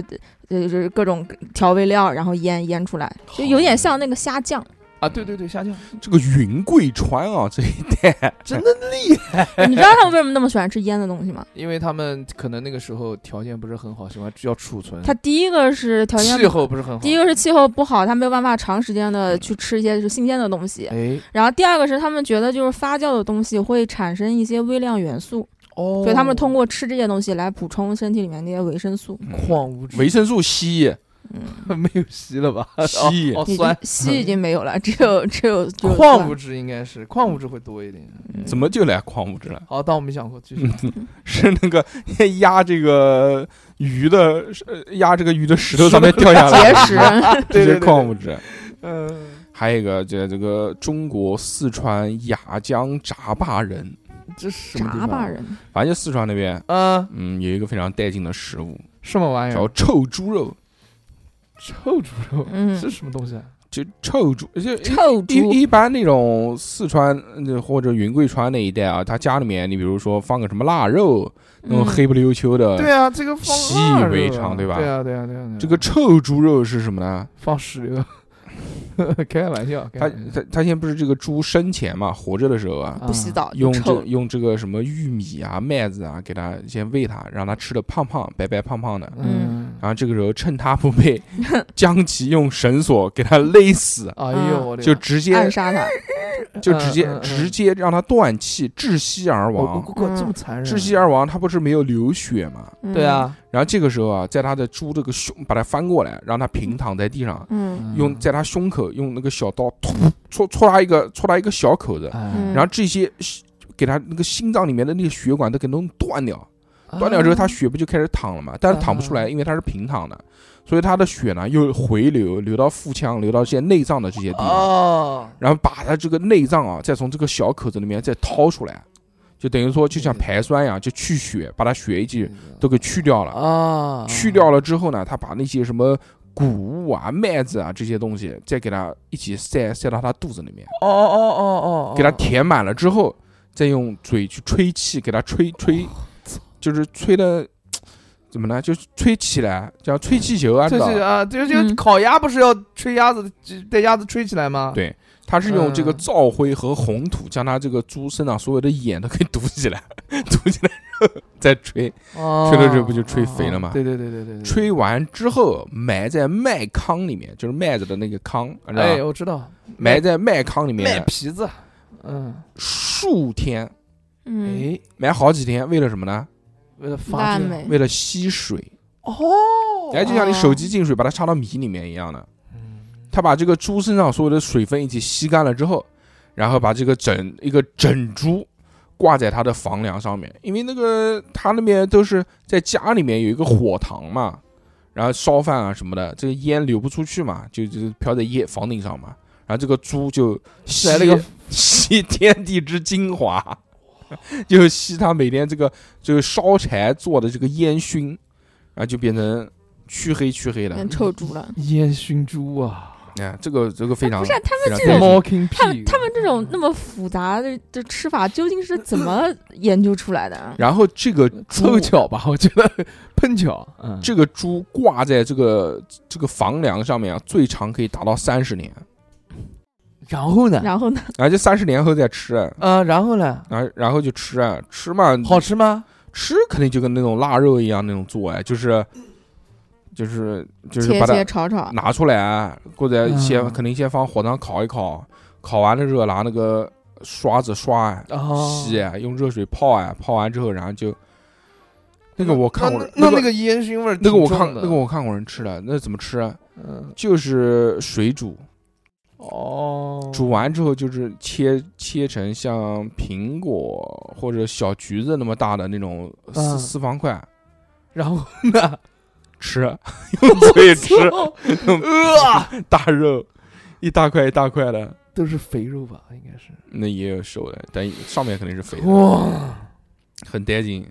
Speaker 3: 呃就是各种调味料，然后腌腌出来，就有点像那个虾酱。
Speaker 2: 啊，对对对，虾酱
Speaker 1: 这个云贵川啊，这一带
Speaker 2: 真的厉害，
Speaker 3: 你知道他们为什么那么喜欢吃腌的东西吗？
Speaker 2: 因为他们可能那个时候条件不是很好，喜欢要储存，
Speaker 3: 它第一个是条件
Speaker 2: 气候嗯不是很好，
Speaker 3: 第一个是气候不好，他没有办法长时间的去吃一些就是新鲜的东西。
Speaker 2: 哎
Speaker 3: 然后第二个是他们觉得就是发酵的东西会产生一些微量元素，
Speaker 2: 哦，
Speaker 3: 所以他们通过吃这些东西来补充身体里面那些维生素。
Speaker 2: 矿物质
Speaker 1: 维生素 C，
Speaker 2: 没有硒了吧？
Speaker 1: 硒
Speaker 2: 哦哦
Speaker 3: 已
Speaker 2: 酸
Speaker 3: 经硒已经没有了，只有只有只有
Speaker 2: 矿物
Speaker 3: 酸
Speaker 2: 质应该是矿物质会多一点。
Speaker 3: 嗯
Speaker 1: 怎么就来矿物质了？
Speaker 2: 好，当我没想过，继续。
Speaker 1: 是那个压这个鱼的，呃压这个鱼的石头上面掉下来
Speaker 3: 结
Speaker 1: 的，
Speaker 3: 石？
Speaker 1: 这
Speaker 2: 对
Speaker 1: 些
Speaker 2: 对对
Speaker 1: 矿物质。
Speaker 2: 嗯，
Speaker 1: 还有一个，这这个中国四川雅江闸坝人，
Speaker 2: 这是什么地
Speaker 3: 炸
Speaker 2: 方啊
Speaker 3: 吧？人，
Speaker 1: 反正就四川那边，
Speaker 2: 嗯，
Speaker 1: 嗯，有一个非常带劲的食物
Speaker 2: 什么玩意
Speaker 1: 叫
Speaker 2: 儿？
Speaker 1: 臭猪肉，
Speaker 2: 臭猪肉，
Speaker 3: 嗯
Speaker 2: 这，是什么东西啊？
Speaker 1: 就臭猪，就
Speaker 3: 臭猪
Speaker 1: 一一般那种四川呃或者云贵川那一带啊，他家里面你比如说放个什么腊肉，那种
Speaker 3: 嗯
Speaker 1: 黑不溜秋的，
Speaker 2: 对啊，这个放
Speaker 1: 呃习
Speaker 2: 腊
Speaker 1: 以
Speaker 2: 肉
Speaker 1: 为
Speaker 2: 啊
Speaker 1: 常对
Speaker 2: 对
Speaker 1: 吧
Speaker 2: 啊，对啊，对啊。对啊
Speaker 1: 这个臭猪肉是什么呢？
Speaker 2: 放石榴， 开个玩笑。开
Speaker 1: 他
Speaker 2: 个玩笑
Speaker 1: 他他现在不是这个猪生前嘛，活着的时候啊，
Speaker 3: 不洗，澡就
Speaker 1: 用
Speaker 3: 臭
Speaker 1: 这，用这个什么玉米啊、麦子啊，给它先喂它，让它吃的胖胖、白白胖胖的。
Speaker 2: 啊嗯，
Speaker 1: 然后这个时候趁它不备， 将其用绳索给它勒死，
Speaker 2: 哎
Speaker 3: 嗯
Speaker 2: 呦我的
Speaker 1: 就
Speaker 2: 妈，
Speaker 1: 直接
Speaker 3: 暗杀他，
Speaker 1: 就直接
Speaker 2: 嗯嗯嗯
Speaker 1: 直接让它断气，窒息而
Speaker 2: 我我
Speaker 1: 亡。
Speaker 2: 我我这
Speaker 3: 嗯
Speaker 2: 么残忍，啊
Speaker 1: 窒息啊而亡，它不是没有流血吗？
Speaker 3: 嗯
Speaker 2: 对，啊，
Speaker 1: 然后这个时候啊，在它的猪这个胸，把它翻过来，让它平躺在地上，
Speaker 3: 嗯
Speaker 1: 用在它胸口用那个小刀突戳戳它一个戳它一个小口子，
Speaker 2: 嗯
Speaker 1: 然后这些血给他那个心脏里面的那个血管都给弄断掉，
Speaker 3: 嗯
Speaker 2: 哎
Speaker 1: 断掉之后他血不就开始淌了嘛？但是淌不出来，
Speaker 2: 啊
Speaker 1: 因为它是平躺的，所以他的血呢又回流，流到腹腔，流到这些内脏的这些地方，
Speaker 2: 哦，
Speaker 1: 然后把他这个内脏啊再从这个小口子里面再掏出来，就等于说就
Speaker 2: 嗯
Speaker 1: 像排酸一样，就去血，把他血一起都给去掉了。
Speaker 2: 啊，
Speaker 1: 去掉了之后呢，他把那些什么。谷物啊、麦子啊这些东西，再给它一起塞塞到他肚子里面，
Speaker 2: 哦哦哦哦哦，
Speaker 1: 给它填满了之后，再用嘴去吹气，给它吹吹，
Speaker 2: 哦
Speaker 1: 就是吹的怎么呢？就是吹起来，叫吹气球啊，
Speaker 2: 这
Speaker 1: 知道
Speaker 2: 是
Speaker 1: 吧？
Speaker 2: 啊，这这
Speaker 3: 嗯
Speaker 2: 烤鸭不是要吹鸭子，带鸭子吹起来吗？
Speaker 1: 对它是用这个
Speaker 2: 嗯
Speaker 1: 灶灰和红土将它这个猪身上所有的眼都给堵起来， 堵起来之后再吹。
Speaker 2: 哦，
Speaker 1: 吹了之后不就吹肥了吗
Speaker 2: 哦对对对对对，对。
Speaker 1: 吹完之后埋在麦糠里面，就是麦子的那个糠，知道
Speaker 2: 哎，
Speaker 1: 吧？
Speaker 2: 我知道，
Speaker 1: 埋在麦糠里
Speaker 2: 卖
Speaker 1: 面
Speaker 2: 皮子，嗯，
Speaker 1: 数天，
Speaker 3: 嗯，
Speaker 2: 哎，
Speaker 1: 埋好几天，为了什么呢？
Speaker 2: 为了发
Speaker 3: 烂
Speaker 2: 电
Speaker 3: 尾，
Speaker 1: 为了吸水。
Speaker 2: 哦，
Speaker 1: 哎，就像你手机进水，把它插到米里面一样的。
Speaker 2: 嗯
Speaker 1: 他把这个猪身上所有的水分一起吸干了之后，然后把这个整一个整猪挂在他的房梁上面，因为那个他那边都是在家里面有一个火塘嘛，然后烧饭啊什么的，这个烟流不出去嘛，就就飘在烟房顶上嘛，然后这个猪就吸
Speaker 2: 来了个
Speaker 1: 吸天地之精华。 就吸他每天这个就是烧柴做的这个烟熏，啊，就变成黢黑黢黑的，
Speaker 3: 变臭猪了。
Speaker 2: 烟熏猪啊，
Speaker 1: 哎，这个这个非常
Speaker 3: 不是啊他
Speaker 1: 非常
Speaker 3: 这
Speaker 1: 对
Speaker 3: 种
Speaker 2: 猫 king
Speaker 3: 他们他们这种那么复杂的的吃法究竟是怎么研究出来的啊？
Speaker 1: 然后这个猪
Speaker 2: 凑巧吧，我觉得碰巧，嗯，
Speaker 1: 这个猪挂在这个这个房梁上面啊，最长可以达到三十年，
Speaker 2: 然后呢，
Speaker 3: 然后呢？
Speaker 1: 而且三十年后再吃，啊，
Speaker 2: 呃，然后呢，
Speaker 1: 然后然后就吃啊，吃嘛，
Speaker 2: 好吃吗？
Speaker 1: 吃肯定就跟那种腊肉一样那种做哎，就是就是就是
Speaker 3: 切
Speaker 1: 把它
Speaker 3: 切炒炒，
Speaker 1: 拿出来，或者先、
Speaker 2: 啊嗯
Speaker 1: 肯定先放火上烤一烤，烤完了之后拿那个刷子刷哎，
Speaker 2: 哦，
Speaker 1: 洗哎，用热水泡哎，泡完之后然后就那个我看过人，
Speaker 2: 那那
Speaker 1: 个
Speaker 2: 个烟熏味儿，
Speaker 1: 那个我看那个，我看过人吃的，那怎么吃啊？
Speaker 2: 嗯，
Speaker 1: 就是水煮，
Speaker 2: 哦，
Speaker 1: 煮完之后就是切切成像苹果或者小橘子那么大的那种四
Speaker 2: 嗯
Speaker 1: 四方块
Speaker 2: 然后呢，
Speaker 1: 吃， 用嘴 吃
Speaker 2: 呃，
Speaker 1: 大肉，一大块一大块的，
Speaker 2: 都是肥肉吧，应该是，
Speaker 1: 那也有瘦的，但上面肯定是肥的，
Speaker 2: 哇，
Speaker 1: 很带劲。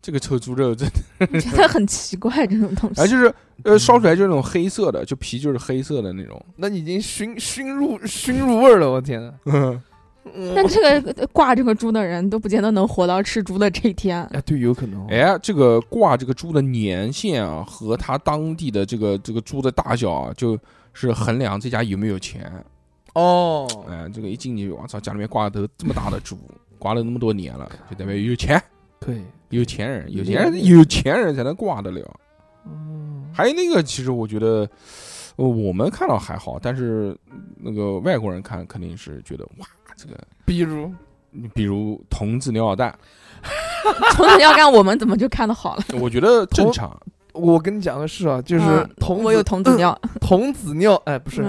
Speaker 1: 这个臭猪肉真的，
Speaker 3: 我觉得很奇怪这种东
Speaker 1: 然后
Speaker 3: 西。
Speaker 1: 就是呃烧出来就是那种黑色的，就皮就是黑色的那种。
Speaker 2: 那已经熏熏入熏入味儿了，我天呐。嗯
Speaker 3: 但这个挂这个猪的人都不见得能活到吃猪的这一天。
Speaker 2: 哎，对，有可能，，
Speaker 1: 哎，这个挂这个猪的年限啊，和它当地的这个这个猪的大小啊，就是衡量这家有没有钱。
Speaker 2: 哦，
Speaker 1: 哎，这个一进去，我操，家里面挂了头这么大的猪， 挂了那么多年了，就代表有钱，
Speaker 2: 可以，
Speaker 1: 有钱人，有钱人，有钱人才能挂得了。
Speaker 2: 嗯，
Speaker 1: 还有那个，其实我觉得，呃我们看到还好，但是那个外国人看肯定是觉得哇，这个，
Speaker 2: 比如，
Speaker 1: 你比如童子尿蛋，
Speaker 3: 从此要干，我们怎么就看的好了？
Speaker 1: 我觉得正常。
Speaker 2: 我跟你讲个事啊，就是
Speaker 3: 嗯
Speaker 2: 童
Speaker 3: 我
Speaker 2: 子嗯
Speaker 3: 有童子尿，嗯
Speaker 2: 童子尿，哎， 不是，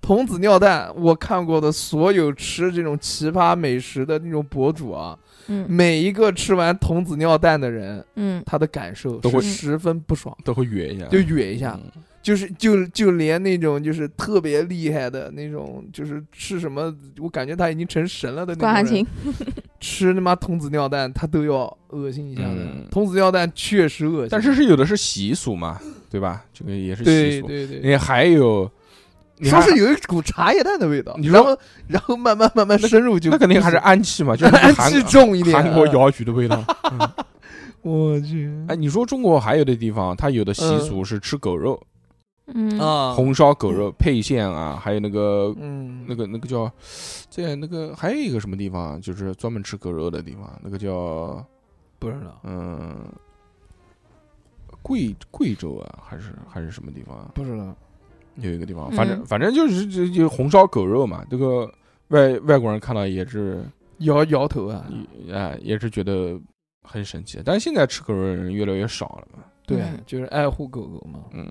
Speaker 2: 童子尿蛋，我看过的所有吃这种奇葩美食的那种博主啊，
Speaker 3: 嗯
Speaker 2: 每一个吃完童子尿蛋的人，
Speaker 3: 嗯，
Speaker 2: 他的感受
Speaker 1: 都会
Speaker 2: 是十分不爽，
Speaker 1: 都会哕一下，
Speaker 2: 就哕一下，
Speaker 1: 嗯
Speaker 2: 就是就就连那种就是特别厉害的那种，就是吃什么，我感觉他已经成神了的
Speaker 3: 关
Speaker 2: 那
Speaker 3: 汉
Speaker 2: 种人
Speaker 3: 卿，
Speaker 2: 吃他妈童子尿蛋，他都要恶心一下的
Speaker 1: 嗯。
Speaker 2: 童子尿蛋确实恶心，
Speaker 1: 但是是有的是习俗嘛，对吧？这个也是习
Speaker 2: 对
Speaker 1: 俗。
Speaker 2: 对对。
Speaker 1: 你还有，你
Speaker 2: 说
Speaker 1: 还
Speaker 2: 是有一股茶叶蛋的味道，
Speaker 1: 你
Speaker 2: 然
Speaker 1: 说
Speaker 2: 后然后慢慢慢慢深入就
Speaker 1: 那肯定还是氨气 嘛，就是那个
Speaker 2: 氨
Speaker 1: 韩
Speaker 2: 气重一点。啊
Speaker 1: 韩国摇曲的味道。
Speaker 2: 我去，
Speaker 1: 哎，你说中国还有的地方，它有的
Speaker 2: 嗯
Speaker 1: 习俗是吃狗肉，
Speaker 3: 嗯，
Speaker 2: 啊，
Speaker 1: 红烧狗肉配馅啊，还有那个
Speaker 2: 嗯
Speaker 1: 那个那个叫在那个还有一个什么地方，啊就是专门吃狗肉的地方，啊那个叫
Speaker 2: 不知道，
Speaker 1: 嗯。贵贵州啊，还是还是什么地方啊？
Speaker 2: 不知道，
Speaker 1: 有一个地方，
Speaker 3: 嗯
Speaker 1: 反正、反正就是就就红烧狗肉嘛，这个外外国人看到也是
Speaker 2: 摇摇头啊，
Speaker 1: 也啊、也是觉得很神奇，但是现在吃狗肉的人越来越少了嘛，
Speaker 2: 对啊
Speaker 3: 嗯，
Speaker 2: 就是爱护狗狗嘛，
Speaker 1: 嗯，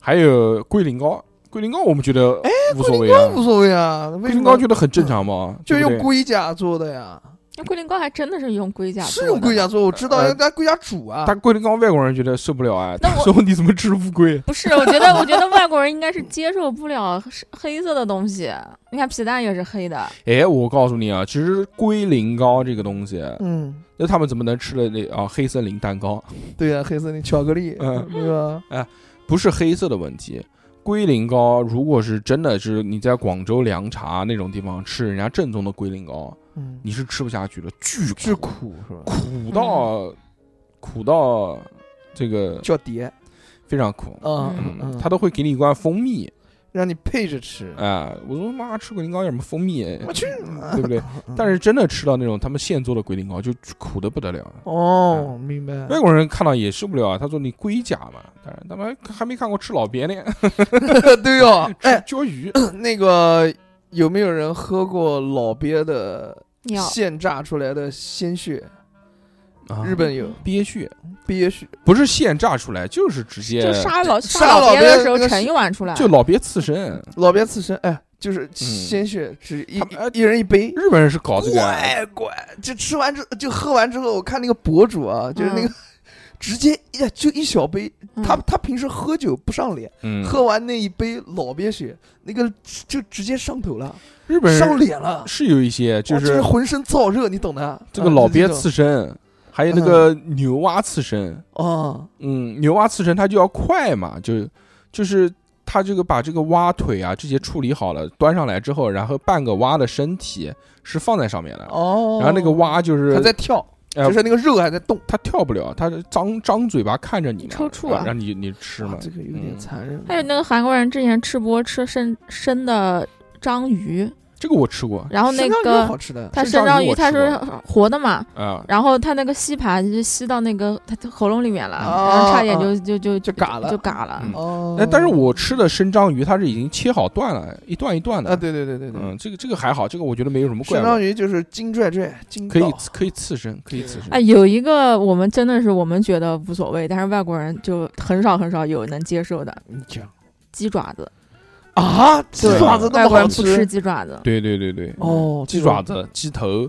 Speaker 1: 还有龟苓膏，龟苓膏我们觉得哎无所谓啊，
Speaker 2: 无所谓啊，为
Speaker 1: 龟
Speaker 2: 什
Speaker 1: 苓
Speaker 2: 么
Speaker 1: 膏觉得很正常嘛，
Speaker 2: 就
Speaker 1: 对不
Speaker 2: 用
Speaker 1: 对
Speaker 2: 龟甲做的呀？
Speaker 3: 那龟苓膏还真的是用龟甲，
Speaker 2: 是用龟甲。做，我知道，
Speaker 1: 呃
Speaker 2: 要拿龟甲煮啊。
Speaker 1: 但龟苓膏外国人觉得受不了啊，
Speaker 3: 那
Speaker 1: 他
Speaker 3: 我
Speaker 1: 说你怎么吃乌龟？
Speaker 3: 不是，我觉得，我觉得外国人应该是接受不了是黑色的东西。你看皮蛋也是黑的，
Speaker 1: 哎，我告诉你啊，其实龟苓膏这个东西，
Speaker 2: 嗯，
Speaker 1: 那他们怎么能吃的那啊黑森林蛋糕？
Speaker 2: 对呀，黑森林巧克力，
Speaker 1: 嗯
Speaker 2: 对吧？
Speaker 1: 不是黑色的问题。龟苓膏如果是真的是你在广州凉茶那种地方吃人家正宗的龟苓膏，
Speaker 2: 嗯，
Speaker 1: 你是吃不下去的，巨
Speaker 2: 是苦是吧？
Speaker 1: 苦
Speaker 3: 嗯
Speaker 1: 到苦到这个
Speaker 2: 叫碟，
Speaker 1: 非常苦。
Speaker 2: 嗯
Speaker 3: 嗯
Speaker 1: 嗯，他
Speaker 2: 他
Speaker 1: 都会给你一罐蜂蜜，
Speaker 2: 让你配着吃。
Speaker 1: 哎，我说妈吃龟苓膏有什么蜂蜜？
Speaker 2: 我去，
Speaker 1: 对 不对？
Speaker 2: 嗯
Speaker 1: 但是真的吃到那种他们现做的龟苓膏，就苦的不得了。
Speaker 2: 哦，明白。
Speaker 1: 外国人看到也受不了啊，他说你龟甲嘛，当然他们还没看过吃老鳖呢，
Speaker 2: 对哦，哎，
Speaker 1: 鲛鱼，
Speaker 2: 那个有没有人喝过老鳖的
Speaker 3: 尿
Speaker 2: 现榨出来的鲜血？
Speaker 1: 啊
Speaker 2: 日本有
Speaker 1: 鳖血，
Speaker 2: 鳖血，
Speaker 1: 不是现榨出来，就是直接
Speaker 3: 就杀老
Speaker 2: 杀
Speaker 3: 老
Speaker 2: 老
Speaker 3: 鳖
Speaker 2: 鳖
Speaker 3: 的时候
Speaker 2: 那个
Speaker 3: 盛
Speaker 2: 是
Speaker 3: 一碗出来，
Speaker 1: 就老鳖刺身。
Speaker 2: 老鳖刺身，哎，就是鲜血，只一
Speaker 1: 嗯他们哎
Speaker 2: 一人一杯。
Speaker 1: 日本人是搞这个啊，
Speaker 2: 乖乖，就吃完之就喝完之后，我看那个博主啊，就是那个。直接一就一小杯，
Speaker 3: 嗯
Speaker 2: 他他平时喝酒不上脸，
Speaker 1: 嗯，
Speaker 2: 喝完那一杯老鳖血，那个就直接上头了，
Speaker 1: 日本
Speaker 2: 上
Speaker 1: 人
Speaker 2: 脸了，
Speaker 1: 是有一些，就
Speaker 2: 哇
Speaker 1: 是
Speaker 2: 浑身燥热，你懂的。啊
Speaker 1: 这个老鳖刺身，还有那个牛蛙刺身，
Speaker 2: 啊，
Speaker 1: 嗯，牛蛙刺身它就要快嘛，就就是他这个把这个蛙腿啊这些处理好了，端上来之后，然后半个蛙的身体是放在上面的，
Speaker 2: 哦
Speaker 1: 啊然后那个蛙就是
Speaker 2: 还在跳，
Speaker 1: 哎
Speaker 2: 就是那个肉还在动，
Speaker 1: 它跳不了，它是张张嘴巴看着你嘛，
Speaker 3: 抽搐啊
Speaker 1: 让你你吃嘛
Speaker 2: 哇，这个有点
Speaker 1: 嗯
Speaker 2: 残忍。
Speaker 3: 还有那个韩国人之前吃播吃生生的章鱼，
Speaker 1: 这个我吃过啊
Speaker 3: 然后那
Speaker 2: 生章鱼
Speaker 3: 个
Speaker 2: 好吃的，
Speaker 3: 他
Speaker 1: 生
Speaker 3: 生
Speaker 1: 章
Speaker 3: 章
Speaker 1: 鱼
Speaker 3: 鱼
Speaker 1: 我
Speaker 3: 它
Speaker 1: 吃
Speaker 3: 是活的嘛，
Speaker 2: 哦
Speaker 1: 啊，
Speaker 3: 然后他那个吸盘就吸到那个他喉咙里面了，
Speaker 2: 哦
Speaker 3: 然后差点
Speaker 2: 哦
Speaker 3: 就就就
Speaker 2: 就嘎了
Speaker 3: 就嘎了。
Speaker 1: 嗯
Speaker 2: 哦
Speaker 1: 那但是我吃的生章鱼它是已经切好段了，一段一段
Speaker 2: 啊，
Speaker 1: 的，
Speaker 2: 对对对对对，
Speaker 1: 嗯，这个这个还好，这个我觉得没有什么怪味，
Speaker 2: 相当于就是金拽拽，金
Speaker 1: 可以
Speaker 2: 到
Speaker 1: 可以刺身，可以刺身
Speaker 3: 哎，，有一个我们真的是我们觉得无所谓，但是外国人就很少很少有能接受的
Speaker 2: 你讲
Speaker 3: 鸡爪子，
Speaker 2: 啊，鸡
Speaker 1: 对
Speaker 2: 爪子那
Speaker 3: 外
Speaker 2: 么
Speaker 3: 国
Speaker 2: 好
Speaker 3: 人不吃鸡爪子，
Speaker 1: 对对对对，
Speaker 2: 哦，
Speaker 1: 鸡
Speaker 2: 这种
Speaker 1: 爪子、鸡头、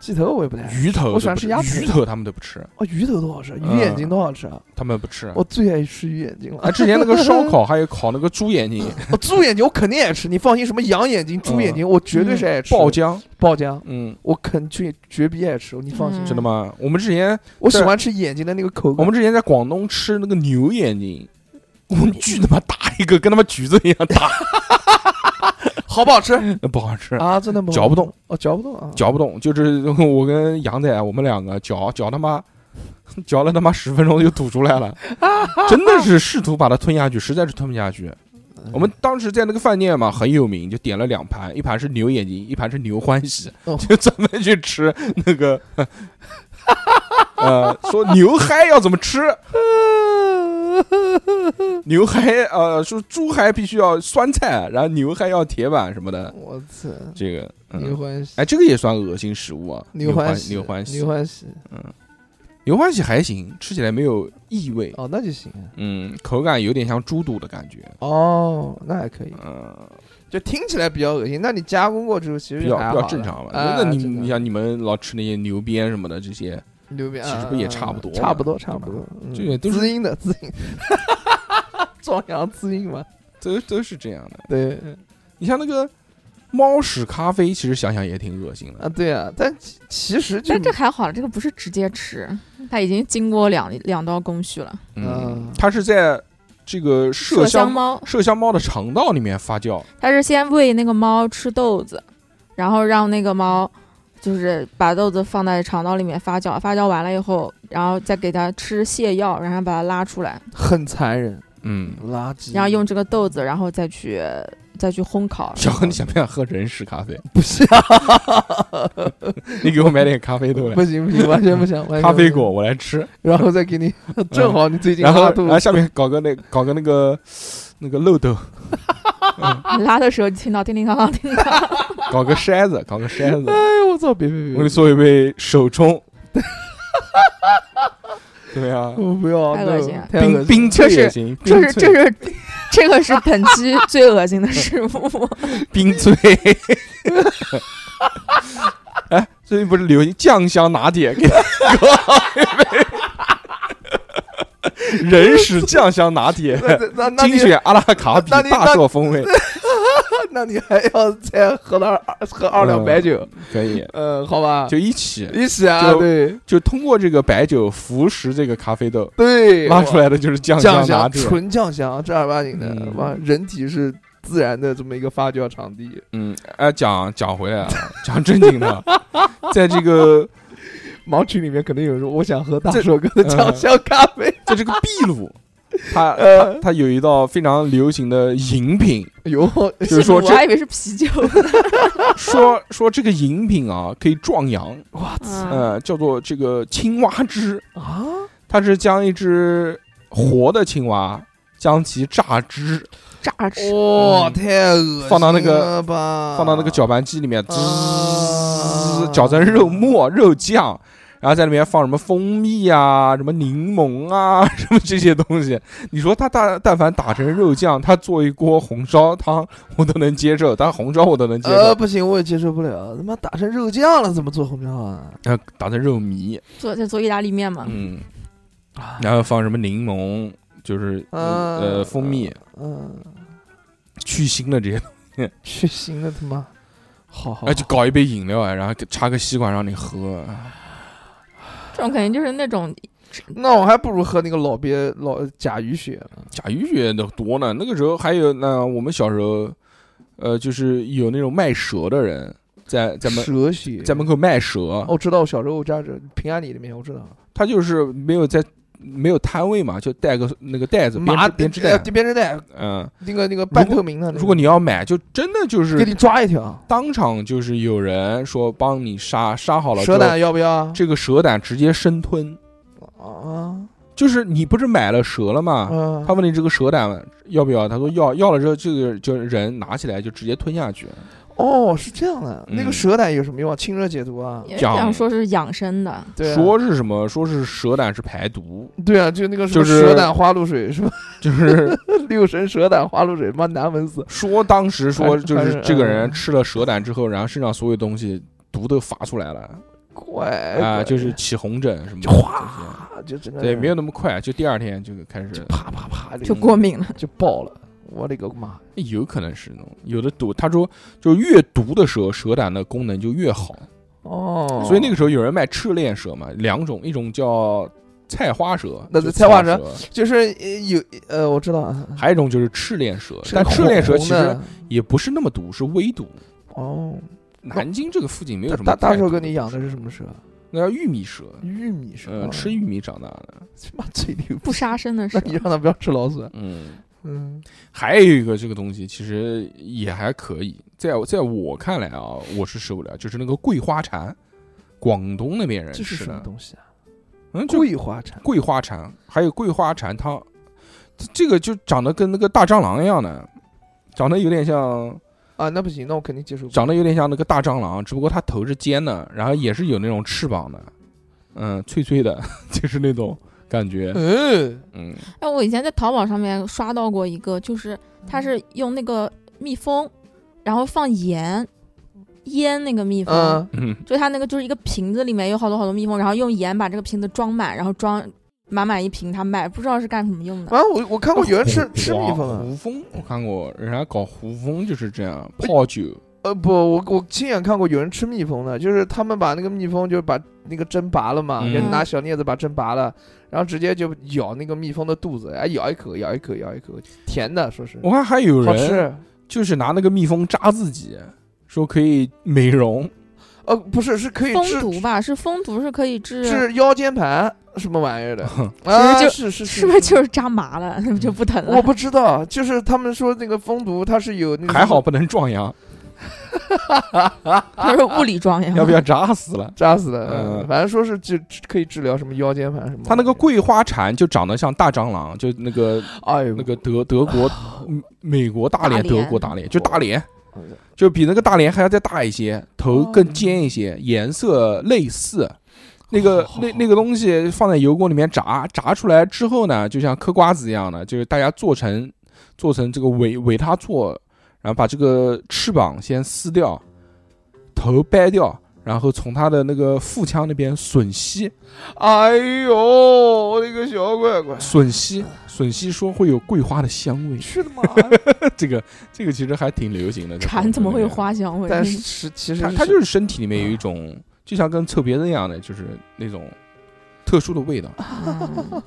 Speaker 2: 鸡头我也不太
Speaker 1: 鱼头都不，
Speaker 2: 我喜欢吃鸭腿
Speaker 1: 鱼头他们都不吃，
Speaker 2: 哦，鱼头多好吃，鱼
Speaker 1: 嗯
Speaker 2: 眼睛多好吃啊！
Speaker 1: 他们不吃。
Speaker 2: 我最爱吃鱼眼睛了。
Speaker 1: 啊，之前那个烧烤还有烤那个猪眼 睛、
Speaker 2: 哦猪眼睛我肯定爱吃，你放心，什么羊眼睛、猪眼睛，我绝对是爱吃。
Speaker 1: 嗯爆浆，
Speaker 2: 爆浆，
Speaker 1: 嗯，
Speaker 2: 我肯去绝逼爱吃，你放心
Speaker 3: 嗯。
Speaker 1: 真的吗？我们之前
Speaker 2: 我喜欢吃眼睛的那个口
Speaker 1: 我
Speaker 2: 感。
Speaker 1: 们之前在广东吃那个牛眼睛，我们巨他妈大一个，跟他妈橘子一样 大，
Speaker 2: 好不好吃
Speaker 1: 不好吃，
Speaker 2: 啊？真的吗？
Speaker 1: 嚼不动，
Speaker 2: 哦，嚼不动啊！
Speaker 1: 嚼不动。就是 我跟杨仔，我们两个嚼嚼他妈。 嚼了他妈十分钟就吐出来了，真的是试图把它吞下去，实在是吞不下去。
Speaker 2: 嗯
Speaker 1: 我们当时在那个饭店嘛，很有名，就点了两盘，一盘是牛眼睛，一盘是牛欢喜，
Speaker 2: 哦
Speaker 1: 就专门去吃那个， 呃，说牛嗨要怎么 吃，牛嗨呃，说猪嗨必须要酸菜，然后牛嗨要铁板什么的，
Speaker 2: 我操，
Speaker 1: 这个，
Speaker 2: 牛
Speaker 1: 嗯，
Speaker 2: 欢喜，
Speaker 1: 哎，这个也算恶心食物啊，牛
Speaker 2: 欢
Speaker 1: 喜，牛欢喜
Speaker 2: 牛，欢喜，
Speaker 1: 牛欢喜还行，吃起来没有异味，
Speaker 2: 哦，那就行啊。
Speaker 1: 嗯，口感有点像猪肚的感觉，
Speaker 2: 哦，那还可以，
Speaker 1: 嗯，
Speaker 2: 就听起来比较恶心。那你加工过之后，其实
Speaker 1: 比较
Speaker 2: 还
Speaker 1: 比较
Speaker 2: 好
Speaker 1: 正
Speaker 2: 的
Speaker 1: 常吧。
Speaker 2: 啊
Speaker 1: 那你
Speaker 2: 正常
Speaker 1: 你像你们老吃那些牛鞭什么的这些，
Speaker 2: 牛逼，
Speaker 1: 其实
Speaker 2: 啊
Speaker 1: 不也
Speaker 2: 啊
Speaker 1: 差不多
Speaker 2: 啊差不
Speaker 1: 嘛
Speaker 2: 多，差不
Speaker 1: 对吧
Speaker 2: 多。嗯
Speaker 1: 这个都是
Speaker 2: 滋阴的滋阴， 壮阳滋阴嘛。
Speaker 1: 都都是这样的。
Speaker 2: 对
Speaker 1: 你像那个猫屎咖啡，其实想想也挺恶心的。
Speaker 2: 啊，对啊，但其其实就
Speaker 3: 但这还好了，这个不是直接吃，它已经经过两两道工序了。
Speaker 1: 嗯
Speaker 2: 嗯，
Speaker 1: 它是在这个麝
Speaker 3: 麝香
Speaker 1: 香
Speaker 3: 猫，
Speaker 1: 麝香猫的肠道里面发酵，
Speaker 3: 它是先喂那个猫吃豆子，然后让那个猫就是把豆子放在肠道里面发酵，发酵完了以后，然后再给它吃泻药，然后把它拉出来，
Speaker 2: 很残忍，
Speaker 1: 嗯，
Speaker 2: 垃圾。
Speaker 3: 然后用这个豆子，然后再去再去烘烤。
Speaker 1: 小何，你想不想喝人屎咖啡？
Speaker 2: 不是啊，
Speaker 1: 你给我买点咖啡豆来
Speaker 2: 不，行不行，完全 不想。完全
Speaker 1: 咖啡
Speaker 2: 不想
Speaker 1: 果，我来吃。
Speaker 2: 然后再给你，正好你最近
Speaker 1: 然后
Speaker 2: 拉肚
Speaker 1: 然
Speaker 2: 子
Speaker 1: 后下面搞个那搞个那个那个 漏斗，
Speaker 3: 你拉的时候听到叮叮当当，叮叮当 当。
Speaker 1: 搞个筛子，搞个筛 子。
Speaker 2: 哎呦我操！别别别！
Speaker 1: 我给你做一杯手冲， 怎么 样？
Speaker 2: 我不要，
Speaker 3: 太
Speaker 2: no，
Speaker 3: 恶心了
Speaker 2: 太
Speaker 1: 冰
Speaker 2: 恶心
Speaker 1: 冰
Speaker 2: 了
Speaker 1: 脆
Speaker 3: 这
Speaker 1: 也
Speaker 3: 是
Speaker 1: 行，
Speaker 3: 这
Speaker 1: 冰
Speaker 3: 是
Speaker 1: 脆
Speaker 3: 这是这个是本 期最恶心的食物。
Speaker 1: 冰脆。 哎，最近不是流行酱香拿铁，给给我一杯 人屎酱香拿铁，
Speaker 2: 那那那
Speaker 1: 精
Speaker 2: 你
Speaker 1: 选阿拉卡比
Speaker 2: 那你那
Speaker 1: 大作风味，
Speaker 2: 那你还要再喝点二喝二两白酒？
Speaker 1: 可以
Speaker 2: 嗯，好吧，
Speaker 1: 就一起
Speaker 2: 一起啊，
Speaker 1: 就
Speaker 2: 对
Speaker 1: 就通过这个白酒服食这个咖啡豆，
Speaker 2: 对，
Speaker 1: 拉出来的就是酱
Speaker 2: 酱
Speaker 1: 拿
Speaker 2: 香，
Speaker 1: 铁。
Speaker 2: 纯酱香，正儿八经的，
Speaker 1: 嗯
Speaker 2: 哇，人体是自然的这么一个发酵场地，
Speaker 1: 嗯，哎，讲讲回来啊， 讲正经的，在这个
Speaker 2: 盲群里面肯定有人说，我想喝大
Speaker 1: 这
Speaker 2: 硕哥的酱香咖啡，
Speaker 1: 在这个秘鲁，它它
Speaker 2: 呃
Speaker 1: 它有一道非常流行的饮品，
Speaker 2: 有
Speaker 1: 就是说
Speaker 3: 我
Speaker 1: 这
Speaker 3: 还以为是啤酒。
Speaker 1: 说说这个饮品啊，可以壮阳，
Speaker 2: 哇
Speaker 3: 嗯，
Speaker 1: 呃，叫做这个青蛙汁，
Speaker 2: 啊，
Speaker 1: 它是将一只活的青蛙将其榨汁，
Speaker 3: 榨汁。
Speaker 2: 哇，
Speaker 1: 嗯
Speaker 2: 太恶心
Speaker 1: 放到那个
Speaker 2: 了吧，
Speaker 1: 放到那个搅拌机里面，滋
Speaker 2: 啊
Speaker 1: 搅成肉末、肉酱。然后在里面放什么蜂蜜啊，什么柠檬啊， 什么这些东西。你说他大但凡打成肉酱，他做一锅红烧汤，我都能接受。但红烧我都能接
Speaker 2: 呃，
Speaker 1: 受。
Speaker 2: 不行，我也接受不了，他妈打成肉酱了，怎么做红烧啊？
Speaker 1: 然后呃打成肉糜，
Speaker 3: 做在做意大利面嘛，
Speaker 1: 嗯，
Speaker 2: 啊
Speaker 1: 然后放什么柠檬，就是
Speaker 2: 啊
Speaker 1: 呃蜂蜜
Speaker 2: 嗯，
Speaker 1: 去腥的这些，
Speaker 2: 去腥了，他妈，好好，
Speaker 1: 哎，就搞一啊杯饮料哎，然后给插个吸管让你喝。
Speaker 3: 这种肯定就是那种
Speaker 2: 那我还不如喝那个老鳖老甲鱼血呢。
Speaker 1: 甲鱼血的多呢。那个时候还有那我们小时候，呃，就是有那种卖蛇的人在在门
Speaker 2: 蛇血，哦
Speaker 1: 在门口卖蛇，
Speaker 2: 我知道，我小时候我家这平安里那边我知道，
Speaker 1: 他就是没有在没有摊位嘛，就带个那个袋子，
Speaker 2: 麻
Speaker 1: 编织
Speaker 2: 呃
Speaker 1: 编织袋，
Speaker 2: 编织袋，
Speaker 1: 嗯。
Speaker 2: 那个那个半
Speaker 1: 如果
Speaker 2: 透明的那个。
Speaker 1: 如果你要买，就真的就
Speaker 2: 给
Speaker 1: 是
Speaker 2: 你抓一条
Speaker 1: 当场就是有人说帮你杀，杀好了之
Speaker 2: 蛇
Speaker 1: 后，
Speaker 2: 胆要不要？
Speaker 1: 这个蛇胆直接生吞，
Speaker 2: 啊
Speaker 1: 就是你不是买了蛇了吗？
Speaker 2: 啊
Speaker 1: 他问你这个蛇胆要不要？他说要，要了之后，这个就人拿起来就直接吞下去。
Speaker 2: 哦，是这样的，
Speaker 1: 嗯
Speaker 2: 那个蛇胆有什么用啊？清热解毒啊？
Speaker 3: 也
Speaker 1: 讲
Speaker 3: 想说是养生的，
Speaker 1: 嗯
Speaker 2: 对啊，
Speaker 1: 说是什么？说是蛇胆是排毒，
Speaker 2: 对啊，就那个什
Speaker 1: 就
Speaker 2: 么
Speaker 1: 是
Speaker 2: 蛇胆花露水是吧？
Speaker 1: 就是
Speaker 2: 六神蛇胆花露水，妈难闻死！
Speaker 1: 说当时 说
Speaker 2: 还是
Speaker 1: 就是这个人
Speaker 2: 嗯
Speaker 1: 吃了蛇胆之后，然后身上所有东西毒都发出来了
Speaker 2: 怪
Speaker 1: 啊，
Speaker 2: 怪
Speaker 1: 就是起红疹什么
Speaker 2: 哎就
Speaker 1: 的这些。
Speaker 2: 哗，就整个
Speaker 1: 对，
Speaker 2: 人
Speaker 1: 没有那么快，就第二天就开始，
Speaker 2: 啪啪啪
Speaker 3: 就
Speaker 1: 嗯
Speaker 3: 过敏了。
Speaker 2: 就爆了，我勒个妈！
Speaker 1: 哎有可能是那种有的毒。他说，就越毒的蛇，蛇胆的功能就越好。
Speaker 2: 哦，
Speaker 1: 所以那个时候有人卖赤练蛇嘛，两种，一种叫菜花蛇，
Speaker 2: 那
Speaker 1: 就是
Speaker 2: 菜花蛇
Speaker 1: 蛇，
Speaker 2: 就是呃有呃，我知道啊，
Speaker 1: 还有一种就是赤练蛇，
Speaker 2: 是
Speaker 1: 但赤练蛇
Speaker 2: 红
Speaker 1: 其实
Speaker 2: 的
Speaker 1: 也不是那么毒，是微毒。
Speaker 2: 哦。
Speaker 1: 南京这个附近没有什么
Speaker 2: 大
Speaker 1: 太毒。
Speaker 2: 大寿哥，你养的是什么蛇？
Speaker 1: 那叫玉米蛇，
Speaker 2: 玉米蛇啊
Speaker 1: 嗯，。吃玉米长大的，
Speaker 2: 他 妈最牛逼！
Speaker 3: 不杀生的
Speaker 2: 那
Speaker 3: 蛇
Speaker 2: 你让他不要吃老鼠啊。
Speaker 1: 嗯。
Speaker 2: 嗯，
Speaker 1: 还有一个这个东西其实也还可以，在我在我看来啊，我是受不了，就是那个桂花蝉，广东那边人
Speaker 2: 这是
Speaker 1: 吃
Speaker 2: 什么
Speaker 1: 的，
Speaker 2: 东西啊？
Speaker 1: 嗯，就
Speaker 2: 桂花蝉。
Speaker 1: 桂花蝉，还有桂花蝉汤，这这个就长得跟那个大蟑螂一样的，长得有点像，
Speaker 2: 啊，那不行，那我肯定接受不了。
Speaker 1: 长得有点像那个大蟑螂，只不过它头是尖的，然后也是有那种翅膀的，嗯，脆脆的， 就是那种感觉，
Speaker 2: 嗯，
Speaker 1: 嗯，
Speaker 3: 哎，我以前在淘宝上面刷到过一个，就是它是用那个蜜蜂，然后放盐腌那个蜜蜂，
Speaker 2: 嗯，
Speaker 1: 嗯
Speaker 3: 就它那个就是一个瓶子里面有好多好多蜜蜂，然后用盐把这个瓶子装满，然后装满满一瓶它卖，不知道是干什么用的。
Speaker 2: 完啊我我看过有人 吃吃蜜蜂
Speaker 1: 哇
Speaker 2: 啊。
Speaker 1: 胡蜂我看过，人家搞胡蜂就是这样泡酒，
Speaker 2: 呃，不，我我亲眼看过有人吃蜜蜂的，就是他们把那个蜜蜂就是把那个针拔了嘛，
Speaker 1: 嗯
Speaker 2: 人拿小镊子把针拔了，然后直接就咬那个蜜蜂的肚子，哎，咬一口，咬一口，咬一口，甜的，说是
Speaker 1: 我看还有
Speaker 2: 好
Speaker 1: 哦人
Speaker 2: 吃。
Speaker 1: 就是拿那个蜜蜂扎自己，说可以美容，
Speaker 2: 呃，不是，是可以
Speaker 3: 蜂
Speaker 2: 治
Speaker 3: 毒吧，是蜂毒是可以治，
Speaker 2: 治腰间盘什么玩意儿的
Speaker 3: 是
Speaker 1: 哦
Speaker 2: 啊？
Speaker 3: 就是
Speaker 2: 是
Speaker 3: 是不是就是扎麻了就不疼
Speaker 2: 我
Speaker 3: 了？
Speaker 2: 不知道，就是他们说那个蜂毒，它是有那个
Speaker 1: 还好不能壮 阳，
Speaker 3: 它是物理装呀。
Speaker 1: 要不要扎死了？
Speaker 2: 扎死的，嗯
Speaker 1: 嗯
Speaker 2: 反正说是治治可以治疗什么腰间盘什么。
Speaker 1: 它那个，桂花蝉就长得像大蟑螂，就那个
Speaker 2: 哎呦，
Speaker 1: 那个德德国、嗯美国大连、
Speaker 3: 大连
Speaker 1: 德国大连，就大连，
Speaker 2: 哎呦
Speaker 1: 就比那个大连还要再大一些，头
Speaker 2: 哦
Speaker 1: 更尖一些，颜色类似。那个
Speaker 2: 好好
Speaker 1: 那那个东西放在油锅里面炸，炸出来之后呢，就像嗑瓜子一样的，就是大家做成做成这个委委他做，然后把这个翅膀先撕掉，头掰掉，然后从它的那个腹腔那边吮吸，
Speaker 2: 哎呦，我的个小乖乖，
Speaker 1: 吮吸，吮吸说会有桂花的香味。
Speaker 2: 去他 妈！
Speaker 1: 这个这个其实还挺流行的。在
Speaker 3: 蝉怎么会有
Speaker 1: 广
Speaker 3: 花香味？
Speaker 2: 但是是其实
Speaker 1: 东那边？它它就是身体里面有一种，就像跟臭别人一样的，就是那种特殊的味道。
Speaker 3: 嗯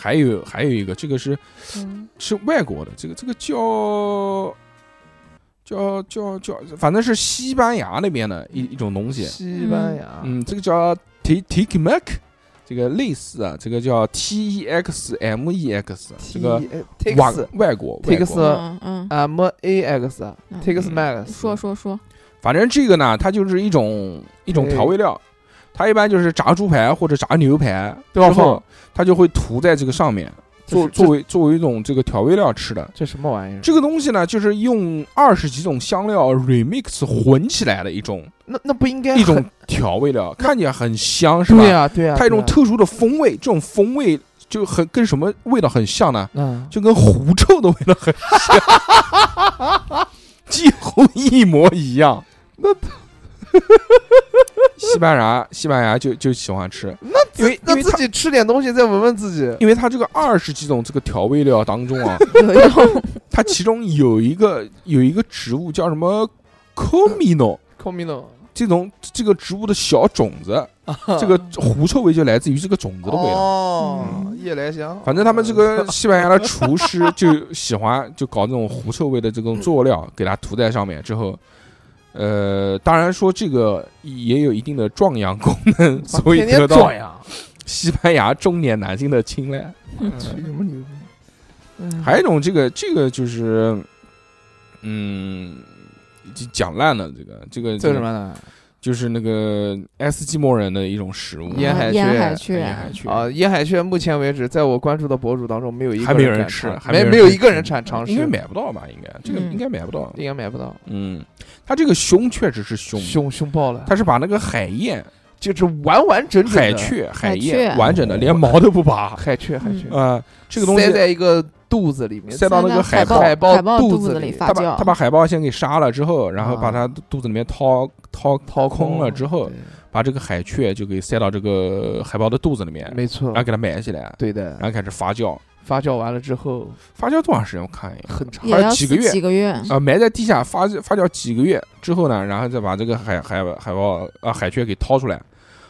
Speaker 1: 还有还有一个，这个是
Speaker 3: 嗯
Speaker 1: 是外国的，这个这个叫叫叫叫，反正是西班牙那边的一一种东西。
Speaker 2: 西班牙，
Speaker 1: 嗯，这个叫 t t i k m a k 这个类似啊，这个叫 T E X M E X，这个
Speaker 2: t E a
Speaker 1: 外
Speaker 2: x
Speaker 1: 外国外
Speaker 2: Takes
Speaker 1: 国。
Speaker 3: 嗯嗯，
Speaker 2: M A X takes
Speaker 1: 嗯
Speaker 2: max，
Speaker 3: 说说说，
Speaker 1: 反正这个呢，它就是一种一种
Speaker 2: 对
Speaker 1: 调味料，它一般就是炸猪排或者炸牛排
Speaker 2: 都要
Speaker 1: 之后
Speaker 2: 放，
Speaker 1: 它就会涂在这个上面，
Speaker 2: 这
Speaker 1: 作
Speaker 2: 是
Speaker 1: 作为作为一种这个调味料吃的。
Speaker 2: 这什么玩意儿？
Speaker 1: 这个东西呢，就是用二十几种香料 remix 混起来的一种
Speaker 2: 那那不应该
Speaker 1: 一种
Speaker 2: 哎很
Speaker 1: 调味料，看起来很香，是吧？
Speaker 2: 对啊呀对呀，
Speaker 1: 它有一种
Speaker 2: 对呀
Speaker 1: 特殊的风味，这种风味就很跟什么味道很像呢？
Speaker 2: 嗯，
Speaker 1: 就跟狐臭的味道很像， 几乎一模一样。
Speaker 2: 那
Speaker 1: 西班牙，西班牙就就喜欢吃，因为因
Speaker 2: 那
Speaker 1: 为
Speaker 2: 自
Speaker 1: 它
Speaker 2: 己吃点东西再闻闻自己，
Speaker 1: 因为它这个二十几种这个调味料当中 啊，
Speaker 2: 嗯
Speaker 3: 有一种
Speaker 1: 它其中有一个有一个植物叫什么 comino，
Speaker 2: 空米诺
Speaker 1: 这种这个植物的小种子，
Speaker 2: 嗯
Speaker 1: 这个狐臭味就来自于这个种子的味道。
Speaker 2: 哦，
Speaker 3: 嗯
Speaker 2: 夜来香。
Speaker 1: 反正他们这个西班牙的厨师就喜欢就搞这种狐臭味的这种佐料，给它涂在上面之后，呃，当然说这个也有一定的壮阳功能，
Speaker 2: 哇
Speaker 1: 所以
Speaker 2: 天天
Speaker 1: 得到
Speaker 2: 壮 阳，
Speaker 1: 西班牙中年男性的青睐。
Speaker 2: 嗯吹什么牛逼？嗯
Speaker 1: 还有一种，这个这个就是，嗯，已经讲烂了，这个这个
Speaker 2: 这是什么呢？
Speaker 1: 就是那个爱斯基摩人的一种食物，
Speaker 2: 烟海
Speaker 3: 啊
Speaker 2: 雀
Speaker 3: 海
Speaker 1: 哎
Speaker 3: 雀，
Speaker 1: 烟海雀
Speaker 2: 啊，烟海雀目前为止，在我关注的博主当中，没有一个
Speaker 1: 还没有人
Speaker 2: 敢
Speaker 1: 吃
Speaker 2: 尝
Speaker 1: 还没有
Speaker 2: 没
Speaker 1: 人
Speaker 2: 没有一个
Speaker 1: 吃
Speaker 2: 人尝尝试，
Speaker 1: 应该买不到吧？应该这个
Speaker 3: 嗯
Speaker 1: 应该买不到。
Speaker 2: 应该买不到，
Speaker 1: 嗯，它这个胸确实是胸，
Speaker 2: 凶凶爆了，
Speaker 1: 它是把那个海燕、
Speaker 2: 就是完完整整的
Speaker 1: 海雀、海
Speaker 3: 海
Speaker 1: 燕
Speaker 3: 雀
Speaker 1: 完整的，连毛都不拔。
Speaker 2: 海雀，海
Speaker 3: 嗯
Speaker 2: 雀，
Speaker 1: 啊，这个东
Speaker 2: 塞
Speaker 1: 西
Speaker 2: 在一个肚子里面，
Speaker 1: 塞到那个
Speaker 3: 海
Speaker 1: 豹，
Speaker 2: 海豹
Speaker 3: 海豹
Speaker 2: 肚
Speaker 3: 肚
Speaker 2: 子
Speaker 3: 子
Speaker 2: 里
Speaker 3: 里
Speaker 1: 他
Speaker 3: 发
Speaker 1: 把
Speaker 3: 酵，
Speaker 1: 他把海豹先给杀了之后，然后把
Speaker 2: 啊
Speaker 1: 它肚子里面掏掏
Speaker 2: 掏
Speaker 1: 空了之后，
Speaker 2: 哦对
Speaker 1: 把这个海雀就给塞到这个海豹的肚子里面，
Speaker 2: 没错
Speaker 1: 然后，给它埋起来，
Speaker 2: 对
Speaker 1: 然
Speaker 2: 的，
Speaker 1: 后开始发酵。
Speaker 2: 发酵完了之后
Speaker 1: 发酵多长时间？我看一眼，
Speaker 2: 很长
Speaker 1: 也，
Speaker 3: 也要
Speaker 1: 几个月
Speaker 3: 几个月，
Speaker 2: 嗯
Speaker 1: 啊，埋在地下发发酵几个月之后呢，然后再把这个海海海豹啊海雀给掏出来，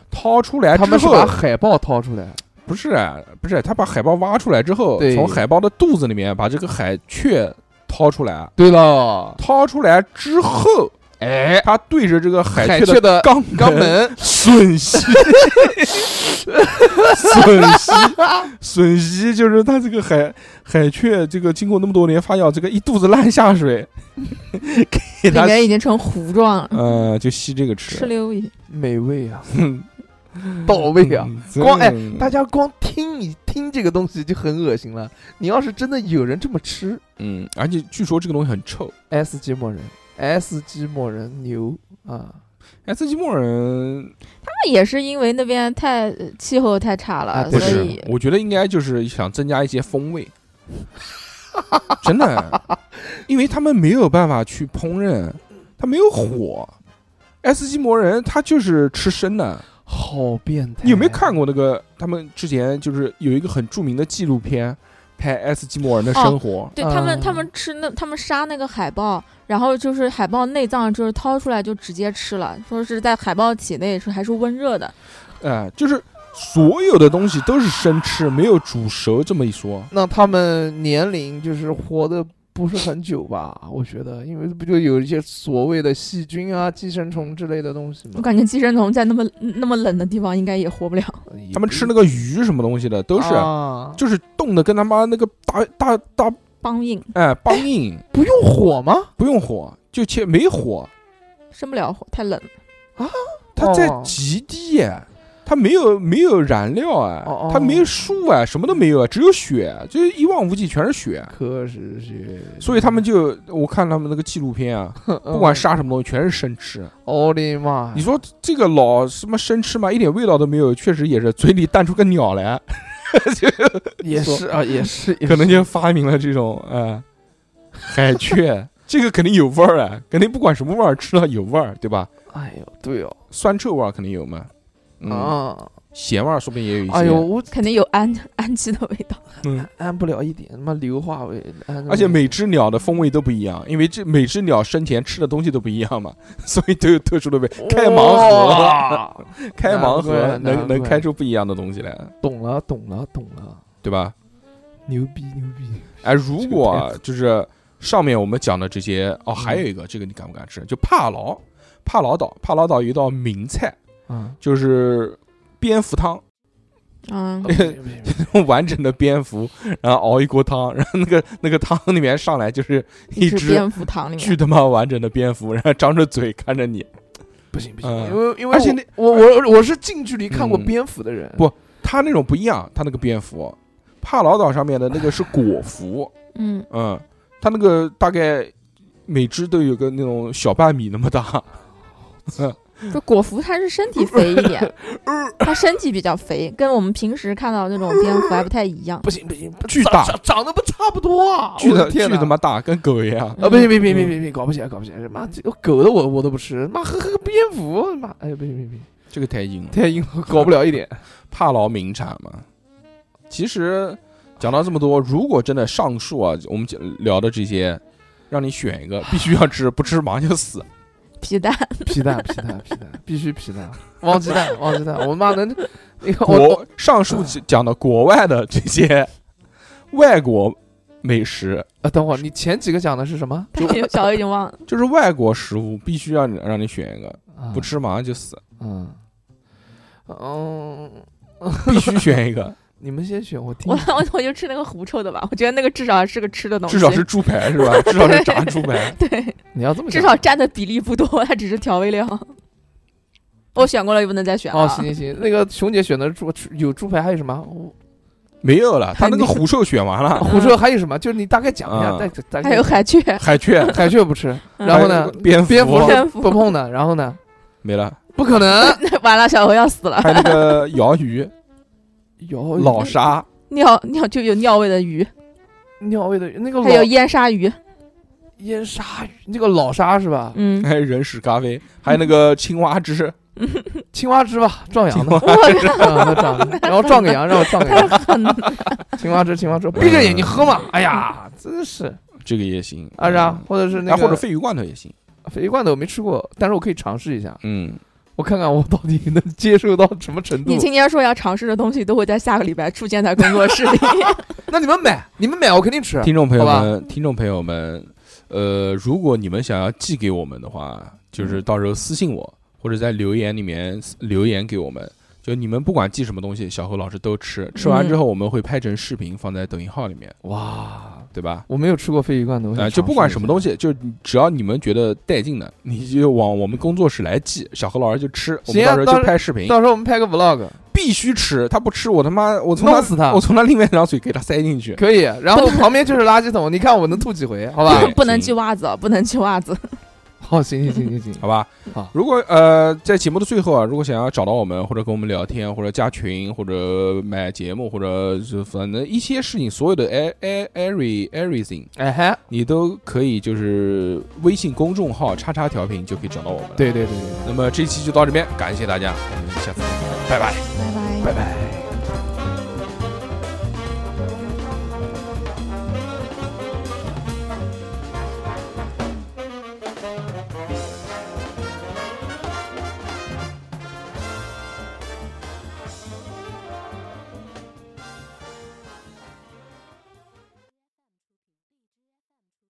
Speaker 1: 掏出来
Speaker 2: 他们
Speaker 1: 之
Speaker 2: 是
Speaker 1: 后
Speaker 2: 把海豹掏出来，
Speaker 1: 不是不是，他把海豹挖出来之后，
Speaker 2: 对
Speaker 1: 从海豹的肚子里面把这个海雀掏出来，啊
Speaker 2: 对了，
Speaker 1: 掏出来之后，
Speaker 2: 哎，
Speaker 1: 他对着这个海
Speaker 2: 海
Speaker 1: 雀
Speaker 2: 雀
Speaker 1: 的
Speaker 2: 的
Speaker 1: 肛
Speaker 2: 肛门
Speaker 1: 吮 吸，吮吸，吮吸，就是它这个海海雀，这个经过那么多年发酵，这个一肚子烂下 水，给
Speaker 3: 里
Speaker 1: 它
Speaker 3: 面已经成糊状了，
Speaker 1: 呃，就吸这个
Speaker 3: 哧
Speaker 1: 吃，
Speaker 3: 溜一，
Speaker 2: 美味啊，
Speaker 1: 嗯
Speaker 2: 到位啊。
Speaker 1: 嗯
Speaker 2: 光哎
Speaker 1: 真，
Speaker 2: 大家光听一听这个东西就很恶心了。你要是真的有人这么吃，
Speaker 1: 嗯，而且据说这个东西很臭。
Speaker 2: 爱斯基摩人，爱斯基摩人牛啊，
Speaker 1: 爱斯基摩人
Speaker 3: 那也是因为那边太呃气候太差
Speaker 2: 啊
Speaker 3: 了，
Speaker 1: 不
Speaker 2: 对
Speaker 3: 所
Speaker 1: 是
Speaker 3: 以，
Speaker 1: 我觉得应该就是想增加一些风 味，真的，因为他们没有办法去烹饪，他没有火。爱斯基摩人他就是吃生的，
Speaker 2: 好变态！啊
Speaker 1: 你有没有看过那个？他们之前就是有一个很著名的纪录片，拍爱斯基摩人的生活。
Speaker 3: 对他们他
Speaker 2: 嗯
Speaker 3: 们吃那他们杀那个海豹，然后就是海豹内脏就是掏出来就直接吃了，说是在海豹体内是还是温热的，
Speaker 1: 哎、就是所有的东西都是生吃，没有煮熟这么一说。
Speaker 2: 那他们年龄就是活的不是很久吧？我觉得，因为不就有一些所谓的细菌啊、寄生虫之类的东西
Speaker 3: 我
Speaker 2: 吗？
Speaker 3: 感觉寄生虫在那么那么冷的地方应该也活不了。
Speaker 1: 他们吃那个鱼什么东西的，都是、
Speaker 2: 啊
Speaker 1: 就是冻的跟他妈那个大大大
Speaker 3: 梆硬
Speaker 1: 哎梆硬。
Speaker 2: 不用火吗？
Speaker 1: 不用火，就切没火，
Speaker 3: 生不了火，太冷了。
Speaker 1: 它在
Speaker 2: 哦
Speaker 1: 极地耶，它没有没有燃料
Speaker 2: 哦
Speaker 1: 啊
Speaker 2: 哦，
Speaker 1: 它没有树啊，什么都没有啊，只有雪，就是一望无际，全是雪。
Speaker 2: 科室 学，
Speaker 1: 所以他们就我看他们那个纪录片啊，不
Speaker 2: 不
Speaker 1: 管杀什么东西，全是生吃。
Speaker 2: 我的嗯哦妈呀！
Speaker 1: 你说这个老什么生吃嘛，一点味道都没有，确实也是嘴里淡出个鸟来，
Speaker 2: 也是啊，也 是，也
Speaker 1: 可能
Speaker 2: 是
Speaker 1: 就发明了这种呃海 雀，这个肯定有味儿啊，肯定不管什么味儿，吃了有味儿，对吧？
Speaker 2: 哎呦，对哦
Speaker 1: 酸臭味儿肯定有嘛，嗯，
Speaker 2: 啊，
Speaker 1: 咸味儿说不定也有一些。
Speaker 2: 哎呦，我
Speaker 3: 肯定有氨氨基的味道。
Speaker 2: 安不了一点，他妈硫化味，安
Speaker 1: 而且每只鸟的风味都不一样，因为这每只鸟生前吃的东西都不一样嘛，所以都有特殊的味。开盲盒，
Speaker 2: 盒，
Speaker 1: 开盲盒
Speaker 2: 难怪
Speaker 1: 能能
Speaker 2: 难怪
Speaker 1: 开出不一样的东西来，
Speaker 2: 懂了，懂了，懂了，
Speaker 1: 对吧？
Speaker 2: 牛逼，牛 逼！
Speaker 1: 哎，如果
Speaker 2: 这个
Speaker 1: 啊就是上面我们讲的这些哦，还有一个，这个你敢不敢吃？就帕劳，帕劳岛，帕劳岛有一道名菜，
Speaker 2: 啊，
Speaker 1: 就是蝙蝠汤，
Speaker 3: 嗯，
Speaker 1: 完整的蝙蝠，然后熬一锅汤，然后那个那个汤里面上来就是一
Speaker 3: 是
Speaker 1: 只
Speaker 3: 蝙蝠糖里面
Speaker 1: 巨他妈完整的蝙蝠，然后张着嘴看着你。
Speaker 2: 不行不
Speaker 1: 行
Speaker 2: 因为因
Speaker 1: 嗯
Speaker 2: 为
Speaker 1: 而且那
Speaker 2: 我我我我是近距离看过
Speaker 1: 嗯
Speaker 2: 蝙蝠的人，
Speaker 1: 不它那种不一样，它那个蝙蝠，帕劳岛上面的那个是果蝠，
Speaker 3: 嗯，
Speaker 1: 嗯，它那个大概每只都有个那种小半米那么 大，
Speaker 3: 就果蝠它是身体肥一点，它身体比较肥，跟我们平时看到那种蝙蝠还不太一样。
Speaker 2: 不行不行，不
Speaker 1: 巨
Speaker 2: 长
Speaker 1: 大
Speaker 2: 长长得不差不多啊！
Speaker 1: 巨
Speaker 2: 我
Speaker 1: 的
Speaker 2: 的
Speaker 1: 巨
Speaker 2: 天哪
Speaker 1: 他妈嗯大，跟狗一样。
Speaker 2: 啊！不行，别别别别别，搞不起来，搞不起来！妈，这个狗的我我都不吃，妈喝喝蝙蝠，妈哎，别别别，
Speaker 1: 这个太硬了，
Speaker 2: 太硬了，搞不了一点。
Speaker 1: 帕劳名产嘛。其实讲到这么多，如果真的上述啊，我们讲聊的这些，让你选一个，必须要吃，不吃马上就死。
Speaker 3: 皮蛋，
Speaker 2: 皮蛋皮蛋皮蛋，必须 皮蛋，汪鸡蛋汪鸡蛋，我妈能，那个 我
Speaker 1: 国上述讲的国外的这些 外国美食，
Speaker 2: 啊，等会儿你前几个讲的是什么？
Speaker 3: 小的已经忘了。
Speaker 1: 就是外国食物，必须要你让你选一个，
Speaker 2: 啊
Speaker 1: 不，吃马上就死，
Speaker 2: 嗯嗯，
Speaker 1: 必须选一 个，
Speaker 2: 你们先选，我听
Speaker 3: 我。我我就吃那个狐臭的吧，我觉得那个至少是个吃的东西，
Speaker 1: 至少是猪排是 吧？至少是炸猪排。
Speaker 3: 对，
Speaker 2: 你要这么
Speaker 3: 至
Speaker 2: 讲
Speaker 3: 少占的比例不多，它只是调味料。我选过了，也不能再选了。啊
Speaker 2: 哦，行行行，那个熊姐选的猪有猪排，还有什么？我
Speaker 1: 没有了，他那个
Speaker 3: 还有
Speaker 1: 狐臭选完 了，
Speaker 2: 胡说还有什么？就是你大概讲一下，
Speaker 1: 嗯
Speaker 2: 大大概
Speaker 3: 嗯还有海雀，
Speaker 1: 海雀，
Speaker 2: 海雀不吃， 然后呢
Speaker 1: 还，有蝙蝠
Speaker 2: 蝙蝠
Speaker 3: 蝙蝠
Speaker 2: 不碰的，然后呢，
Speaker 1: 没了，
Speaker 2: 不可 能，
Speaker 3: 完了，小何要死了。
Speaker 1: 还有那个 鳐 鱼、
Speaker 2: 有
Speaker 1: 老沙，
Speaker 3: 尿尿就有尿味的鱼，
Speaker 2: 尿味的那个
Speaker 3: 还有
Speaker 2: 老
Speaker 3: 烟鲨鱼，
Speaker 2: 烟鲨鱼，那个老鲨是吧？
Speaker 3: 嗯，
Speaker 1: 还有人屎咖啡，还有那个青蛙汁，
Speaker 2: 青蛙汁吧，壮阳的，
Speaker 3: 我靠，
Speaker 2: 嗯那壮阳的，然后壮个阳，让我壮个 阳，青蛙汁，青蛙汁，
Speaker 1: 嗯
Speaker 2: 闭着眼睛喝嘛，哎呀，真是
Speaker 1: 这个也行
Speaker 2: 啊，然后或者是
Speaker 1: 那
Speaker 2: 那
Speaker 1: 嗯或者
Speaker 2: 个
Speaker 1: 鲱鱼罐头也行。
Speaker 2: 鲱鱼罐头我没吃过，但是我可以尝试一下，
Speaker 1: 嗯，
Speaker 2: 我看看我到底能接受到什么程度
Speaker 3: 你。今天说要尝试的东西都会在下个礼拜出现在工作室里。
Speaker 2: 那你们买，你们买，我肯定吃。
Speaker 1: 听众朋友
Speaker 2: 好吧
Speaker 1: 们，听众朋友们，呃，如果你们想要寄给我们的话，就是到时候私信我，或者在留言里面留言给我们。就你们不管寄什么东西，小何老师都吃，吃完之后我们会拍成视频放在抖音号里面，
Speaker 2: 哇，
Speaker 1: 对吧？
Speaker 2: 我没有吃过鲱鱼罐头，我想
Speaker 1: 啊，
Speaker 2: 尝试
Speaker 1: 就
Speaker 2: 一
Speaker 1: 不管什么东
Speaker 2: 下，
Speaker 1: 西，就你只要你们觉得带劲的，你就往我们工作室来寄，小何老师就吃，我们
Speaker 2: 行啊
Speaker 1: 到时候
Speaker 2: 到
Speaker 1: 就
Speaker 2: 时
Speaker 1: 拍视频，
Speaker 2: 到时候我们拍个 vlog，
Speaker 1: 必须吃，他不吃我他妈我从
Speaker 2: 弄
Speaker 1: 他
Speaker 2: 死他
Speaker 1: 我，从他另外一张嘴给他塞进去，
Speaker 2: 可以。然后旁边就是垃圾桶，你看我能吐几回，好吧
Speaker 1: 对？
Speaker 3: 不能
Speaker 1: 行
Speaker 3: 系袜子，不能系袜子。
Speaker 2: 好，行行行行行，
Speaker 1: 好吧？
Speaker 2: 好
Speaker 1: 如果呃在节目的最后啊，如果想要找到我们或者跟我们聊天，或者加群，或者买节目，或者是反正一些事情，所有的 a a every everything，
Speaker 2: 哎嗨，
Speaker 1: 你都可以就是微信公众号叉叉调频就可以找到我们。，
Speaker 2: 对对对对。
Speaker 1: 那么这期就到这边，感谢大家，我们下次再见拜拜。
Speaker 3: 拜
Speaker 2: 拜
Speaker 3: 拜
Speaker 2: 拜。